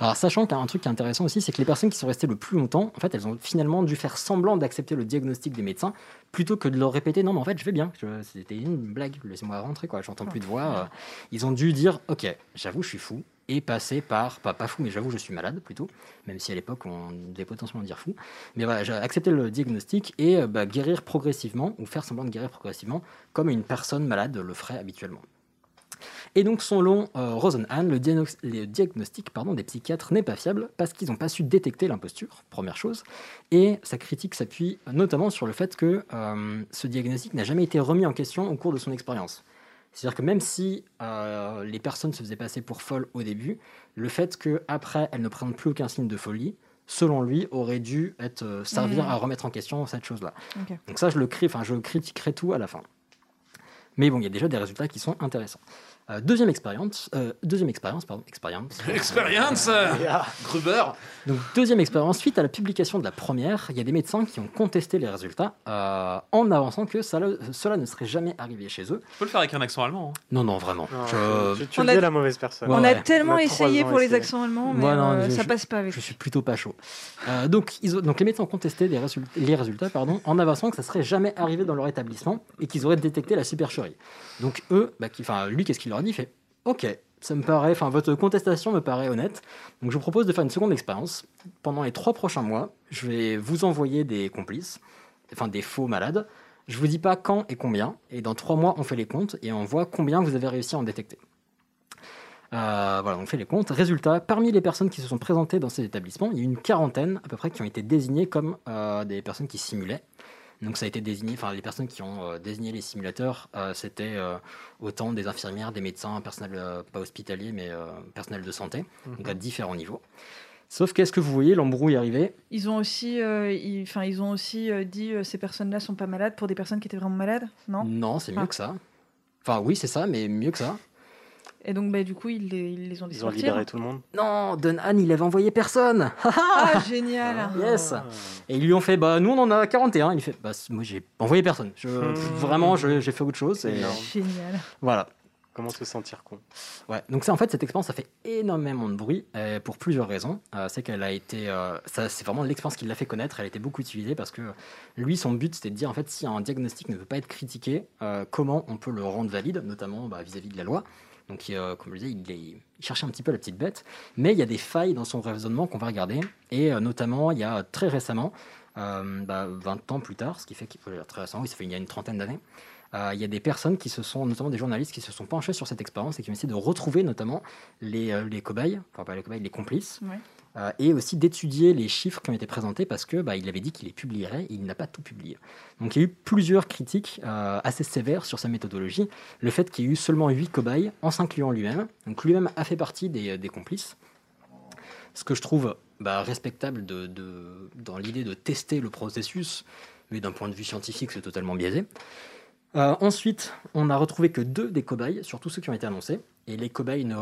Speaker 3: Alors, sachant qu'un truc qui est intéressant aussi, c'est que les personnes qui sont restées le plus longtemps, en fait, elles ont finalement dû faire semblant d'accepter le diagnostic des médecins plutôt que de leur répéter non, mais en fait, je vais bien. Je- C'était une blague. Laissez-moi rentrer, quoi. J'entends plus de voix. euh. Ils ont dû dire ok, j'avoue, je suis fou. Et passer par, pas, pas fou, mais j'avoue, je suis malade plutôt, même si à l'époque on devait potentiellement dire fou. Mais voilà, j'ai accepté le diagnostic et euh, bah, guérir progressivement, ou faire semblant de guérir progressivement, comme une personne malade le ferait habituellement. Et donc, selon euh, Rosenhan, le, diano- le diagnostic pardon, des psychiatres n'est pas fiable parce qu'ils n'ont pas su détecter l'imposture, première chose. Et sa critique s'appuie notamment sur le fait que euh, ce diagnostic n'a jamais été remis en question au cours de son expérience. C'est-à-dire que même si euh, les personnes se faisaient passer pour folles au début, le fait qu'après elles ne prennent plus aucun signe de folie, selon lui, aurait dû être, euh, servir
Speaker 9: Mhm.
Speaker 3: à remettre en question cette chose-là.
Speaker 9: Ok.
Speaker 3: Donc ça, je le crie, enfin, je critiquerai tout à la fin. Mais bon, il y a déjà des résultats qui sont intéressants. Euh, deuxième expérience, euh, deuxième expérience, pardon, expérience.
Speaker 2: Expérience
Speaker 3: Ah.
Speaker 2: Gruber
Speaker 3: Donc deuxième expérience, suite à la publication de la première, il y a des médecins qui ont contesté les résultats euh, en avançant que ça le- cela ne serait jamais arrivé chez eux.
Speaker 2: Tu peux le faire avec un accent allemand. hein.
Speaker 3: Non, non, vraiment.
Speaker 1: Non,
Speaker 3: Je-
Speaker 1: tu- tu
Speaker 9: On a-
Speaker 1: dis à la mauvaise personne.
Speaker 3: Ouais,
Speaker 9: On
Speaker 3: Bah, ouais.
Speaker 9: a tellement
Speaker 3: On a
Speaker 9: essayé
Speaker 3: trois
Speaker 9: pour
Speaker 3: ans
Speaker 9: les
Speaker 3: essayé.
Speaker 9: accents allemands, mais
Speaker 3: Ouais, non,
Speaker 9: euh,
Speaker 3: je-
Speaker 9: ça
Speaker 3: je-
Speaker 9: passe pas avec.
Speaker 3: Je suis plutôt pas chaud. Euh, donc, ils ont- donc les médecins ont contesté les résultats, les résultats pardon, en avançant que ça serait jamais arrivé dans leur établissement et qu'ils auraient détecté la supercherie. Donc eux, bah, qui- enfin lui, qu'est-ce qu'il leur a dit Il fait OK, ça me paraît, enfin votre contestation me paraît honnête. Donc je vous propose de faire une seconde expérience. Pendant les trois prochains mois, je vais vous envoyer des complices, enfin des faux malades. Je vous dis pas quand et combien. Et dans trois mois, on fait les comptes et on voit combien vous avez réussi à en détecter. Euh, voilà, on fait les comptes. Résultat, parmi les personnes qui se sont présentées dans ces établissements, il y a une quarantaine à peu près qui ont été désignées comme euh, des personnes qui simulaient. Donc ça a été désigné, enfin les personnes qui ont euh, désigné les simulateurs, euh, c'était euh, autant des infirmières, des médecins, un personnel euh, pas hospitalier mais euh, personnel de santé, donc à différents niveaux. Sauf qu'est-ce que vous voyez l'embrouille arriver
Speaker 9: Ils ont aussi, euh, ils- enfin, ils ont aussi euh, dit euh, ces personnes-là sont pas malades pour des personnes qui étaient vraiment malades, non
Speaker 3: Non, c'est
Speaker 9: Ah.
Speaker 3: mieux que ça. Enfin oui, c'est ça, mais mieux que ça.
Speaker 9: Et donc, bah, du coup, ils les, ils les ont hein. laissés
Speaker 3: ont
Speaker 9: sortir.
Speaker 3: libéré tout
Speaker 1: le monde
Speaker 3: Non, Dunhan, il avait envoyé personne.
Speaker 9: Ah, génial
Speaker 3: Yes.
Speaker 1: Ah.
Speaker 3: Et ils lui ont fait, bah nous on en a 41. Il fait, bah c- moi j'ai envoyé personne. Je,
Speaker 1: Hmm.
Speaker 3: Vraiment, je- j'ai fait autre chose. Et...
Speaker 9: Génial.
Speaker 3: Voilà.
Speaker 1: Comment se sentir con
Speaker 3: Ouais. Donc ça, en fait, cette expérience a fait énormément de bruit euh, pour plusieurs raisons. Euh, c'est qu'elle a été, euh, ça, c'est vraiment l'expérience qui l'a fait connaître. Elle a été beaucoup utilisée parce que lui, son but, c'était de dire en fait, si un diagnostic ne peut pas être critiqué, euh, comment on peut le rendre valide, notamment bah, vis-à-vis de la loi. Donc, euh, comme je le disais, il, est- il cherchait un petit peu la petite bête, mais il y a des failles dans son raisonnement qu'on va regarder. Et euh, notamment, il y a très récemment, euh, bah, 20 ans plus tard, ce qui fait qu'il faut dire très récent, oui, ça fait il y a une trentaine d'années. Euh, Il y a des personnes qui se sont, notamment des journalistes, qui se sont penchés sur cette expérience et qui ont essayé de retrouver notamment les, euh, les cobayes, enfin pas les cobayes, les complices,
Speaker 9: Ouais.
Speaker 3: euh, et aussi d'étudier les chiffres qui ont été présentés parce que bah, il avait dit qu'il les publierait, et il n'a pas tout publié. Donc il y a eu plusieurs critiques euh, assez sévères sur sa méthodologie, le fait qu'il y ait eu seulement 8 cobayes en s'incluant lui-même, donc lui-même a fait partie des, des complices, ce que je trouve bah, respectable de, de- dans l'idée de tester le processus, mais d'un point de vue scientifique c'est totalement biaisé. Euh, ensuite, on a retrouvé que deux des cobayes, sur tous ceux qui ont été annoncés, et les cobayes ne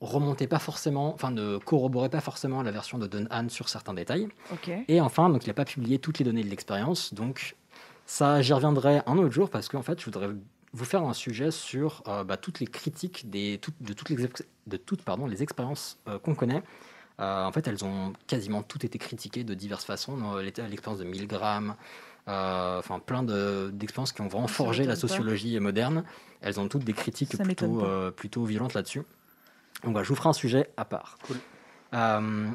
Speaker 3: remontaient pas forcément, enfin ne corroboraient pas forcément la version de Dunhan sur certains détails.
Speaker 9: Ok.
Speaker 3: Et enfin, donc il n'a pas publié toutes les données de l'expérience, donc ça, j'y reviendrai un autre jour parce qu'en fait, je voudrais vous faire un sujet sur euh, bah, toutes les critiques des, tout- de toutes les, ex- de toutes, pardon, les expériences euh, qu'on connaît. Euh, en fait, elles ont quasiment toutes été critiquées de diverses façons. dans l'é- L'expérience de Milgram, euh, enfin plein de- d'expériences qui ont vraiment
Speaker 9: Ça
Speaker 3: forgé la
Speaker 9: m'étonne pas.
Speaker 3: sociologie moderne. Elles ont toutes des critiques
Speaker 9: Ça m'étonne
Speaker 3: plutôt,
Speaker 9: pas.
Speaker 3: euh, plutôt violentes là-dessus. Donc voilà, je vous ferai un sujet à part. Euh,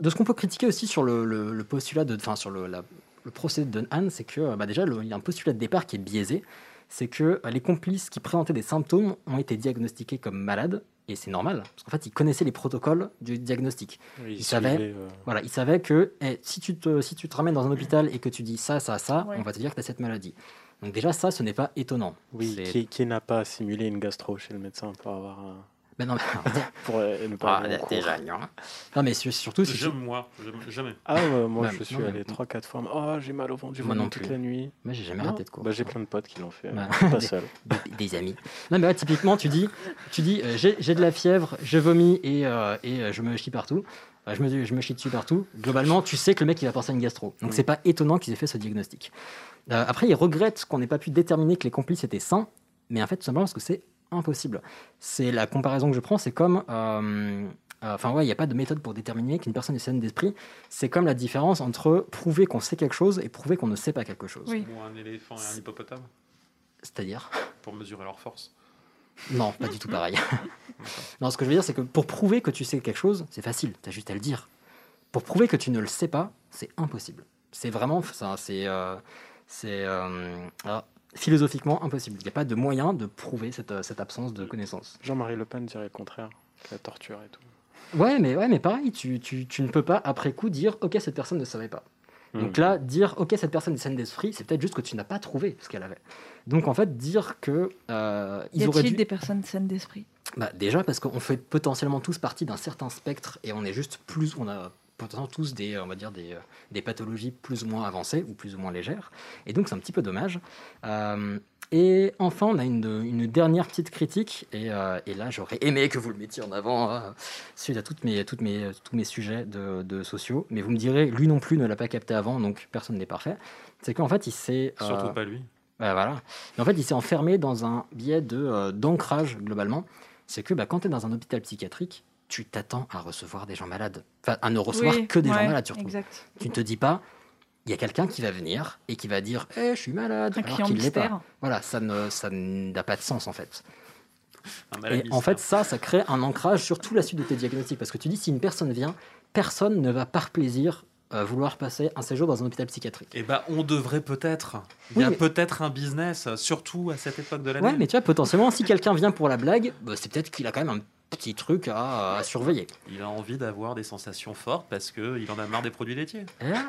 Speaker 3: de ce qu'on peut critiquer aussi sur le, le- le postulat de, enfin sur le, la- le procès de Dunhan, c'est que euh, bah, déjà le- il y a un postulat de départ qui est biaisé, c'est que euh, les complices qui présentaient des symptômes ont été diagnostiqués comme malades et c'est normal parce qu'en fait ils connaissaient les protocoles du diagnostic.
Speaker 1: Oui, ils
Speaker 3: savaient,
Speaker 1: suivaient, euh.
Speaker 3: voilà, ils savaient que eh, si tu te si tu te ramènes dans un hôpital et que tu dis ça ça ça,
Speaker 1: Ouais.
Speaker 3: on va te dire que tu as cette maladie. Donc déjà ça ce n'est pas étonnant.
Speaker 1: Oui,
Speaker 3: C'est-
Speaker 1: qui, qui n'a pas simulé une gastro chez le médecin pour avoir un.
Speaker 3: Mais Ben non, mais-
Speaker 1: pour euh, ne pas
Speaker 3: Ah,
Speaker 1: aller en cours.
Speaker 3: déjà, non. Non, mais su- surtout si
Speaker 2: Je-
Speaker 3: tu-
Speaker 2: moi, je- jamais.
Speaker 1: Ah, ouais, moi
Speaker 3: Même,
Speaker 1: je suis
Speaker 3: non,
Speaker 1: allé
Speaker 3: mais-
Speaker 1: 3-4 fois. Oh, j'ai mal au ventre, j'ai
Speaker 3: Moi
Speaker 1: vomi
Speaker 3: non
Speaker 1: toute
Speaker 3: plus.
Speaker 1: la nuit.
Speaker 3: Moi, j'ai jamais
Speaker 1: Non.
Speaker 3: raté de cours.
Speaker 1: Bah, j'ai plein de potes qui l'ont fait. euh,
Speaker 3: Bah,
Speaker 1: je suis pas
Speaker 3: des-
Speaker 1: seul.
Speaker 3: des, des amis. Non, mais ouais, typiquement, tu dis, tu dis euh, j'ai j'ai de la fièvre, je vomis et, euh, et euh, je me chie partout. Euh, je, me, je me chie dessus partout. Globalement, tu sais que le mec, il va penser à une gastro. Donc,
Speaker 1: Mm.
Speaker 3: c'est pas étonnant qu'ils aient fait ce diagnostic. Euh, après, ils regrettent qu'on n'ait pas pu déterminer que les complices étaient sains, mais en fait, tout simplement parce que c'est impossible. C'est la comparaison que je prends, c'est comme. euh, euh, Enfin, ouais, il n'y a pas de méthode pour déterminer qu'une personne est saine d'esprit. C'est comme la différence entre prouver qu'on sait quelque chose et prouver qu'on ne sait pas quelque chose.
Speaker 2: Moi, un éléphant et un hippopotame
Speaker 3: C'est-à-dire
Speaker 2: pour mesurer leur force.
Speaker 3: Non, pas du tout pareil. non, ce que je veux dire, c'est que pour prouver que tu sais quelque chose, c'est facile, t'as juste à le dire. Pour prouver que tu ne le sais pas, c'est impossible. C'est vraiment, ça, c'est, euh, c'est euh, ah, philosophiquement impossible. Il n'y a pas de moyen de prouver cette, euh, cette absence de connaissance.
Speaker 1: Jean-Marie Le Pen dirait le contraire, que la torture et tout.
Speaker 3: Ouais, mais ouais, mais pareil, tu, tu- tu ne peux pas après coup dire, ok, cette personne ne savait pas. Donc
Speaker 1: Mm.
Speaker 3: là, dire, ok, cette personne est saine d'esprit, c'est peut-être juste que tu n'as pas trouvé ce qu'elle avait. Donc en fait, dire que euh,
Speaker 9: Y
Speaker 3: ils auraient
Speaker 9: a-t-il
Speaker 3: dû...
Speaker 9: des personnes saines d'esprit
Speaker 3: Bah, déjà parce qu'on fait potentiellement tous partie d'un certain spectre et on est juste plus, on a potentiellement tous des, on va dire des, euh, des pathologies plus ou moins avancées ou plus ou moins légères. Et donc, c'est un petit peu dommage. Euh, et enfin, on a une, une dernière petite critique. Et, euh, et là, j'aurais aimé que vous le mettiez en avant hein, suite à toutes mes, toutes mes, tous mes sujets de, de sociaux. Mais vous me direz, lui non plus ne l'a pas capté avant, donc personne n'est parfait. C'est qu'en fait, il s'est. euh,
Speaker 2: Surtout pas lui.
Speaker 3: Ouais, voilà. Mais en fait, il s'est enfermé dans un biais de, euh, d'ancrage, globalement. C'est que bah, quand tu es dans un hôpital psychiatrique, tu t'attends à recevoir des gens malades. Enfin, à ne recevoir
Speaker 9: Oui,
Speaker 3: que des gens
Speaker 9: ouais,
Speaker 3: malades, surtout.
Speaker 9: exact.
Speaker 3: Tu ne te dis pas, il y a quelqu'un qui va venir et qui va dire Eh, je suis malade
Speaker 9: Un
Speaker 3: alors
Speaker 9: client
Speaker 3: qu'il l'est
Speaker 9: mystère.
Speaker 3: pas. Voilà, ça ne- ça n'a pas de sens, en fait.
Speaker 2: Un
Speaker 3: Et
Speaker 2: malade
Speaker 3: en fait, ça, ça crée un ancrage sur tout la suite de tes diagnostics. Parce que tu dis, si une personne vient, personne ne va par plaisir euh, vouloir passer un séjour dans un hôpital psychiatrique.
Speaker 2: Eh ben, on devrait peut-être. Il
Speaker 3: Oui,
Speaker 2: y a
Speaker 3: mais-
Speaker 2: peut-être un business, surtout à cette époque de l'année.
Speaker 3: Ouais, mais tu vois, potentiellement, si quelqu'un vient pour la blague, bah, c'est peut-être qu'il a quand même un petit truc à, à surveiller.
Speaker 2: Il a envie d'avoir des sensations fortes parce qu'il en a marre des produits laitiers.
Speaker 3: Hein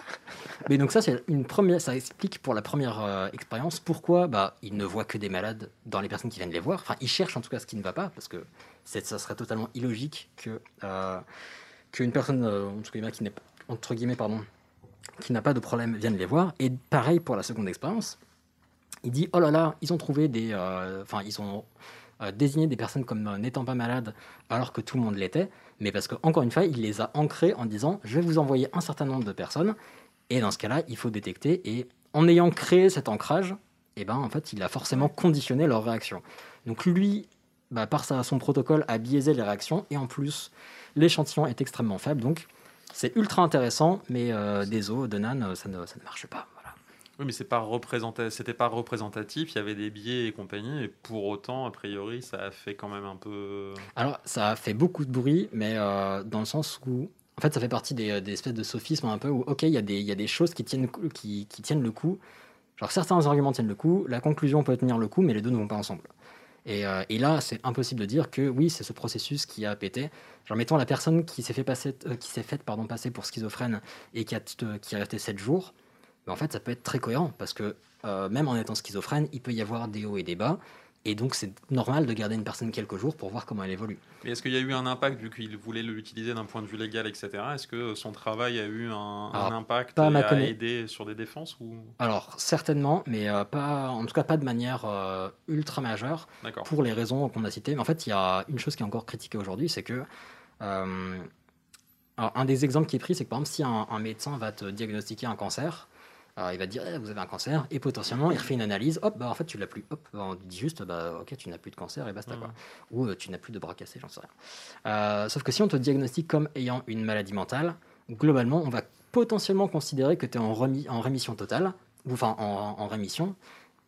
Speaker 3: Mais donc ça, c'est une première, ça explique pour la première euh, expérience pourquoi bah, ils ne voient que des malades dans les personnes qui viennent les voir. Enfin, ils cherchent en tout cas ce qui ne va pas, parce que c'est- ça serait totalement illogique que euh, qu'une personne, euh, entre guillemets, qui n'est pas- entre guillemets, pardon, qui n'a pas de problème vienne les voir. Et pareil pour la seconde expérience, il dit oh là là, ils ont trouvé des, euh, enfin ils ont euh, désigné des personnes comme euh, n'étant pas malades alors que tout le monde l'était, mais parce que encore une fois, il les a ancrés en disant je vais vous envoyer un certain nombre de personnes et dans ce cas-là, il faut détecter et en ayant créé cet ancrage, eh ben en fait, il a forcément conditionné leur réaction. Donc lui, bah, par sa- son protocole, a biaisé les réactions et en plus, l'échantillon est extrêmement faible donc c'est ultra intéressant, mais euh, des os de nan, ça ne, ça ne marche pas. Voilà.
Speaker 2: Oui, mais c'est pas représenta- c'était pas représentatif, il y avait des billets et compagnie, et pour autant, a priori, ça a fait quand même un peu.
Speaker 3: Alors, ça a fait beaucoup de bruit, mais euh, dans le sens où, en fait, ça fait partie des, des espèces de sophismes un peu où, ok, il y, a des- il y a des choses qui tiennent, qui, qui tiennent le coup. Genre, certains arguments tiennent le coup, la conclusion peut tenir le coup, mais les deux ne vont pas ensemble. Et, euh, et là, c'est impossible de dire que oui, c'est ce processus qui a pété. Genre, mettons la personne qui s'est fait passer, euh, qui s'est faite pardon passer pour schizophrène et qui a, t- euh, qui a resté 7 jours, ben, en fait, ça peut être très cohérent parce que euh, même en étant schizophrène, il peut y avoir des hauts et des bas. Et donc, c'est normal de garder une personne quelques jours pour voir comment elle évolue.
Speaker 2: Mais est-ce qu'il y a eu un impact, vu qu'il voulait l'utiliser d'un point de vue légal, etc. Est-ce que son travail a eu un, un
Speaker 3: Alors,
Speaker 2: impact
Speaker 3: Ah, pas à
Speaker 2: et
Speaker 3: ma
Speaker 2: a
Speaker 3: conna-
Speaker 2: aidé sur des défenses ou...
Speaker 3: Alors, certainement, mais euh, pas, en tout cas pas de manière euh, ultra majeure,
Speaker 2: D'accord.
Speaker 3: pour les raisons qu'on a citées. Mais en fait, il y a une chose qui est encore critiquée aujourd'hui, c'est que... euh, alors, un des exemples qui est pris, c'est que par exemple, si un, un médecin va te diagnostiquer un cancer, euh, il va te dire, Eh, vous avez un cancer, et potentiellement, il refait une analyse, hop, bah, en fait, tu l'as plus. Hop, bah, on te dit juste, bah, ok, tu n'as plus de cancer, et basta, quoi. Ou euh, tu n'as plus de bras cassés, j'en sais rien. Euh, sauf que si on te diagnostique comme ayant une maladie mentale, globalement, on va potentiellement considérer que tu es en, remis- en rémission totale, ou enfin en, en rémission,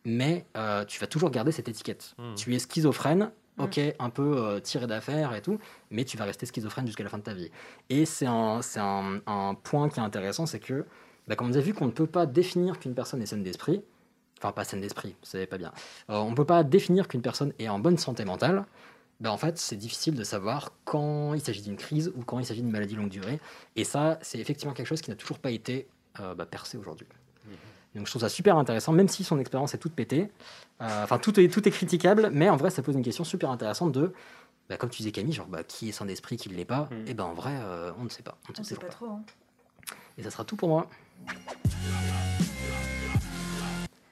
Speaker 3: mais euh, tu vas toujours garder cette étiquette.
Speaker 2: Mhm.
Speaker 3: Tu es schizophrène, ok, un peu euh, tiré d'affaire et tout, mais tu vas rester schizophrène jusqu'à la fin de ta vie. Et c'est un, c'est un- un point qui est intéressant, c'est que, bah, comme on a vu qu'on ne peut pas définir qu'une personne est saine d'esprit, enfin pas saine d'esprit, c'est pas bien, Euh, on ne peut pas définir qu'une personne est en bonne santé mentale, bah, en fait c'est difficile de savoir quand il s'agit d'une crise ou quand il s'agit d'une maladie longue durée. Et ça, c'est effectivement quelque chose qui n'a toujours pas été euh, bah, percé aujourd'hui. Donc je trouve ça super intéressant, même si son expérience est toute pétée. Euh, Enfin, tout, est, tout est critiquable, mais en vrai, ça pose une question super intéressante de, bah, comme tu disais Camille, genre, bah, qui est sain d'esprit, qui ne l'est pas Et ben en vrai, euh, on ne sait pas. On ne
Speaker 9: On
Speaker 3: sait
Speaker 9: sait
Speaker 3: toujours
Speaker 9: pas
Speaker 3: pas.
Speaker 9: trop. hein.
Speaker 3: Et ça sera tout pour moi.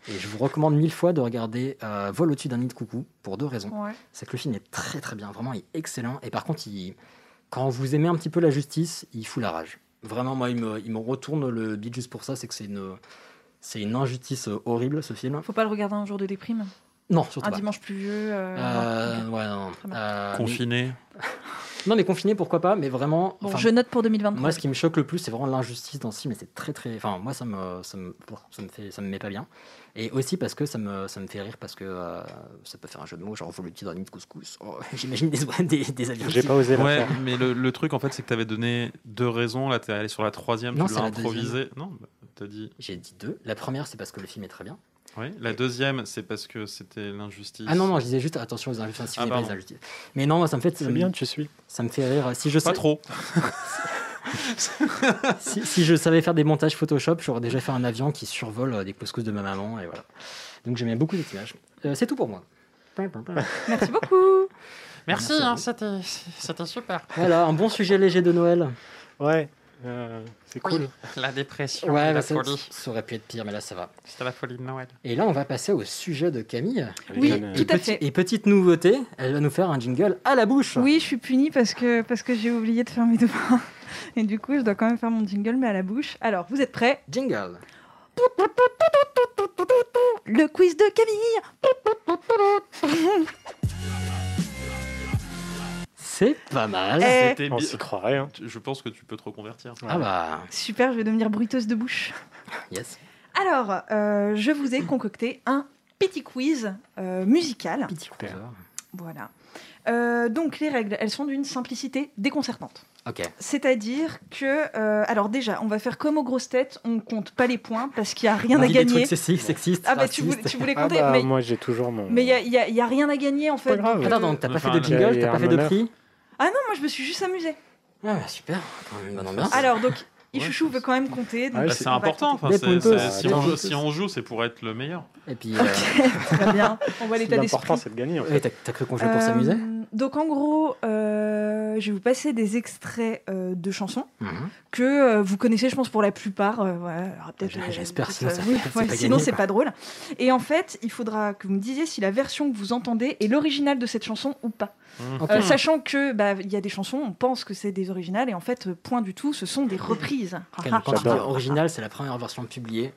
Speaker 3: Et je vous recommande mille fois de regarder euh, Vol au-dessus d'un nid de coucou pour deux raisons.
Speaker 9: Ouais.
Speaker 3: C'est que le film est très très bien, vraiment il est excellent. Et par contre, il- quand vous aimez un petit peu la justice, il fout la rage. Vraiment, moi, il me, il me retourne le bide juste pour ça, c'est que c'est une, c'est une injustice euh, horrible ce film.
Speaker 9: Faut pas le regarder un jour de déprime.
Speaker 3: Non, surtout
Speaker 9: Un
Speaker 3: pas.
Speaker 9: Ah, dimanche pluvieux. euh,
Speaker 3: Euh,
Speaker 9: non, ok.
Speaker 3: ouais, non, non.
Speaker 9: Très bien.
Speaker 3: Euh,
Speaker 2: Confiné.
Speaker 3: mais- Non, mais confiné, pourquoi pas, mais vraiment.
Speaker 9: Bon,
Speaker 3: enfin,
Speaker 9: je note pour 2023.
Speaker 3: Moi, ce qui me choque le plus, c'est vraiment l'injustice dans ce film, et c'est très, très. Enfin, moi, ça me, ça me, bon, ça me fait, ça me met pas bien. Et aussi parce que ça me, ça me fait rire parce que euh, ça peut faire un jeu de mots, genre vous l'utilisez dans une couscous. Oh, J'imagine des, des, des aliens.
Speaker 2: Ouais, mais le, le truc, en fait, c'est que tu avais donné deux raisons. Là, tu allé sur la troisième,
Speaker 3: Non,
Speaker 2: tu
Speaker 3: c'est
Speaker 2: l'as
Speaker 3: la deuxième.
Speaker 2: improvisé. Non, bah, t'as dit.
Speaker 3: J'ai dit deux. La première, c'est parce que le film est très bien.
Speaker 2: Oui. La deuxième, c'est parce que c'était l'injustice.
Speaker 3: Ah non, non, je disais juste attention aux injustices, si vous
Speaker 2: Ah,
Speaker 3: n'aimez pas les
Speaker 2: pardon.
Speaker 3: injustices. Mais non, moi, ça me fait.
Speaker 2: C'est bien, tu suis.
Speaker 3: Ça me fait rire. Si je
Speaker 2: Pas
Speaker 3: sais-
Speaker 2: trop.
Speaker 3: si, si je savais faire des montages Photoshop, j'aurais déjà fait un avion qui survole euh, des couscous de ma maman, et voilà. Donc j'aimais beaucoup cette image. Euh, c'est tout pour moi.
Speaker 10: Merci beaucoup.
Speaker 3: Merci,
Speaker 10: Merci,
Speaker 3: hein,
Speaker 10: c'était super.
Speaker 3: Voilà, un bon sujet léger de Noël.
Speaker 1: Ouais. Euh, c'est cool.
Speaker 2: La dépression,
Speaker 3: Ouais,
Speaker 2: et
Speaker 3: bah,
Speaker 2: la
Speaker 3: ça,
Speaker 2: folie.
Speaker 3: ça aurait pu être pire, mais là ça va.
Speaker 2: C'était la folie de Noël.
Speaker 3: Et là, on va passer au sujet de Camille.
Speaker 9: Oui,
Speaker 3: et,
Speaker 9: tout à
Speaker 3: petit-
Speaker 9: fait.
Speaker 3: et petite nouveauté, elle va nous faire un jingle à la bouche.
Speaker 9: Oui, je suis punie parce que, parce que j'ai oublié de faire mes devoirs. Et du coup, je dois quand même faire mon jingle, mais à la bouche. Alors, vous êtes prêts
Speaker 3: Jingle.
Speaker 9: Le quiz de Camille
Speaker 3: C'est pas mal.
Speaker 9: Eh.
Speaker 2: C'était
Speaker 1: On
Speaker 2: bi-
Speaker 1: s'y croirait. hein.
Speaker 2: Je pense que tu peux te reconvertir.
Speaker 3: Ah bah,
Speaker 9: Super, je vais devenir bruiteuse de bouche.
Speaker 3: yes.
Speaker 9: Alors, euh, je vous ai concocté un petit quiz euh, musical.
Speaker 3: Petit coureur.
Speaker 9: Voilà. Euh, donc, les règles, elles sont d'une simplicité déconcertante.
Speaker 3: Ok.
Speaker 9: C'est-à-dire que, euh, alors déjà, on va faire comme aux grosses têtes, on compte pas les points parce qu'il n'y a
Speaker 3: On
Speaker 9: rien à
Speaker 3: dit des
Speaker 9: gagner.
Speaker 3: trucs sexy- sexistes,
Speaker 9: Ah bah, tu voulais-
Speaker 3: racistes.
Speaker 9: tu voulais
Speaker 1: Ah
Speaker 9: compter,
Speaker 1: bah,
Speaker 9: mais-
Speaker 1: Moi, j'ai toujours mon.
Speaker 9: Mais il n'y a, y a- y a rien à gagner en fait.
Speaker 1: Pas grave.
Speaker 9: donc,
Speaker 3: Attends,
Speaker 9: euh,
Speaker 3: donc t'as pas
Speaker 1: Enfin,
Speaker 3: fait de
Speaker 1: là,
Speaker 3: jingle,
Speaker 1: il y a
Speaker 3: t'as pas
Speaker 1: un
Speaker 3: fait de
Speaker 1: honneur.
Speaker 3: prix
Speaker 9: Ah non, moi je me suis juste amusée.
Speaker 3: Ah bah, super, quand même une bonne ambiance.
Speaker 9: Alors donc, Ichouchou veut quand même compter. donc
Speaker 1: Ah
Speaker 2: Bah,
Speaker 9: on
Speaker 2: c'est
Speaker 9: va
Speaker 2: important.
Speaker 9: compter.
Speaker 2: enfin,
Speaker 3: Des
Speaker 2: c'est-
Speaker 3: puntos.
Speaker 2: c'est- si,
Speaker 1: Attends.
Speaker 2: on joue, si on joue, c'est pour être le meilleur.
Speaker 3: Et puis, euh,
Speaker 9: Très bien, on voit l'état
Speaker 1: L'important,
Speaker 9: d'esprit.
Speaker 1: c'est de gagner. En fait.
Speaker 3: ouais, t'as t'as cru qu'on jouait pour
Speaker 9: Euh,
Speaker 3: s'amuser
Speaker 9: Donc en gros, euh, je vais vous passer des extraits euh, de chansons
Speaker 3: Mhm.
Speaker 9: que euh, vous connaissez, je pense, pour la plupart. euh, voilà, alors peut-être,
Speaker 3: J-
Speaker 9: euh,
Speaker 3: Ah, j'espère,
Speaker 9: peut-être,
Speaker 3: sinon
Speaker 9: euh,
Speaker 3: ça-
Speaker 9: oui,
Speaker 3: c'est
Speaker 9: ouais,
Speaker 3: pas
Speaker 9: sinon
Speaker 3: gagné,
Speaker 9: c'est
Speaker 3: quoi.
Speaker 9: pas drôle. Et en fait, il faudra que vous me disiez si la version que vous entendez est l'original de cette chanson ou pas.
Speaker 3: Ok.
Speaker 9: Euh, sachant que bah, il y a des chansons, on pense que c'est des originales et en fait, euh, point du tout, ce sont des reprises.
Speaker 3: Ok, donc Quand tu dis
Speaker 1: J'adore.
Speaker 3: original, c'est la première version publiée.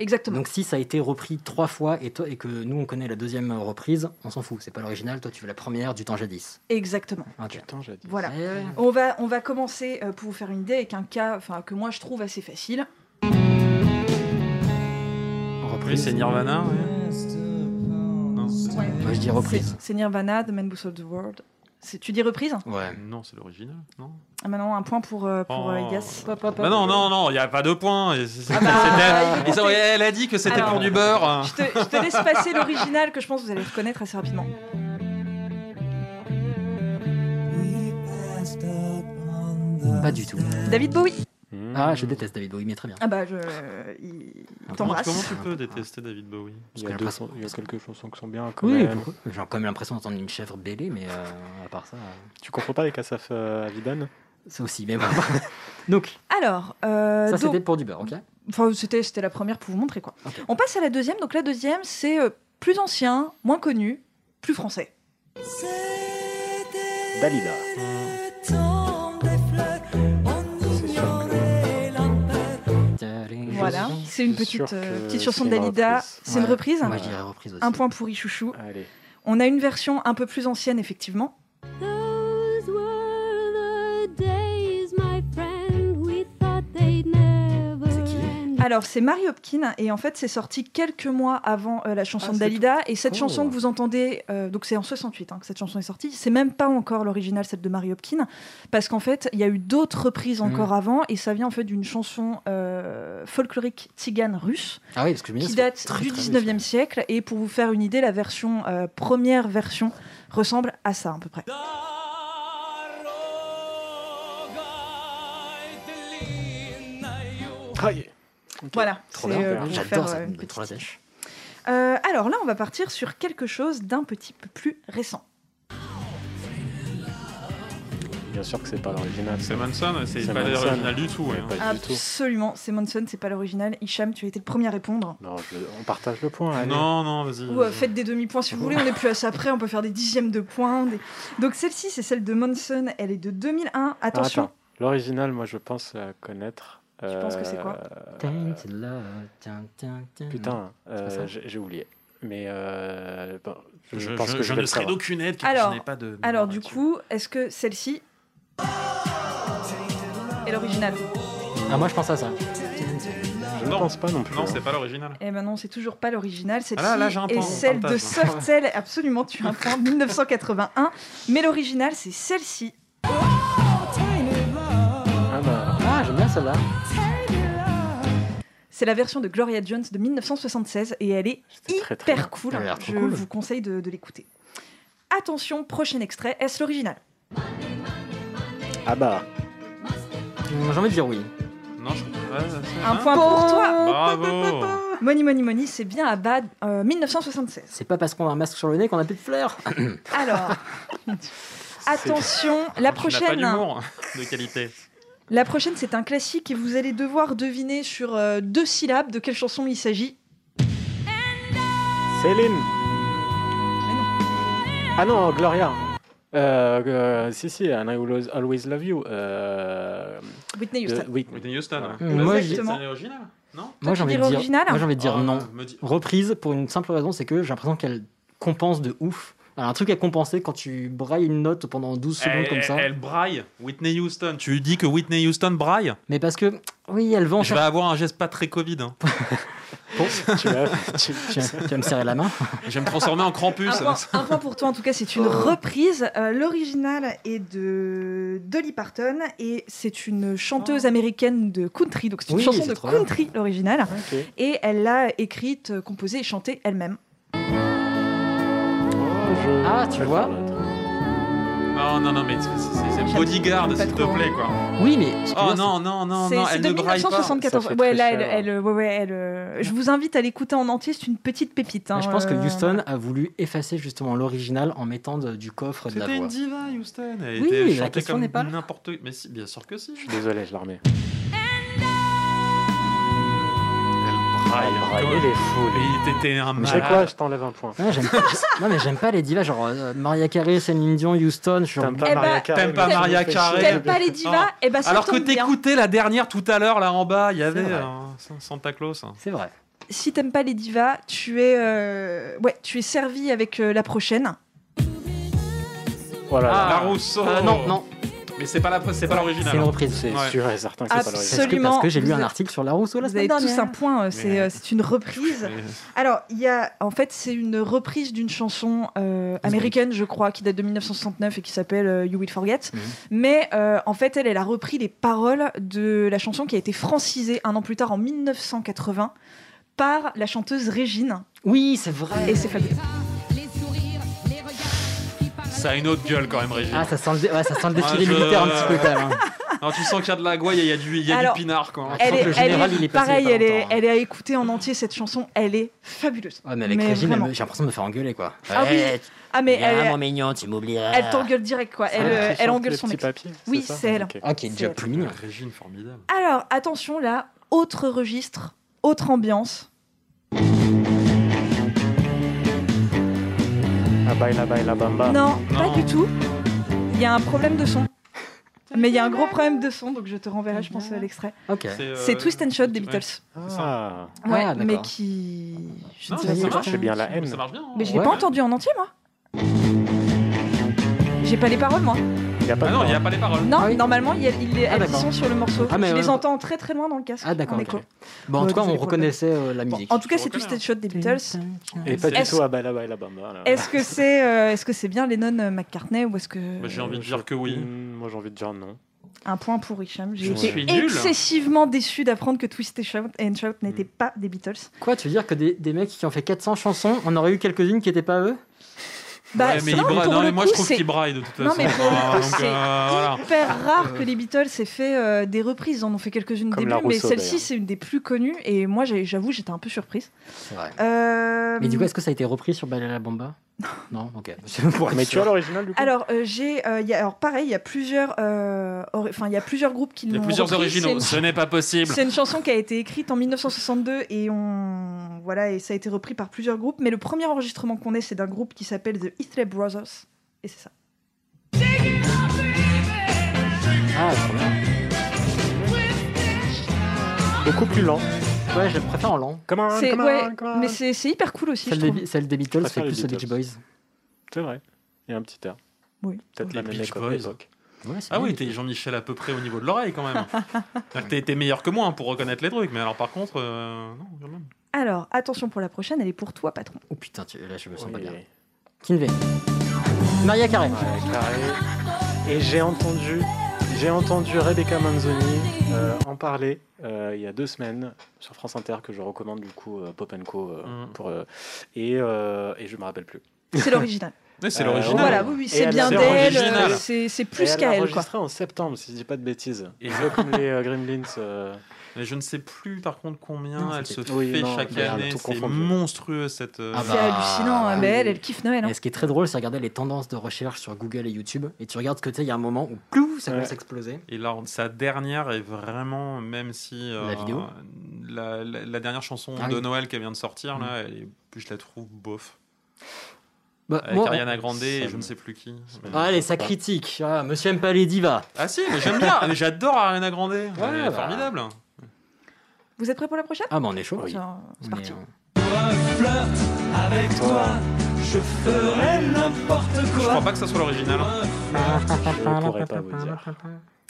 Speaker 9: Exactement.
Speaker 3: Donc si ça a été repris trois fois et, toi, et que nous on connaît la deuxième reprise, on s'en fout. C'est pas l'original, toi tu veux la première du temps jadis.
Speaker 9: Exactement.
Speaker 3: Ok.
Speaker 1: Attends, j'ai dit.
Speaker 9: Voilà.
Speaker 3: Eh ouais.
Speaker 9: On va, on va commencer euh, pour vous faire une idée avec un cas enfin, que moi je trouve assez facile.
Speaker 2: Oui, c'est Nirvana. ouais. Non, c'est
Speaker 3: Moi je dis reprise.
Speaker 9: C'est c'est Nirvana, The Man Who Sold the World. C'est- Tu dis reprise
Speaker 3: Ouais.
Speaker 2: non, c'est l'original. Non.
Speaker 9: Ah bah non, un point pour, euh, pour euh,
Speaker 2: Oh.
Speaker 9: Yas.
Speaker 2: Bah non, non, non, il n'y a pas de points. et c'est-
Speaker 9: Ah bah,
Speaker 2: c'était-
Speaker 9: il
Speaker 2: et ça,
Speaker 9: comptait.
Speaker 2: elle a dit que c'était
Speaker 9: Alors,
Speaker 2: pour du beurre.
Speaker 9: Je te, je te laisse passer l'original que je pense que vous allez reconnaître assez rapidement.
Speaker 3: Pas du tout.
Speaker 9: David Bowie.
Speaker 1: Mmh.
Speaker 3: Ah, je déteste David Bowie, mais très bien.
Speaker 9: Ah bah je. euh, il il
Speaker 2: Comment,
Speaker 9: t'embrasse.
Speaker 2: comment tu peux détester David Bowie
Speaker 1: Il y,
Speaker 3: Parce que
Speaker 1: a
Speaker 3: j'ai
Speaker 1: deux-
Speaker 3: l'impression-
Speaker 1: il y a quelques chansons qui sont bien quand
Speaker 3: Oui,
Speaker 1: même.
Speaker 3: pourquoi- j'ai quand même l'impression d'entendre une chèvre bêler, mais euh, à part ça, euh,
Speaker 1: Tu comprends pas les Kassaf euh, Avidan
Speaker 3: c'est aussi. Mais bon. donc,
Speaker 9: Alors, euh,
Speaker 3: ça
Speaker 9: donc-
Speaker 3: c'était pour du beurre, ok
Speaker 9: enfin, c'était c'était la première pour vous montrer quoi.
Speaker 3: Ok.
Speaker 9: On passe à la deuxième. Donc la deuxième, c'est euh, plus ancien, moins connu, plus français.
Speaker 1: Dalida. C'est sûr que.
Speaker 9: Voilà,
Speaker 1: Je suis
Speaker 9: c'est une
Speaker 1: sûr
Speaker 9: petite, euh,
Speaker 1: que
Speaker 9: petite chanson
Speaker 1: c'est
Speaker 9: de
Speaker 1: une
Speaker 9: Dalida.
Speaker 1: reprise.
Speaker 9: C'est une
Speaker 3: Ouais.
Speaker 9: reprise.
Speaker 3: Moi je dirais reprise aussi.
Speaker 9: Un point pour Ichouchou.
Speaker 1: Allez.
Speaker 9: On a une version un peu plus ancienne, effectivement.
Speaker 14: Those were the days, my friend, we thought they'd never end.
Speaker 9: Alors, c'est Mary Hopkin, et en fait, c'est sorti quelques mois avant euh, la chanson
Speaker 3: Ah,
Speaker 9: de
Speaker 3: c'est
Speaker 9: Dalida. Et cette
Speaker 3: Oh.
Speaker 9: chanson que vous entendez, euh, donc c'est en 68 hein, que cette chanson est sortie, c'est même pas encore l'original, celle de Mary Hopkin, parce qu'en fait, il y a eu d'autres reprises
Speaker 3: Mm.
Speaker 9: encore avant, et ça vient en fait d'une chanson euh, folklorique tzigane russe,
Speaker 3: Ah oui, parce que je me dis,
Speaker 9: qui
Speaker 3: ça
Speaker 9: date
Speaker 3: fait très,
Speaker 9: du
Speaker 3: très
Speaker 9: 19e
Speaker 3: russe,
Speaker 9: siècle. Et pour vous faire une idée, la version, euh, première version, ressemble à ça à peu près.
Speaker 1: Aïe.
Speaker 9: Voilà,
Speaker 3: Trop
Speaker 9: c'est,
Speaker 3: bien.
Speaker 9: euh, pour vous
Speaker 3: J'adore
Speaker 9: faire,
Speaker 3: ça.
Speaker 9: euh, une
Speaker 3: mais Trop la sèche.
Speaker 9: Euh, alors là, on va partir sur quelque chose d'un petit peu plus récent.
Speaker 1: Bien sûr que c'est pas l'original.
Speaker 2: C'est Manson, c'est
Speaker 1: C'est
Speaker 2: pas
Speaker 1: Manson.
Speaker 2: l'original du tout.
Speaker 1: Mais
Speaker 2: hein.
Speaker 1: Pas du tout.
Speaker 9: Absolument, c'est Monson, c'est pas l'original. Hicham, tu as été le premier à répondre.
Speaker 1: Non, je- on partage le point. Allez.
Speaker 2: Non, non, vas-y.
Speaker 9: Ou euh,
Speaker 2: vas-y.
Speaker 9: faites des demi-points si vous voulez, on est plus à ça près, on peut faire des dixièmes de points. des- Donc celle-ci, c'est celle de Monson, elle est de 2001.
Speaker 1: Ah,
Speaker 9: Attention,
Speaker 1: attends. L'original, moi, je pense euh, connaître. Je
Speaker 9: penses que c'est quoi
Speaker 3: Tainted love, tiens, tiens, tiens.
Speaker 1: Putain,
Speaker 3: Hmm. pas ça
Speaker 1: euh, j'ai j'ai oublié. Mais euh, bon, je,
Speaker 2: Je, je,
Speaker 1: pense que je,
Speaker 2: je
Speaker 1: vais
Speaker 2: ne
Speaker 1: le
Speaker 2: serai
Speaker 1: savoir.
Speaker 2: d'aucune aide car
Speaker 9: Alors-
Speaker 2: je n'ai pas de.
Speaker 9: alors du coup, est-ce que celle-ci est l'original
Speaker 3: Ah, moi je pense à ça.
Speaker 1: Je ne
Speaker 2: Non.
Speaker 1: pense pas non plus.
Speaker 2: Non,
Speaker 1: hein.
Speaker 2: c'est pas l'original.
Speaker 9: Eh ben non, c'est toujours pas l'original. Celle-ci
Speaker 2: Ah là, là, j'ai un
Speaker 9: est
Speaker 2: point,
Speaker 9: celle de
Speaker 2: partage.
Speaker 9: Soft Cell. Absolument, tu as un point. 1981. Mais l'original, c'est celle-ci.
Speaker 1: Ah bah,
Speaker 3: Ah, j'aime bien celle-là.
Speaker 9: C'est la version de Gloria Jones de 1976 et elle est
Speaker 1: C'était très,
Speaker 9: hyper
Speaker 1: très
Speaker 9: cool.
Speaker 3: Elle a l'air trop
Speaker 9: Je
Speaker 3: cool.
Speaker 9: vous conseille de, de l'écouter. Attention, prochain extrait. Est-ce l'original
Speaker 1: ah bah,
Speaker 3: J'ai envie de dire oui.
Speaker 2: Non, je comprends pas. c'est-
Speaker 9: Un
Speaker 2: hein
Speaker 9: point pour toi.
Speaker 2: Bravo
Speaker 9: Money, money, money, c'est bien à Bad euh, 1976.
Speaker 3: C'est pas parce qu'on a un masque sur le nez qu'on a plus de fleurs.
Speaker 9: Ah, Alors, attention, la
Speaker 2: Tu n'as pas
Speaker 9: prochaine.
Speaker 2: d'humour de qualité.
Speaker 9: La prochaine, c'est un classique et vous allez devoir deviner sur euh, deux syllabes de quelle chanson il s'agit.
Speaker 1: Céline Ah non, Gloria Euh, euh, si, si, and I will always, always love you. euh,
Speaker 9: Whitney Houston.
Speaker 1: de- oui.
Speaker 2: Whitney Houston.
Speaker 1: Voilà.
Speaker 2: ouais.
Speaker 9: Mmh,
Speaker 3: Mm, moi,
Speaker 2: Bah,
Speaker 3: j'ai-
Speaker 2: c'est original, non
Speaker 3: Moi j'ai envie de dire,
Speaker 9: original, hein
Speaker 3: moi, j'ai envie de dire
Speaker 2: Ah,
Speaker 3: non.
Speaker 2: me dis-
Speaker 3: Reprise pour une simple raison, c'est que j'ai l'impression qu'elle compense de ouf. Elle a un truc à compenser quand tu brailles une note pendant 12 secondes
Speaker 2: Elle,
Speaker 3: comme ça.
Speaker 2: elle- elle braille. Whitney Houston. Tu lui dis que Whitney Houston braille
Speaker 3: Mais parce que, oui, elle va en
Speaker 2: Je vais avoir un geste pas très Covid. hein.
Speaker 1: tu, vas, tu-
Speaker 3: Tu vas- tu vas me serrer la main
Speaker 2: Je vais me transformer en crampus.
Speaker 9: Un point, un point pour toi, en tout cas, c'est une reprise. Euh, L'original est de Dolly Parton et c'est une chanteuse américaine de country. Donc, c'est une
Speaker 3: Oui,
Speaker 9: chanson
Speaker 3: c'est
Speaker 9: de
Speaker 3: trop bien.
Speaker 9: country, l'original.
Speaker 1: Ok.
Speaker 9: Et elle l'a écrite, euh, composée et chantée elle-même.
Speaker 2: Oh,
Speaker 1: Je-
Speaker 3: Ah, tu
Speaker 1: je vais
Speaker 3: vois.
Speaker 1: faire l'autre.
Speaker 2: Non, non, non, mais c'est- c'est c'est
Speaker 9: J'aime-
Speaker 2: bodyguard,
Speaker 9: pas
Speaker 2: s'il te
Speaker 9: trop.
Speaker 2: plaît, quoi.
Speaker 3: Oui, mais. ce que je
Speaker 2: Oh
Speaker 3: veux dire,
Speaker 2: non, non, non,
Speaker 9: C'est
Speaker 2: non,
Speaker 9: c'est
Speaker 2: elle
Speaker 9: de
Speaker 2: ne braille pas.
Speaker 9: 1974.
Speaker 1: Ça fait
Speaker 9: Ouais,
Speaker 1: très
Speaker 9: là, elle,
Speaker 1: cher.
Speaker 9: elle- ouais, ouais, elle, euh, je vous invite à l'écouter en entier, c'est une petite pépite. hein,
Speaker 3: Je pense que
Speaker 9: euh,
Speaker 3: Houston a voulu effacer justement l'original en mettant de- du coffre de la
Speaker 2: C'était
Speaker 3: voix.
Speaker 2: une diva, Houston. Elle
Speaker 3: Oui,
Speaker 2: était
Speaker 3: la
Speaker 2: chantée
Speaker 3: question
Speaker 2: comme
Speaker 3: n'est pas là.
Speaker 2: n'importe Mais si, bien sûr que si.
Speaker 1: Je suis désolé, je la remets.
Speaker 2: Elle braille.
Speaker 1: Elle braille,
Speaker 2: comme-
Speaker 1: elle est folle.
Speaker 2: Mais t'étais un
Speaker 1: Mais tu sais quoi,
Speaker 2: malade.
Speaker 1: je t'enlève un point.
Speaker 3: Non, j'aime pas, non, mais j'aime pas les divas, genre euh, Maria Carey, Céline Dion, Houston. Je suis
Speaker 1: T'aimes
Speaker 9: Eh
Speaker 1: pas
Speaker 9: ben,
Speaker 1: Maria Carey
Speaker 2: T'aimes pas
Speaker 1: mais ça
Speaker 2: Maria
Speaker 1: me fait
Speaker 2: Carey.
Speaker 1: chier.
Speaker 9: T'aimes pas les divas
Speaker 2: Non.
Speaker 9: Eh ben, ça
Speaker 2: Alors que
Speaker 9: tombe bien.
Speaker 2: t'écoutais la dernière tout à l'heure, là en bas, il y avait
Speaker 3: vrai.
Speaker 2: un Santa Claus. hein.
Speaker 3: C'est vrai.
Speaker 9: Si t'aimes pas les divas, tu es, euh, ouais, tu es servi avec euh, la prochaine.
Speaker 1: Voilà.
Speaker 2: La Rousseau.
Speaker 3: Euh, non, non,
Speaker 2: Ah. Mais c'est pas la, c'est pas
Speaker 3: c'est une
Speaker 2: l'original. hein.
Speaker 3: reprise.
Speaker 1: C'est
Speaker 2: Ouais.
Speaker 1: sûr et certain que c'est pas l'origine.
Speaker 3: Parce que, parce que j'ai lu
Speaker 9: Vous
Speaker 3: un
Speaker 9: êtes-
Speaker 3: article sur la Rousseau la
Speaker 9: Vous avez
Speaker 3: semaine
Speaker 9: tous
Speaker 3: dernière.
Speaker 9: un point, euh, c'est
Speaker 2: Mais-
Speaker 9: euh, c'est une reprise.
Speaker 2: Mais-
Speaker 9: Alors, il y a, en fait, c'est une reprise d'une chanson euh, américaine, je crois, qui date de 1969 et qui s'appelle euh, You Will Forget.
Speaker 3: Mhm.
Speaker 9: Mais euh, en fait, elle, elle a repris les paroles de la chanson qui a été francisée un an plus tard, en 1980, par la chanteuse Régine.
Speaker 3: Oui, c'est vrai.
Speaker 9: Et c'est fabuleux.
Speaker 2: Ça a une autre gueule quand même, Régine.
Speaker 3: Ah, ça sent le, dé- ouais, ça sent le défilé
Speaker 2: je-
Speaker 3: militaire un petit peu quand même. hein.
Speaker 2: Alors tu sens qu'il y a de la gouaille, il y a du, il y a
Speaker 9: Alors,
Speaker 2: du pinard quoi.
Speaker 3: Je
Speaker 9: Elle
Speaker 3: sens
Speaker 9: est,
Speaker 3: que le général,
Speaker 9: elle est-
Speaker 3: il est passé
Speaker 9: pareil,
Speaker 3: il y a
Speaker 9: elle
Speaker 3: pas
Speaker 9: est,
Speaker 3: longtemps, hein.
Speaker 9: elle est à écouter en entier cette chanson. Elle est fabuleuse.
Speaker 3: Ouais, mais avec
Speaker 9: Mais
Speaker 3: Régine, elle me-
Speaker 9: vraiment.
Speaker 3: j'ai l'impression de me faire engueuler quoi.
Speaker 9: Ah oui,
Speaker 3: Ouais,
Speaker 9: Ah mais
Speaker 3: viens,
Speaker 9: elle,
Speaker 3: mon mignon, tu m'oublieras.
Speaker 9: elle t'engueule direct quoi. Elle,
Speaker 1: Ah,
Speaker 9: euh,
Speaker 1: qui
Speaker 9: elle
Speaker 1: chante
Speaker 9: engueule
Speaker 1: les
Speaker 9: son
Speaker 1: petits
Speaker 9: mec.
Speaker 1: papiers,
Speaker 9: Oui,
Speaker 1: ça
Speaker 9: c'est elle.
Speaker 1: Ok.
Speaker 3: Ah, qui est déjà plus mignon.
Speaker 2: Régine formidable.
Speaker 9: Alors attention là, autre registre, autre ambiance.
Speaker 1: Ah, baila, baila, bamba.
Speaker 9: Non, pas
Speaker 2: Non.
Speaker 9: du tout. Il y a un problème de son. Mais il y a un gros problème de son, donc je te renverrai, je pense, euh, l'extrait.
Speaker 3: Ok.
Speaker 2: euh,
Speaker 9: C'est Twist and Shot des
Speaker 2: ouais.
Speaker 9: Beatles.
Speaker 1: Ah,
Speaker 3: Ah,
Speaker 9: Ouais,
Speaker 3: d'accord.
Speaker 9: mais qui. Je
Speaker 2: Non,
Speaker 9: ne sais
Speaker 2: ça,
Speaker 9: pas
Speaker 2: ça
Speaker 9: si-
Speaker 2: marche.
Speaker 1: c'est bien la haine.
Speaker 2: Ça marche bien. hein.
Speaker 9: Mais je l'ai
Speaker 3: Ouais.
Speaker 9: pas entendu en entier, moi. J'ai pas les paroles, moi.
Speaker 1: y a pas
Speaker 2: Ah
Speaker 1: de
Speaker 2: non, il n'y a
Speaker 1: point.
Speaker 2: pas les paroles.
Speaker 9: Non,
Speaker 3: Ah oui.
Speaker 9: normalement, il y a, il est-
Speaker 3: Ah,
Speaker 9: elles y
Speaker 3: d'accord.
Speaker 9: sont sur le morceau.
Speaker 3: Ah, mais
Speaker 9: je les
Speaker 3: ouais.
Speaker 9: entends très très loin dans le casque.
Speaker 3: Ah d'accord.
Speaker 9: en
Speaker 3: ok.
Speaker 9: écho.
Speaker 3: Bon, en tout
Speaker 9: Ouais,
Speaker 3: cas, on
Speaker 9: désolé,
Speaker 3: reconnaissait euh, la musique.
Speaker 9: Bon, en tout cas,
Speaker 2: Je
Speaker 9: c'est
Speaker 2: reconnais,
Speaker 9: Twisted Shot des Beatles.
Speaker 1: Et pas du
Speaker 9: Est-ce-
Speaker 1: tout à baila, baila, bamba. là.
Speaker 9: Est-ce que c'est est -ce c'est bien Lennon euh, McCartney ou est-ce que.
Speaker 2: Bah, J'ai envie de dire que oui.
Speaker 3: Euh,
Speaker 1: Hmm, Moi, j'ai envie de dire non.
Speaker 9: Un point pour Hicham. J'ai
Speaker 2: Je
Speaker 9: été
Speaker 2: suis nul. Mm.
Speaker 9: excessivement déçu d'apprendre que Twisted Shout and Shout n'étaient pas des Beatles.
Speaker 3: Quoi, tu veux dire que des, des mecs qui ont fait 400 chansons, on aurait eu quelques-unes qui n'étaient pas eux
Speaker 9: Bah,
Speaker 2: Ouais, mais
Speaker 9: non,
Speaker 2: il braille.
Speaker 9: pour
Speaker 2: Non,
Speaker 9: le
Speaker 2: mais moi
Speaker 9: coup,
Speaker 2: je trouve
Speaker 9: c'est
Speaker 2: qu'il braille de toute façon.
Speaker 9: Non, mais pour le coup,
Speaker 2: Donc,
Speaker 9: c'est
Speaker 2: euh, voilà.
Speaker 9: hyper rare que les Beatles aient fait euh, des reprises. Ils en ont fait quelques-unes au
Speaker 1: Comme
Speaker 9: début,
Speaker 1: la
Speaker 9: mais
Speaker 1: Rousseau,
Speaker 9: celle-ci,
Speaker 1: d'ailleurs.
Speaker 9: c'est une des plus connues. Et moi, j'ai- j'avoue, j'étais un peu surprise.
Speaker 3: C'est vrai.
Speaker 9: Euh,
Speaker 3: Mais du coup, est-ce que ça a été repris sur Bala la Bamba Non, ok. Pour être
Speaker 1: Mais tu as
Speaker 3: sûr.
Speaker 1: l'original du coup
Speaker 9: alors, euh, j'ai, euh, il y a- alors, pareil, il y a plusieurs, euh, ori- enfin, il y a plusieurs groupes qui
Speaker 2: Il y a
Speaker 9: l'ont
Speaker 2: plusieurs
Speaker 9: repris. C'est
Speaker 2: originaux.
Speaker 9: une-
Speaker 2: Ce n'est pas possible.
Speaker 9: C'est une chanson qui a été écrite en 1962 et on voilà et ça a été repris par plusieurs groupes. Mais le premier enregistrement qu'on ait, c'est d'un groupe qui s'appelle The Isley Brothers et c'est ça.
Speaker 3: Ah, trop bien.
Speaker 1: Beaucoup plus lent.
Speaker 3: Ouais, je le préfère en lent.
Speaker 1: Come on,
Speaker 9: C'est
Speaker 1: come on,
Speaker 9: ouais,
Speaker 1: come on.
Speaker 9: mais c'est c'est hyper cool aussi.
Speaker 3: Celle
Speaker 9: je
Speaker 3: des,
Speaker 9: trouve.
Speaker 3: Bi- celle des Beatles
Speaker 1: Je
Speaker 3: fait
Speaker 1: préfère
Speaker 3: plus
Speaker 1: les
Speaker 3: aux Beach
Speaker 1: Beatles.
Speaker 3: Boys.
Speaker 1: C'est vrai. Il y a un petit air.
Speaker 9: Oui.
Speaker 1: Peut-être la
Speaker 2: Les
Speaker 1: même
Speaker 2: Beach
Speaker 1: éco-
Speaker 2: Boys.
Speaker 1: époque.
Speaker 3: Ouais, c'est
Speaker 2: Ah
Speaker 3: bien,
Speaker 2: oui,
Speaker 3: les
Speaker 2: t'es Jean-Michel à peu près au niveau de l'oreille quand même. T'es t'es meilleur que moi hein, pour reconnaître les trucs, mais alors par contre, euh, non, quand même.
Speaker 9: Alors attention pour la prochaine, elle est pour toi patron.
Speaker 3: Oh putain, tu- là je me sens pas
Speaker 1: Oui.
Speaker 3: bien. Kinvey. Maria Carey.
Speaker 1: Ouais, carré. Et j'ai entendu, j'ai entendu Rebecca Manzoni euh, en parler euh, il y a deux semaines sur France Inter que je recommande du coup euh, Pop Co euh,
Speaker 2: Mm.
Speaker 1: pour euh, et, euh, et je me rappelle plus.
Speaker 9: C'est l'original.
Speaker 2: Mais c'est
Speaker 1: Euh,
Speaker 3: Ah
Speaker 2: l'original.
Speaker 9: voilà, oui, oui,
Speaker 1: Et
Speaker 9: c'est
Speaker 1: elle
Speaker 9: bien
Speaker 1: a- c'est
Speaker 9: d'elle.
Speaker 2: original.
Speaker 9: euh, C'est c'est
Speaker 1: Et
Speaker 9: plus
Speaker 1: elle l'a
Speaker 9: qu'à elle quoi.
Speaker 1: enregistré en septembre si je dis pas de bêtises.
Speaker 2: Et-
Speaker 1: Un peu comme les euh, Gremlins. euh,
Speaker 2: Mais je ne sais plus par contre combien
Speaker 3: Non,
Speaker 2: elle se
Speaker 3: c'était-
Speaker 2: fait
Speaker 3: Oui, non,
Speaker 2: chaque
Speaker 3: mais elle a
Speaker 2: année.
Speaker 3: tout
Speaker 2: C'est
Speaker 3: confondu. Ah bah.
Speaker 2: monstrueux cette. euh,
Speaker 9: C'est hallucinant, hein, mais elle, elle kiffe Noël, hein.
Speaker 3: Et ce qui est très drôle, c'est regarder les tendances de recherche sur Google et YouTube. Et tu regardes ce que tu sais, il y a un moment où clou, ça commence à exploser.
Speaker 2: Et là, sa dernière est vraiment, même si. euh,
Speaker 3: La vidéo
Speaker 2: la, la- la dernière chanson
Speaker 3: Ah
Speaker 2: de
Speaker 3: oui. Mm.
Speaker 2: Noël qu'elle vient de sortir, là, elle est- je la trouve bof.
Speaker 3: Bah,
Speaker 2: Avec
Speaker 3: moi,
Speaker 2: Ariana
Speaker 3: on-
Speaker 2: Grande
Speaker 3: ça
Speaker 2: et je
Speaker 3: me-
Speaker 2: ne sais plus qui. Mais-
Speaker 3: Allez, ça critique. Ah, Monsieur aime pas les divas.
Speaker 2: Ah si, mais j'aime bien, mais j'adore Ariana Grande. Elle
Speaker 3: Ouais,
Speaker 2: est
Speaker 3: bah.
Speaker 2: formidable.
Speaker 9: Vous êtes prêts pour la prochaine
Speaker 3: Ah, bah on est chaud.
Speaker 9: Tiens, C'est parti.
Speaker 10: Avec toi, je ferai n'importe
Speaker 2: Je crois pas que ça soit l'original.
Speaker 1: Je pourrais pas vous dire.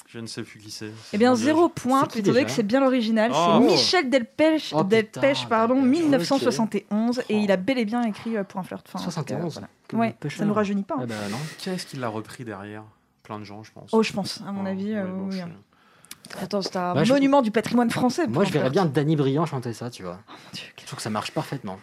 Speaker 2: Je ne sais plus qui c'est.
Speaker 9: Eh bien,
Speaker 2: C'est
Speaker 9: zéro
Speaker 2: dommage.
Speaker 9: point,
Speaker 2: qui
Speaker 9: étant donné
Speaker 2: déjà
Speaker 9: que c'est bien l'original.
Speaker 2: Oh.
Speaker 9: C'est Michel Delpech,
Speaker 2: Oh, putain,
Speaker 9: Delpech pardon, 1971,
Speaker 3: Oh.
Speaker 9: et il a bel et bien écrit euh, pour un flirt. Enfin, en tout cas,
Speaker 3: 71,
Speaker 9: voilà.
Speaker 3: que
Speaker 9: Ouais,
Speaker 3: Delpech
Speaker 9: ça nous
Speaker 3: meurt.
Speaker 9: rajeunit pas. hein.
Speaker 3: Ah bah non.
Speaker 2: Qu'est-ce qu'il l'a repris derrière Plein de gens, je pense.
Speaker 9: Oh, je pense, à mon avis, euh, oui. hein. Attends, c'est un
Speaker 3: Bah, je-
Speaker 9: monument du patrimoine français.
Speaker 3: Moi,
Speaker 9: pour
Speaker 3: je
Speaker 9: un
Speaker 3: verrais
Speaker 9: flirt.
Speaker 3: bien Danny Briand chanter ça, tu vois. je trouve que ça marche parfaitement.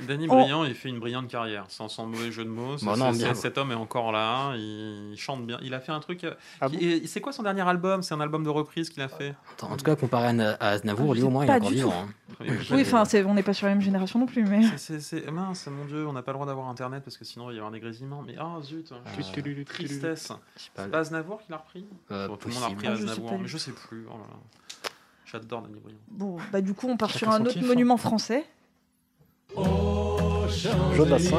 Speaker 2: Mais Danny
Speaker 3: Oh.
Speaker 2: Briand, il fait une brillante carrière, sans, sans mauvais jeu de mots. c'est-
Speaker 3: Bon, non,
Speaker 2: c'est-
Speaker 3: bien.
Speaker 2: c'est- cet homme est encore là, il chante bien. Il a fait un truc. euh,
Speaker 3: Ah
Speaker 2: qui- et- C'est quoi son dernier album C'est un album de reprise qu'il a fait
Speaker 3: Attends, En tout cas, comparé à Na- à Aznavour,
Speaker 2: Ah, je
Speaker 3: lui,
Speaker 2: sais
Speaker 3: au moins, il est
Speaker 2: pas
Speaker 3: encore
Speaker 2: du
Speaker 3: vivant.
Speaker 2: tout.
Speaker 3: hein.
Speaker 9: Oui, enfin, c'est- on n'est pas sur la même génération non plus, mais.
Speaker 2: C'est- c'est- Mince, mon dieu, on n'a pas le droit d'avoir internet parce que sinon il va y avoir des grésillements. Mais ah zut,
Speaker 3: Euh,
Speaker 2: tristesse.
Speaker 3: pas.
Speaker 2: C'est pas Aznavour qui l'a repris
Speaker 3: Euh,
Speaker 2: Tout le monde a repris
Speaker 9: possible. Ah, je sais
Speaker 2: Aznavour,
Speaker 9: pas du
Speaker 2: mais
Speaker 9: tout.
Speaker 2: je sais plus. Oh là là. J'adore Danny Briand.
Speaker 9: Bon, bah, du coup, on part
Speaker 2: Chacun
Speaker 9: sur un
Speaker 2: son
Speaker 9: autre
Speaker 2: kiff, hein.
Speaker 9: monument français.
Speaker 1: Jodassin.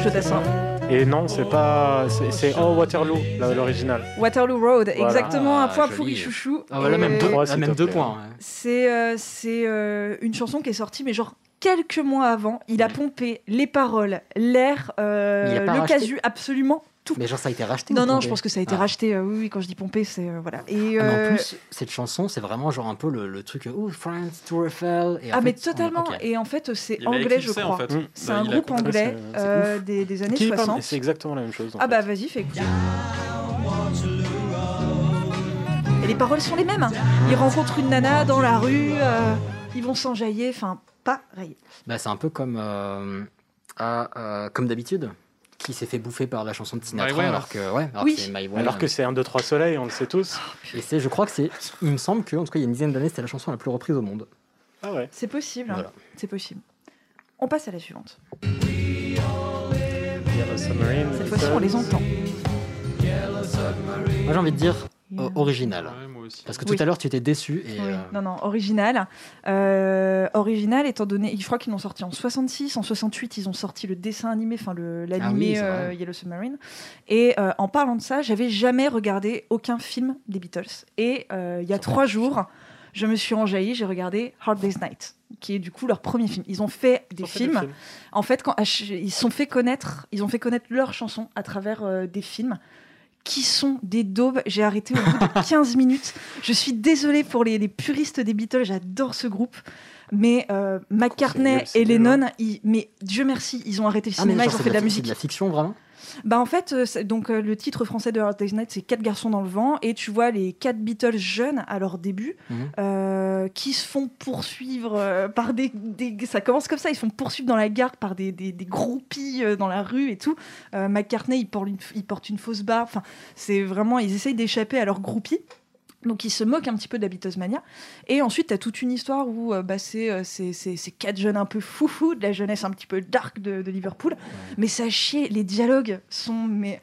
Speaker 9: Jodassin.
Speaker 1: Et non, c'est pas. c'est- C'est Oh Waterloo, la- l'original.
Speaker 9: Waterloo Road,
Speaker 1: Voilà.
Speaker 9: exactement,
Speaker 1: Ah,
Speaker 9: un point
Speaker 1: joli.
Speaker 9: pourri chouchou.
Speaker 1: Ah, voilà, même
Speaker 9: Et-
Speaker 1: deux- Trois,
Speaker 3: Ah,
Speaker 1: s'il
Speaker 3: même
Speaker 1: te
Speaker 3: deux
Speaker 1: plaît.
Speaker 3: points.
Speaker 2: hein.
Speaker 3: ouais.
Speaker 9: C'est euh, c'est, euh, une chanson qui est sortie, mais genre quelques mois avant. Il a pompé les paroles, l'air, euh,
Speaker 3: Mais il a pas
Speaker 9: le
Speaker 3: racheté
Speaker 9: casu, absolument tout.
Speaker 3: Mais genre, ça a été racheté.
Speaker 9: non,
Speaker 3: ou
Speaker 9: non,
Speaker 3: pompé
Speaker 9: je pense que ça a été
Speaker 3: Ah.
Speaker 9: racheté. euh, oui, oui, quand je dis pompé, c'est. euh, voilà. Et,
Speaker 3: Ah, mais
Speaker 9: euh,
Speaker 3: en plus, cette chanson, c'est vraiment genre un peu le, le truc. euh, Oh, France to Raphael. Et en
Speaker 9: ah,
Speaker 3: fait,
Speaker 9: mais
Speaker 3: on-
Speaker 9: totalement.
Speaker 3: ok.
Speaker 9: Et en fait, c'est
Speaker 3: Il avait
Speaker 9: anglais, je
Speaker 3: éclipsé, en
Speaker 9: crois.
Speaker 3: fait. Mm.
Speaker 9: C'est
Speaker 3: Bah,
Speaker 9: un
Speaker 3: il a
Speaker 9: groupe
Speaker 3: compris,
Speaker 9: anglais
Speaker 1: c'est- c'est
Speaker 9: euh,
Speaker 1: ouf.
Speaker 9: des, des années
Speaker 1: Qui est pas-
Speaker 9: 60.
Speaker 1: C'est exactement la même chose. en
Speaker 9: Ah
Speaker 1: fait.
Speaker 9: bah vas-y, fais écouter. Et les paroles sont les mêmes. hein. Ils rencontrent une nana dans la rue, euh, ils vont s'enjailler, enfin, pareil.
Speaker 3: Bah, c'est un peu comme, euh, ah, euh, comme d'habitude, qui s'est fait bouffer par la chanson de Sinatra,
Speaker 1: My Way,
Speaker 3: alors que, ouais, alors
Speaker 1: Oui.
Speaker 3: que c'est My Way,
Speaker 1: Alors que
Speaker 3: hein.
Speaker 1: c'est un 2 3 soleil, on le sait tous.
Speaker 3: Et c'est, je crois que c'est, il me semble que, en tout cas, il y a une dizaine d'années, c'était la chanson la plus reprise au monde.
Speaker 1: Ah ouais.
Speaker 9: C'est possible, hein.
Speaker 3: Voilà.
Speaker 9: c'est possible. On passe à la suivante.
Speaker 1: Cette
Speaker 9: Cette fois-ci, on les entend.
Speaker 3: Moi, j'ai envie de dire euh, original. Parce
Speaker 2: hein.
Speaker 3: que tout
Speaker 9: Oui.
Speaker 3: à l'heure, tu étais déçu et.
Speaker 9: Oui,
Speaker 3: euh,
Speaker 9: Non, non, original. Euh, original, étant donné, je crois qu'ils l'ont sorti en 66, en 68, ils ont sorti le dessin animé, enfin
Speaker 3: Ah
Speaker 9: le-
Speaker 3: oui,
Speaker 9: l'animé
Speaker 3: c'est vrai.
Speaker 9: euh, Yellow Submarine. Et euh, en parlant de ça, j'avais jamais regardé aucun film des Beatles. Et euh, il y a trois jours, je me suis enjaillie, j'ai regardé Hard Day's Night, qui est du coup leur premier film. Ils ont fait des,
Speaker 10: fait des
Speaker 9: films.
Speaker 10: films.
Speaker 9: En fait, quand à ch- ils se sont fait connaître, ils ont fait connaître leurs chansons à travers euh, des films qui sont des daubes. J'ai arrêté au bout de 15 minutes. Je suis désolée pour les, les puristes des Beatles, j'adore ce groupe. Mais euh, McCartney
Speaker 3: nul, c'est
Speaker 9: et
Speaker 3: nul,
Speaker 9: Lennon, ils- mais Dieu merci, ils ont arrêté le
Speaker 3: Ah, mais
Speaker 9: cinéma,
Speaker 3: genre,
Speaker 9: ils ont
Speaker 3: c'est
Speaker 9: fait de
Speaker 3: fi-
Speaker 9: la
Speaker 3: c'est
Speaker 9: musique.
Speaker 3: de la fiction, vraiment
Speaker 9: Bah en fait, euh, c'est- donc euh, le titre français de Hard Day's Night, c'est Quatre garçons dans le vent, et tu vois les quatre Beatles jeunes à leur début,
Speaker 3: Mhm.
Speaker 9: euh, qui se font poursuivre euh, par des, des- ça commence comme ça, ils se font poursuivre dans la gare par des, des, des groupies euh, dans la rue et tout. Euh, McCartney, il porte une, il porte une fausse barbe. Enfin, c'est vraiment, ils essayent d'échapper à leurs groupies. Donc ils se moquent un petit peu de la Beatlesmania. Et ensuite, tu as toute une histoire où euh, bah, c'est euh, c'est- c'est- c'est quatre jeunes un peu foufou, de la jeunesse un petit peu dark de, de Liverpool. Mais ça chie, les dialogues sont... mais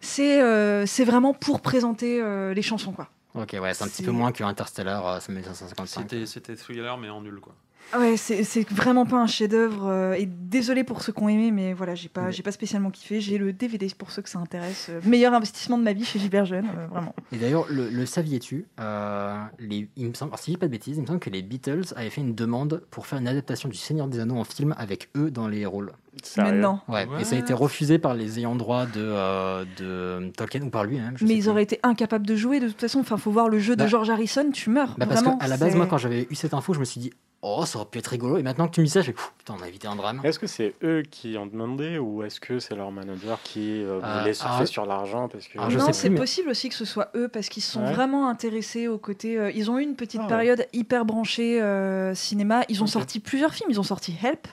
Speaker 9: C'est euh, c'est vraiment pour présenter euh, les chansons, quoi.
Speaker 3: Ok, ouais, c'est un petit
Speaker 9: C'est-
Speaker 3: peu moins que Interstellar euh, 5555.
Speaker 2: C'était c'était thriller, mais en nul quoi.
Speaker 9: Ouais, c'est c'est vraiment pas un chef-d'œuvre. euh, et désolé pour ceux qui ont aimé, mais voilà, j'ai pas, j'ai pas spécialement kiffé. J'ai le DVD pour ceux que ça intéresse. Euh, meilleur investissement de ma vie chez Gilbert Jeune, euh, vraiment.
Speaker 3: Et d'ailleurs, le, le saviez-tu euh, les- Il me semble, alors, si je dis pas de bêtises, il me semble que les Beatles avaient fait une demande pour faire une adaptation du Seigneur des Anneaux en film avec eux dans les rôles.
Speaker 9: Sérieux non.
Speaker 3: Ouais, et ça a été
Speaker 9: What
Speaker 3: refusé par les ayants droit de, euh, de Tolkien ou par lui-même. je
Speaker 9: Mais
Speaker 3: sais
Speaker 9: ils
Speaker 3: plus.
Speaker 9: auraient été incapables de jouer. De toute façon, enfin, faut voir le jeu
Speaker 3: Bah-
Speaker 9: de George Harrison, tu meurs.
Speaker 3: Bah, parce
Speaker 9: vraiment,
Speaker 3: qu'à la base,
Speaker 9: c'est-
Speaker 3: moi, quand j'avais eu cette info, je me suis dit, oh, ça aurait pu être rigolo. Et maintenant que tu me dis ça, je fais, Pfff, putain, on a évité un drame.
Speaker 1: Est-ce que c'est eux qui ont demandé ou est-ce que c'est leur manager qui euh,
Speaker 3: Euh,
Speaker 1: voulait surfer
Speaker 3: ah,
Speaker 1: sur l'argent parce que
Speaker 3: ah,
Speaker 9: non, c'est possible aussi que ce soit eux parce qu'ils se sont
Speaker 1: Ouais.
Speaker 9: vraiment intéressés au côté. euh, ils ont eu une petite
Speaker 1: Ah ouais.
Speaker 9: période hyper branchée euh, cinéma. Ils ont sorti plusieurs films. Ils ont sorti Help.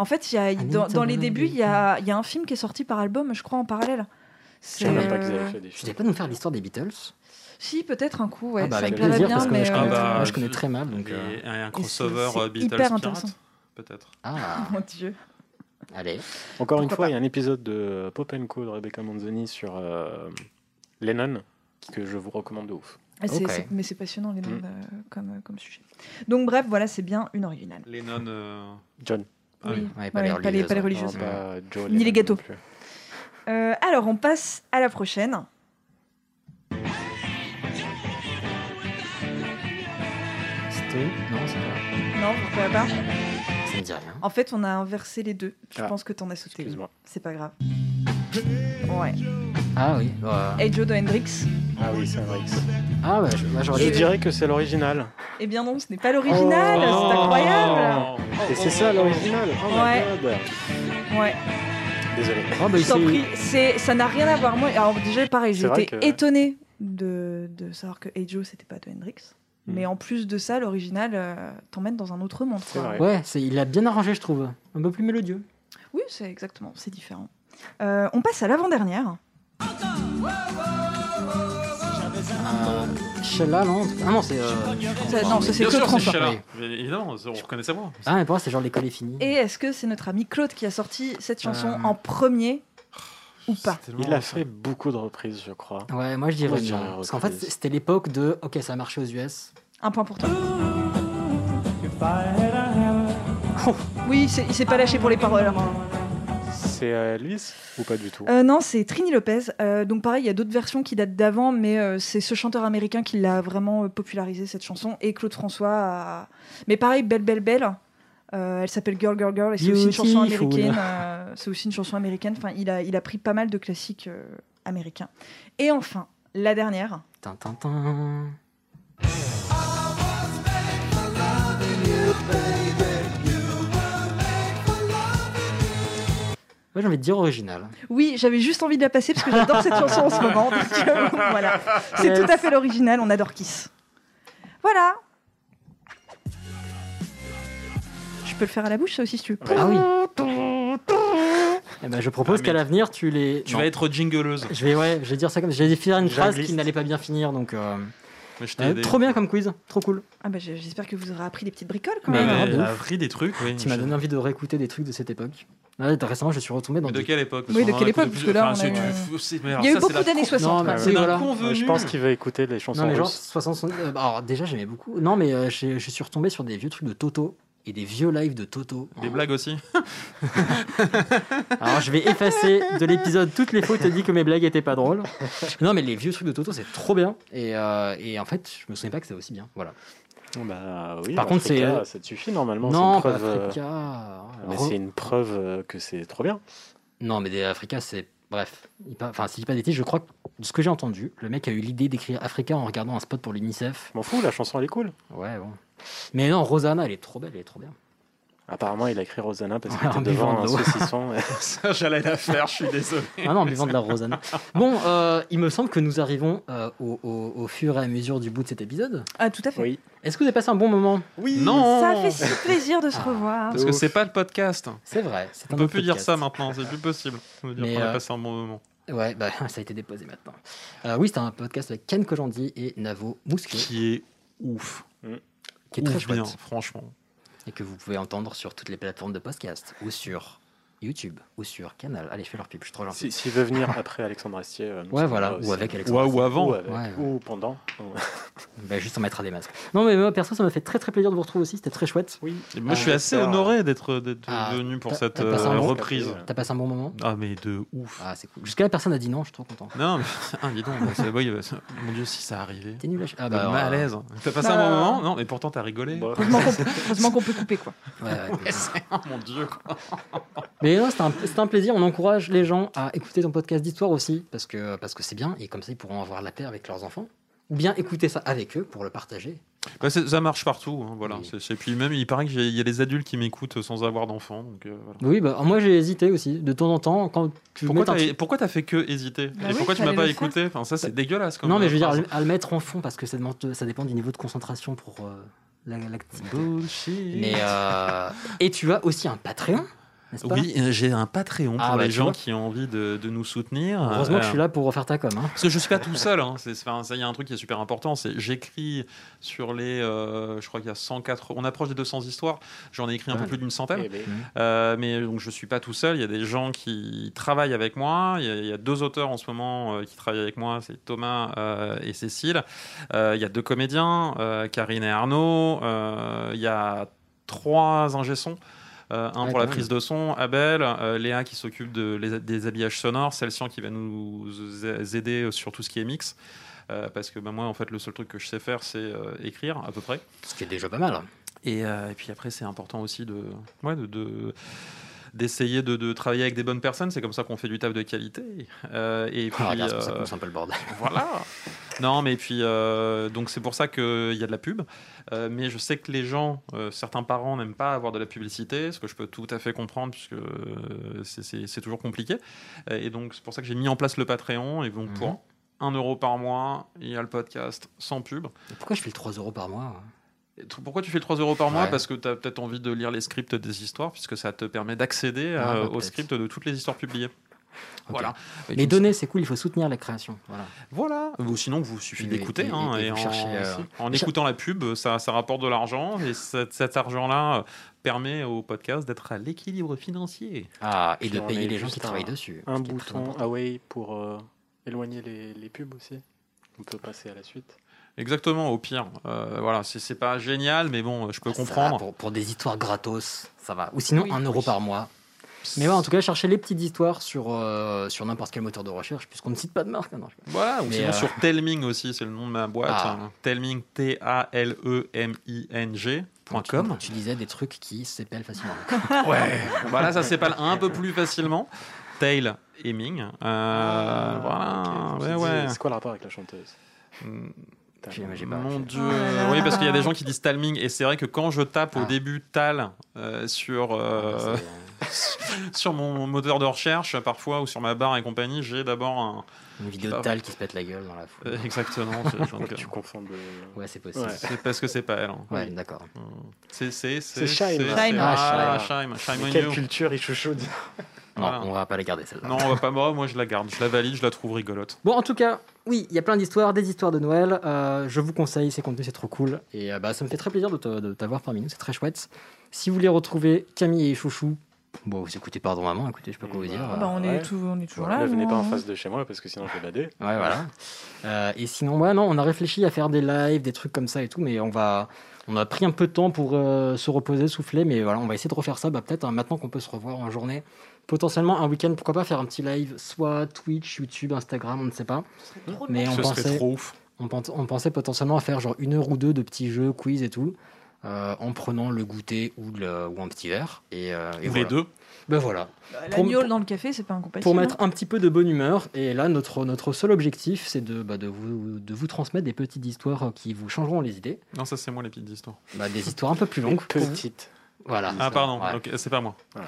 Speaker 9: En fait, il y a- dans, dans les débuts, il y a, il y a un film qui est sorti par album, je crois, en parallèle. C'est- Je savais même pas qu'ils avaient fait des
Speaker 3: Tu devais pas nous faire l'histoire des Beatles
Speaker 9: si, peut-être un coup, ouais,
Speaker 3: Ah bah,
Speaker 9: ça
Speaker 3: avec
Speaker 9: me plairait
Speaker 3: plaisir,
Speaker 9: bien,
Speaker 3: parce que moi,
Speaker 9: mais
Speaker 3: je connais-
Speaker 9: euh,
Speaker 3: moi, je connais très mal, donc,
Speaker 2: et
Speaker 3: euh,
Speaker 2: un
Speaker 9: et
Speaker 2: crossover
Speaker 9: c'est- c'est
Speaker 2: euh, Beatles
Speaker 9: hyper
Speaker 2: pirate,
Speaker 9: intéressant.
Speaker 2: peut-être.
Speaker 9: oh Mon dieu.
Speaker 3: ah, Allez.
Speaker 1: Encore une
Speaker 9: Pourquoi
Speaker 1: fois,
Speaker 9: pas.
Speaker 1: il y a un épisode de Pop Co de Rebecca Manzoni sur euh, Lennon que je vous recommande de ouf.
Speaker 9: Ah, c'est- c'est- mais c'est passionnant, les noms
Speaker 1: Mm.
Speaker 9: euh, comme, euh, comme sujet. Donc, bref, voilà, c'est bien une originale.
Speaker 2: Les nonnes. euh,
Speaker 1: John.
Speaker 2: Ah oui.
Speaker 3: Ouais,
Speaker 9: pas les Ouais, pas les- religieuses, pas les ouais. religieuses.
Speaker 1: Non, pas Joe
Speaker 9: Ni les
Speaker 1: Lennon
Speaker 9: gâteaux.
Speaker 1: non plus.
Speaker 9: Euh, alors, on passe à la prochaine.
Speaker 3: Sto- Non, c'est pas.
Speaker 9: Non, vous pouvez pas
Speaker 3: Ça me dit rien.
Speaker 9: En fait, on a inversé les deux. Je
Speaker 3: Ah,
Speaker 9: pense que t'en as sauté. une.
Speaker 3: excuse-moi.
Speaker 9: C'est pas grave. Ouais.
Speaker 3: Ah oui. bah,
Speaker 9: Et Joe de Hendrix
Speaker 1: Ah oui, c'est vrai.
Speaker 3: Ah ouais, je- moi, j'aurais
Speaker 1: Je
Speaker 3: dit-
Speaker 1: dirais que c'est l'original.
Speaker 9: Eh bien non, ce n'est pas l'original, c'est incroyable
Speaker 2: Oh,
Speaker 3: Oh,
Speaker 1: Et c'est ça l'original. Oh my
Speaker 9: Ouais.
Speaker 1: God.
Speaker 9: Ouais,
Speaker 1: Désolé.
Speaker 3: Oh, bah,
Speaker 9: je t'en prie, c'est- ça n'a rien à voir. Moi, alors déjà, pareil,
Speaker 1: C'est vrai
Speaker 9: j'étais
Speaker 1: que-
Speaker 9: étonnée de, de savoir que Hey Joe, c'était pas de Hendrix. Mais en plus de ça, l'original euh, t'emmène dans un autre monde. quoi.
Speaker 3: Ouais, c'est- il l'a bien arrangé, je trouve. Un peu plus mélodieux.
Speaker 9: Oui, c'est exactement, c'est différent. Euh, on passe à l'avant-dernière.
Speaker 3: Euh, Sheila, non en tout cas- Ah non, c'est. euh,
Speaker 9: Ça- non, ça, c'est
Speaker 2: Bien
Speaker 9: Claude
Speaker 2: sûr, c'est
Speaker 9: Trempe.
Speaker 2: Sheila.
Speaker 9: Oui.
Speaker 2: Mais Évidemment, on reconnaît sa voix.
Speaker 3: Ah, mais pour moi, c'est genre l'école est finie.
Speaker 9: Et est-ce que c'est notre ami Claude qui a sorti cette chanson
Speaker 3: Euh.
Speaker 9: en premier ou pas
Speaker 1: Il a fait beaucoup de reprises, je crois.
Speaker 3: Ouais, moi je
Speaker 1: Moi,
Speaker 3: dirais non.
Speaker 2: euh,
Speaker 3: Parce qu'en fait,
Speaker 1: reprise.
Speaker 3: c'était l'époque de OK, ça a marché aux US.
Speaker 9: Un point pour toi. Oui, c'est- il s'est pas lâché pour les paroles. hein.
Speaker 1: C'est euh, Elvis ou pas du tout
Speaker 9: Euh, non, c'est Trini Lopez. Euh, donc pareil, il y a d'autres versions qui datent d'avant, mais euh, c'est ce chanteur américain qui l'a vraiment euh, popularisé cette chanson. Et Claude François. a- Mais pareil, Belle Belle Belle. euh, elle s'appelle Girl Girl Girl et c'est aussi une chanson
Speaker 3: Beautiful.
Speaker 9: américaine. euh, c'est aussi une chanson américaine. Enfin, il a, il a pris pas mal de classiques euh, américains. Et enfin, la dernière.
Speaker 3: Tin, tin, tin. Ouais, j'ai envie de dire original.
Speaker 9: Oui, j'avais juste envie de la passer parce que j'adore cette chanson en ce moment. Donc, euh, voilà, c'est
Speaker 3: Yes.
Speaker 9: tout à fait l'original. On adore Kiss. Voilà. Je peux le faire à la bouche, ça aussi, si tu veux.
Speaker 3: Ah oui. Eh ben, je propose
Speaker 2: Ah, mais-
Speaker 3: qu'à l'avenir, tu les.
Speaker 2: Tu
Speaker 3: Non.
Speaker 2: vas être jingleuse.
Speaker 3: Je vais, ouais, je vais dire ça comme. Je vais finir une phrase
Speaker 2: Jungliste.
Speaker 3: qui n'allait pas bien finir, donc. euh,
Speaker 2: Mais je t'ai
Speaker 3: euh,
Speaker 2: aidé.
Speaker 3: trop bien comme quiz, trop cool.
Speaker 9: Ah bah, j'ai- j'espère que vous aurez appris des petites bricoles quand
Speaker 2: Mais
Speaker 9: même. hein.
Speaker 2: elle
Speaker 3: de
Speaker 2: a
Speaker 3: ouf.
Speaker 2: pris des trucs, oui.
Speaker 3: Tu m'as donné envie de réécouter des trucs de cette époque. Ah Ouais, récemment, je suis retombé dans.
Speaker 2: Mais de
Speaker 3: des-
Speaker 2: quelle époque
Speaker 9: Oui, de quelle époque Parce que là, on a eu- Il y a eu beaucoup d'années 60.
Speaker 3: Non, mais
Speaker 9: quoi.
Speaker 3: c'est voilà.
Speaker 1: Euh, Je pense qu'il va écouter les chansons
Speaker 3: Non, mais genre
Speaker 1: russes.
Speaker 3: 60, 70, euh, bah, alors déjà j'aimais beaucoup. Non, mais euh, j'ai- je suis retombé sur des vieux trucs de Toto et des vieux lives de Toto.
Speaker 2: Des blagues aussi.
Speaker 3: Alors je vais effacer de l'épisode toutes les fois où t'as dit que mes blagues étaient pas drôles. Non, mais les vieux trucs de Toto c'est trop bien. Et, euh, et en fait, je me souviens pas que c'était aussi bien. Voilà.
Speaker 1: Bah oui,
Speaker 3: Par contre, c'est- euh,
Speaker 1: Africa, ça te suffit normalement.
Speaker 3: Non,
Speaker 1: c'est une
Speaker 3: pas
Speaker 1: preuve, euh,
Speaker 3: Africa.
Speaker 1: Mais
Speaker 3: Re-
Speaker 1: c'est une preuve euh, que c'est trop bien.
Speaker 3: Non, mais des Africa c'est. Bref. Il pa- Enfin, si je dis pas d'été, je crois que de ce que j'ai entendu, le mec a eu l'idée d'écrire Africa en regardant un spot pour l'UNICEF.
Speaker 1: M'en fous, la chanson elle est cool.
Speaker 3: Ouais, bon. Mais non, Rosanna, elle est trop belle, elle est trop bien.
Speaker 1: Apparemment, il a écrit Rosanna parce qu'il
Speaker 3: Ouais, en
Speaker 1: était
Speaker 3: buvant
Speaker 1: devant un
Speaker 3: de l'eau.
Speaker 1: saucisson.
Speaker 2: Ça, j'allais la faire, je suis désolé.
Speaker 3: Ah non, en buvant de la Rosanna. Bon, euh, il me semble que nous arrivons euh, au, au- au fur et à mesure du bout de cet épisode.
Speaker 9: Ah, tout à fait.
Speaker 3: Est-ce que vous avez passé un bon moment
Speaker 1: Oui.
Speaker 2: Non
Speaker 9: Ça fait si plaisir
Speaker 3: Ah.
Speaker 9: de se revoir.
Speaker 2: Parce que c'est pas le podcast.
Speaker 3: C'est vrai. c'est
Speaker 2: On
Speaker 3: un
Speaker 2: peut
Speaker 3: autre
Speaker 2: plus dire
Speaker 3: podcast.
Speaker 2: ça maintenant, c'est plus possible. On peut dire
Speaker 3: Mais,
Speaker 2: qu'on a
Speaker 3: euh,
Speaker 2: passé un bon moment.
Speaker 3: Ouais, bah, ça a été déposé maintenant. Euh, oui, c'était un podcast avec Ken Kojandi et Navo Mousquet,
Speaker 2: Qui est ouf.
Speaker 3: qui est très
Speaker 2: Ouf bien,
Speaker 3: chouette.
Speaker 2: franchement.
Speaker 3: Et que vous pouvez entendre sur toutes les plateformes de podcast, ou sur YouTube, ou sur Canal. Allez, je fais leur pub, je suis trop
Speaker 1: Si-
Speaker 3: gentil.
Speaker 1: S'il veut venir après Alexandre Astier. euh, nous
Speaker 3: Ouais,
Speaker 1: sommes
Speaker 3: voilà,
Speaker 1: là
Speaker 3: ou
Speaker 1: aussi.
Speaker 3: avec Alexandre Ou- ou Astier. avant.
Speaker 1: Ou, avec,
Speaker 3: Ouais.
Speaker 1: ou pendant.
Speaker 3: Bah, juste, on mettra des masques. Non, mais moi, perso, ça m'a fait très très plaisir de vous retrouver aussi, c'était très chouette.
Speaker 1: Oui.
Speaker 2: Et moi, je suis assez honoré d'être d'être
Speaker 3: Ah,
Speaker 2: venu pour cette euh, reprise.
Speaker 3: T'as passé un bon moment
Speaker 2: Ah, mais de ouf.
Speaker 3: Ah, c'est cool. Jusqu'à la personne a dit non, je suis trop content.
Speaker 2: Non, mais ah, dis donc, c'est- oui, bah, ça- mon dieu, si ça arrivait.
Speaker 3: T'es nul à ch- Ah,
Speaker 2: Le
Speaker 3: bah, alors,
Speaker 2: malaise.
Speaker 3: euh,
Speaker 2: T'as passé
Speaker 3: bah,
Speaker 2: un bon moment Non, mais pourtant t'as rigolé.
Speaker 9: Heureusement qu'on peut- heureusement qu'on peut couper, quoi.
Speaker 3: Ouais, ouais.
Speaker 2: Ouais, c'est- oh, mon dieu.
Speaker 3: Mais non, c'est un, c'est un plaisir. On encourage les gens à écouter ton podcast d'histoire aussi, parce que parce que c'est bien, et comme ça, ils pourront avoir la paix avec leurs enfants. Ou bien écouter ça avec eux pour le partager.
Speaker 2: Bah, c'est- ça marche partout. hein, voilà. C'est- c'est- puis même, il paraît qu'il y a des adultes qui m'écoutent sans avoir d'enfants. donc, euh, voilà.
Speaker 3: Oui, bah, moi j'ai hésité aussi. De temps en temps, quand tu
Speaker 2: Pourquoi
Speaker 3: mets un
Speaker 2: t'as,
Speaker 3: petit-
Speaker 2: pourquoi t'as fait que hésiter
Speaker 3: Bah
Speaker 2: Et
Speaker 3: oui,
Speaker 2: pourquoi tu
Speaker 3: fallait
Speaker 2: m'as pas
Speaker 3: le faire. Bah,
Speaker 2: écouté Enfin, ça, c'est dégueulasse. hein, Comme
Speaker 3: Non, mais je veux dire,
Speaker 2: phrase.
Speaker 3: à le mettre en fond, parce que ça, demande, ça dépend du niveau de concentration pour euh, la- l'activité.
Speaker 2: Bullshit.
Speaker 3: Mais, euh, Et tu as aussi un Patreon n'est-ce pas
Speaker 2: Oui, euh, j'ai un Patreon pour
Speaker 3: Ah, bah,
Speaker 2: les
Speaker 3: tu
Speaker 2: gens
Speaker 3: vois.
Speaker 2: qui ont envie de, de nous soutenir.
Speaker 3: Heureusement que je
Speaker 2: Euh,
Speaker 3: suis là pour refaire ta com. hein.
Speaker 2: Parce que je suis pas tout seul. hein. C'est, enfin, ça, il y a un truc qui est super important. C'est j'écris sur les, euh, je crois qu'il y a 104. On approche des 200 histoires. J'en ai écrit un
Speaker 3: Pas
Speaker 2: peu
Speaker 3: mal.
Speaker 2: plus d'une centaine.
Speaker 3: Eh ben.
Speaker 2: Euh, mais donc je suis pas tout seul. Il y a des gens qui travaillent avec moi. Il y a, il y a deux auteurs en ce moment euh, qui travaillent avec moi. C'est Thomas euh, et Cécile. Euh, il y a deux comédiens, euh, Karine et Arnaud. Euh, il y a trois ingé-sons. Euh, un
Speaker 3: Ouais,
Speaker 2: pour la
Speaker 3: Ah, quand même.
Speaker 2: prise de son, Abel, euh, Léa qui s'occupe de, les- des habillages sonores, Celsian qui va nous aider sur tout ce qui est mix. Euh, parce que bah, moi, en fait, le seul truc que je sais faire, c'est euh, écrire, à peu près.
Speaker 3: Ce qui est déjà pas mal.
Speaker 2: Et, euh, et puis après, c'est important aussi de, ouais, de, de- d'essayer de, de travailler avec des bonnes personnes. C'est comme ça qu'on fait du taf de qualité. Euh, et puis,
Speaker 3: Ah, regarde, c'est pour ça qu'on
Speaker 2: euh,
Speaker 3: pousse un peu le bordel.
Speaker 2: Voilà. Non, mais puis euh, donc c'est pour ça qu'il y a de la pub. Euh, mais je sais que les gens, euh, certains parents n'aiment pas avoir de la publicité, ce que je peux tout à fait comprendre puisque euh, c'est- c'est c'est toujours compliqué. Euh, Et donc c'est pour ça que j'ai mis en place le Patreon et donc pour
Speaker 3: Mhm.
Speaker 2: 1 euro par mois, il y a le podcast sans pub.
Speaker 3: Pourquoi je fais le 3 euros par mois hein
Speaker 2: Et t- Pourquoi tu fais 3 euros par mois
Speaker 3: Ouais.
Speaker 2: Parce que tu as peut-être envie de lire les scripts des histoires, puisque ça te permet d'accéder
Speaker 3: Ah,
Speaker 2: euh,
Speaker 3: bah,
Speaker 2: aux
Speaker 3: peut-être.
Speaker 2: scripts de toutes les histoires publiées. Voilà. Et
Speaker 3: Les
Speaker 2: tu-
Speaker 3: données, c'est cool, il faut soutenir la création. Voilà.
Speaker 2: Voilà. Ou sinon, vous suffit
Speaker 3: Et-
Speaker 2: d'écouter.
Speaker 3: et-
Speaker 2: hein,
Speaker 3: et- et
Speaker 2: et
Speaker 3: vous
Speaker 2: en,
Speaker 3: cherchez, euh,
Speaker 2: en
Speaker 3: et cher-
Speaker 2: écoutant la pub, ça, ça rapporte de l'argent. Et cet, cet argent-là euh, permet au podcast d'être à l'équilibre financier.
Speaker 3: Ah, et
Speaker 1: Puis
Speaker 3: de
Speaker 1: on
Speaker 3: payer
Speaker 1: est
Speaker 3: les gens
Speaker 1: juste
Speaker 3: qui
Speaker 1: un-
Speaker 3: travaillent dessus.
Speaker 1: Un
Speaker 3: ce qui est très
Speaker 1: bouton
Speaker 3: important.
Speaker 1: away pour euh, éloigner les, les pubs aussi. On peut passer à la suite.
Speaker 2: Exactement, au pire. Euh, voilà, c'est c'est pas génial, mais bon, je peux comprendre.
Speaker 3: pour, des histoires gratos, ça va. Ou sinon,
Speaker 2: Oui.
Speaker 3: 1 euro par mois. Mais ouais, en tout cas, cherchez les petites histoires sur, euh, sur n'importe quel moteur de recherche, puisqu'on ne cite pas de marque. hein, non, je-
Speaker 2: Voilà, ou
Speaker 3: Mais,
Speaker 2: sinon
Speaker 3: euh,
Speaker 2: sur Telming aussi, c'est le nom de ma boîte.
Speaker 3: Ah.
Speaker 2: hein. Telming, E T-A-L-E-M-I-N-G. point
Speaker 3: tu-
Speaker 2: com.
Speaker 3: Tu disais des trucs qui s'épellent facilement.
Speaker 2: Ouais, voilà, ça s'épale un peu plus facilement. Tail et Ming. Euh,
Speaker 1: Ah,
Speaker 2: voilà,
Speaker 1: Ok, je me suis
Speaker 2: ouais,
Speaker 1: dit,
Speaker 2: ouais. Mm.
Speaker 1: C'est quoi le rapport avec la chanteuse Putain,
Speaker 3: Eh ben,
Speaker 2: Mon dieu.
Speaker 1: Oh là là.
Speaker 2: Oui, parce qu'il y a des gens qui disent Talming, et c'est vrai que quand je tape au début Tal euh, sur,
Speaker 3: Ah,
Speaker 2: euh,
Speaker 3: bah,
Speaker 2: sur mon moteur de recherche, parfois, ou sur ma barre et compagnie, j'ai d'abord un.
Speaker 3: Une vidéo de Tal qui se pète la gueule dans la foule.
Speaker 2: Euh, Exactement.
Speaker 1: Tu confonds de.
Speaker 3: Ouais, c'est possible.
Speaker 1: Ouais.
Speaker 2: C'est parce que c'est pas elle. hein.
Speaker 3: Ouais, d'accord.
Speaker 2: C'est c'est c'est
Speaker 1: C'est Shime.
Speaker 2: c'est- Ah, Shime. Shime
Speaker 1: Mais
Speaker 2: on
Speaker 1: Quelle
Speaker 2: you.
Speaker 1: culture il chouchoude.
Speaker 2: Voilà.
Speaker 3: Non, on va pas la garder celle-là.
Speaker 2: Non, on va pas. Moi, moi, je la garde. Je la valide. Je la trouve rigolote.
Speaker 3: Bon, en tout cas, oui, il y a plein d'histoires, des histoires de Noël. Euh, je vous conseille, ces contenus, c'est trop cool. Et euh, bah, ça me fait très plaisir de te- de t'avoir parmi nous, c'est très chouette. Si vous voulez retrouver Camille et Chouchou, bon, vous écoutez Pardon Maman, écoutez, je peux quoi vous dire.
Speaker 9: Bah, on,
Speaker 3: euh,
Speaker 9: est
Speaker 3: ouais.
Speaker 9: tout, on est toujours là.
Speaker 1: Ne venez
Speaker 9: nous,
Speaker 1: pas en
Speaker 9: hein.
Speaker 1: face de chez moi parce que sinon je vais bader.
Speaker 3: Ouais, voilà. Euh, et sinon, ouais, non, on a réfléchi à faire des lives, des trucs comme ça et tout, mais on va. On a pris un peu de temps pour euh, se reposer, souffler, mais voilà, on va essayer de refaire ça. Bah, peut-être hein, maintenant qu'on peut se revoir en journée, potentiellement un week-end, pourquoi pas faire un petit live, soit Twitch, YouTube, Instagram, on ne sait pas. Mais on
Speaker 2: Ce serait
Speaker 3: pensait,
Speaker 2: trop ouf.
Speaker 3: On, pense- on pensait potentiellement à faire genre une heure ou deux de petits jeux, quiz et tout, euh, en prenant le goûter ou, le- ou un petit verre. Et, euh, et
Speaker 2: Ou les
Speaker 3: voilà.
Speaker 2: deux.
Speaker 3: Ben voilà.
Speaker 9: La
Speaker 3: Pour-
Speaker 9: gnôle Bah, dans le café, c'est pas incompatible.
Speaker 3: pour
Speaker 9: hein.
Speaker 3: mettre un petit peu de bonne humeur. Et là, notre, notre seul objectif, c'est de, bah, de, vous, de vous transmettre des petites histoires euh, qui vous changeront les idées.
Speaker 2: Non, ça c'est moi les petites histoires.
Speaker 3: Bah, des histoires un peu plus longues. pour vous.
Speaker 1: Petite.
Speaker 3: Voilà.
Speaker 2: Ah pardon.
Speaker 3: Ouais.
Speaker 2: ok, c'est pas moi.
Speaker 3: Euh,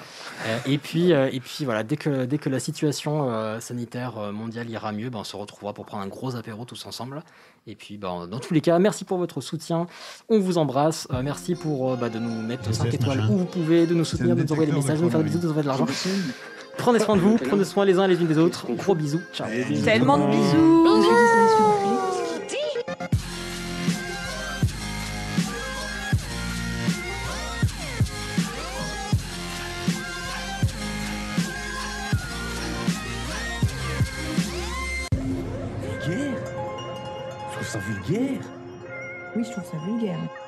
Speaker 3: et, puis, euh, et puis voilà, dès que, dès que la situation euh, sanitaire euh, mondiale ira mieux, ben, on se retrouvera pour prendre un gros apéro tous ensemble. Et puis ben, dans tous les cas, merci pour votre soutien. On vous embrasse. Euh, merci pour euh, bah, de nous mettre 5 étoiles où vous pouvez, de nous soutenir, de nous envoyer des messages, de nous faire des bisous, de nous envoyer de l'argent. Prenez soin de vous, prenez soin les uns les unes des autres. Gros bisous. Ciao.
Speaker 9: Tellement de bisous.
Speaker 14: Oh
Speaker 8: Vulgaire Je trouve ça vulgaire. Oui, je trouve ça vulgaire.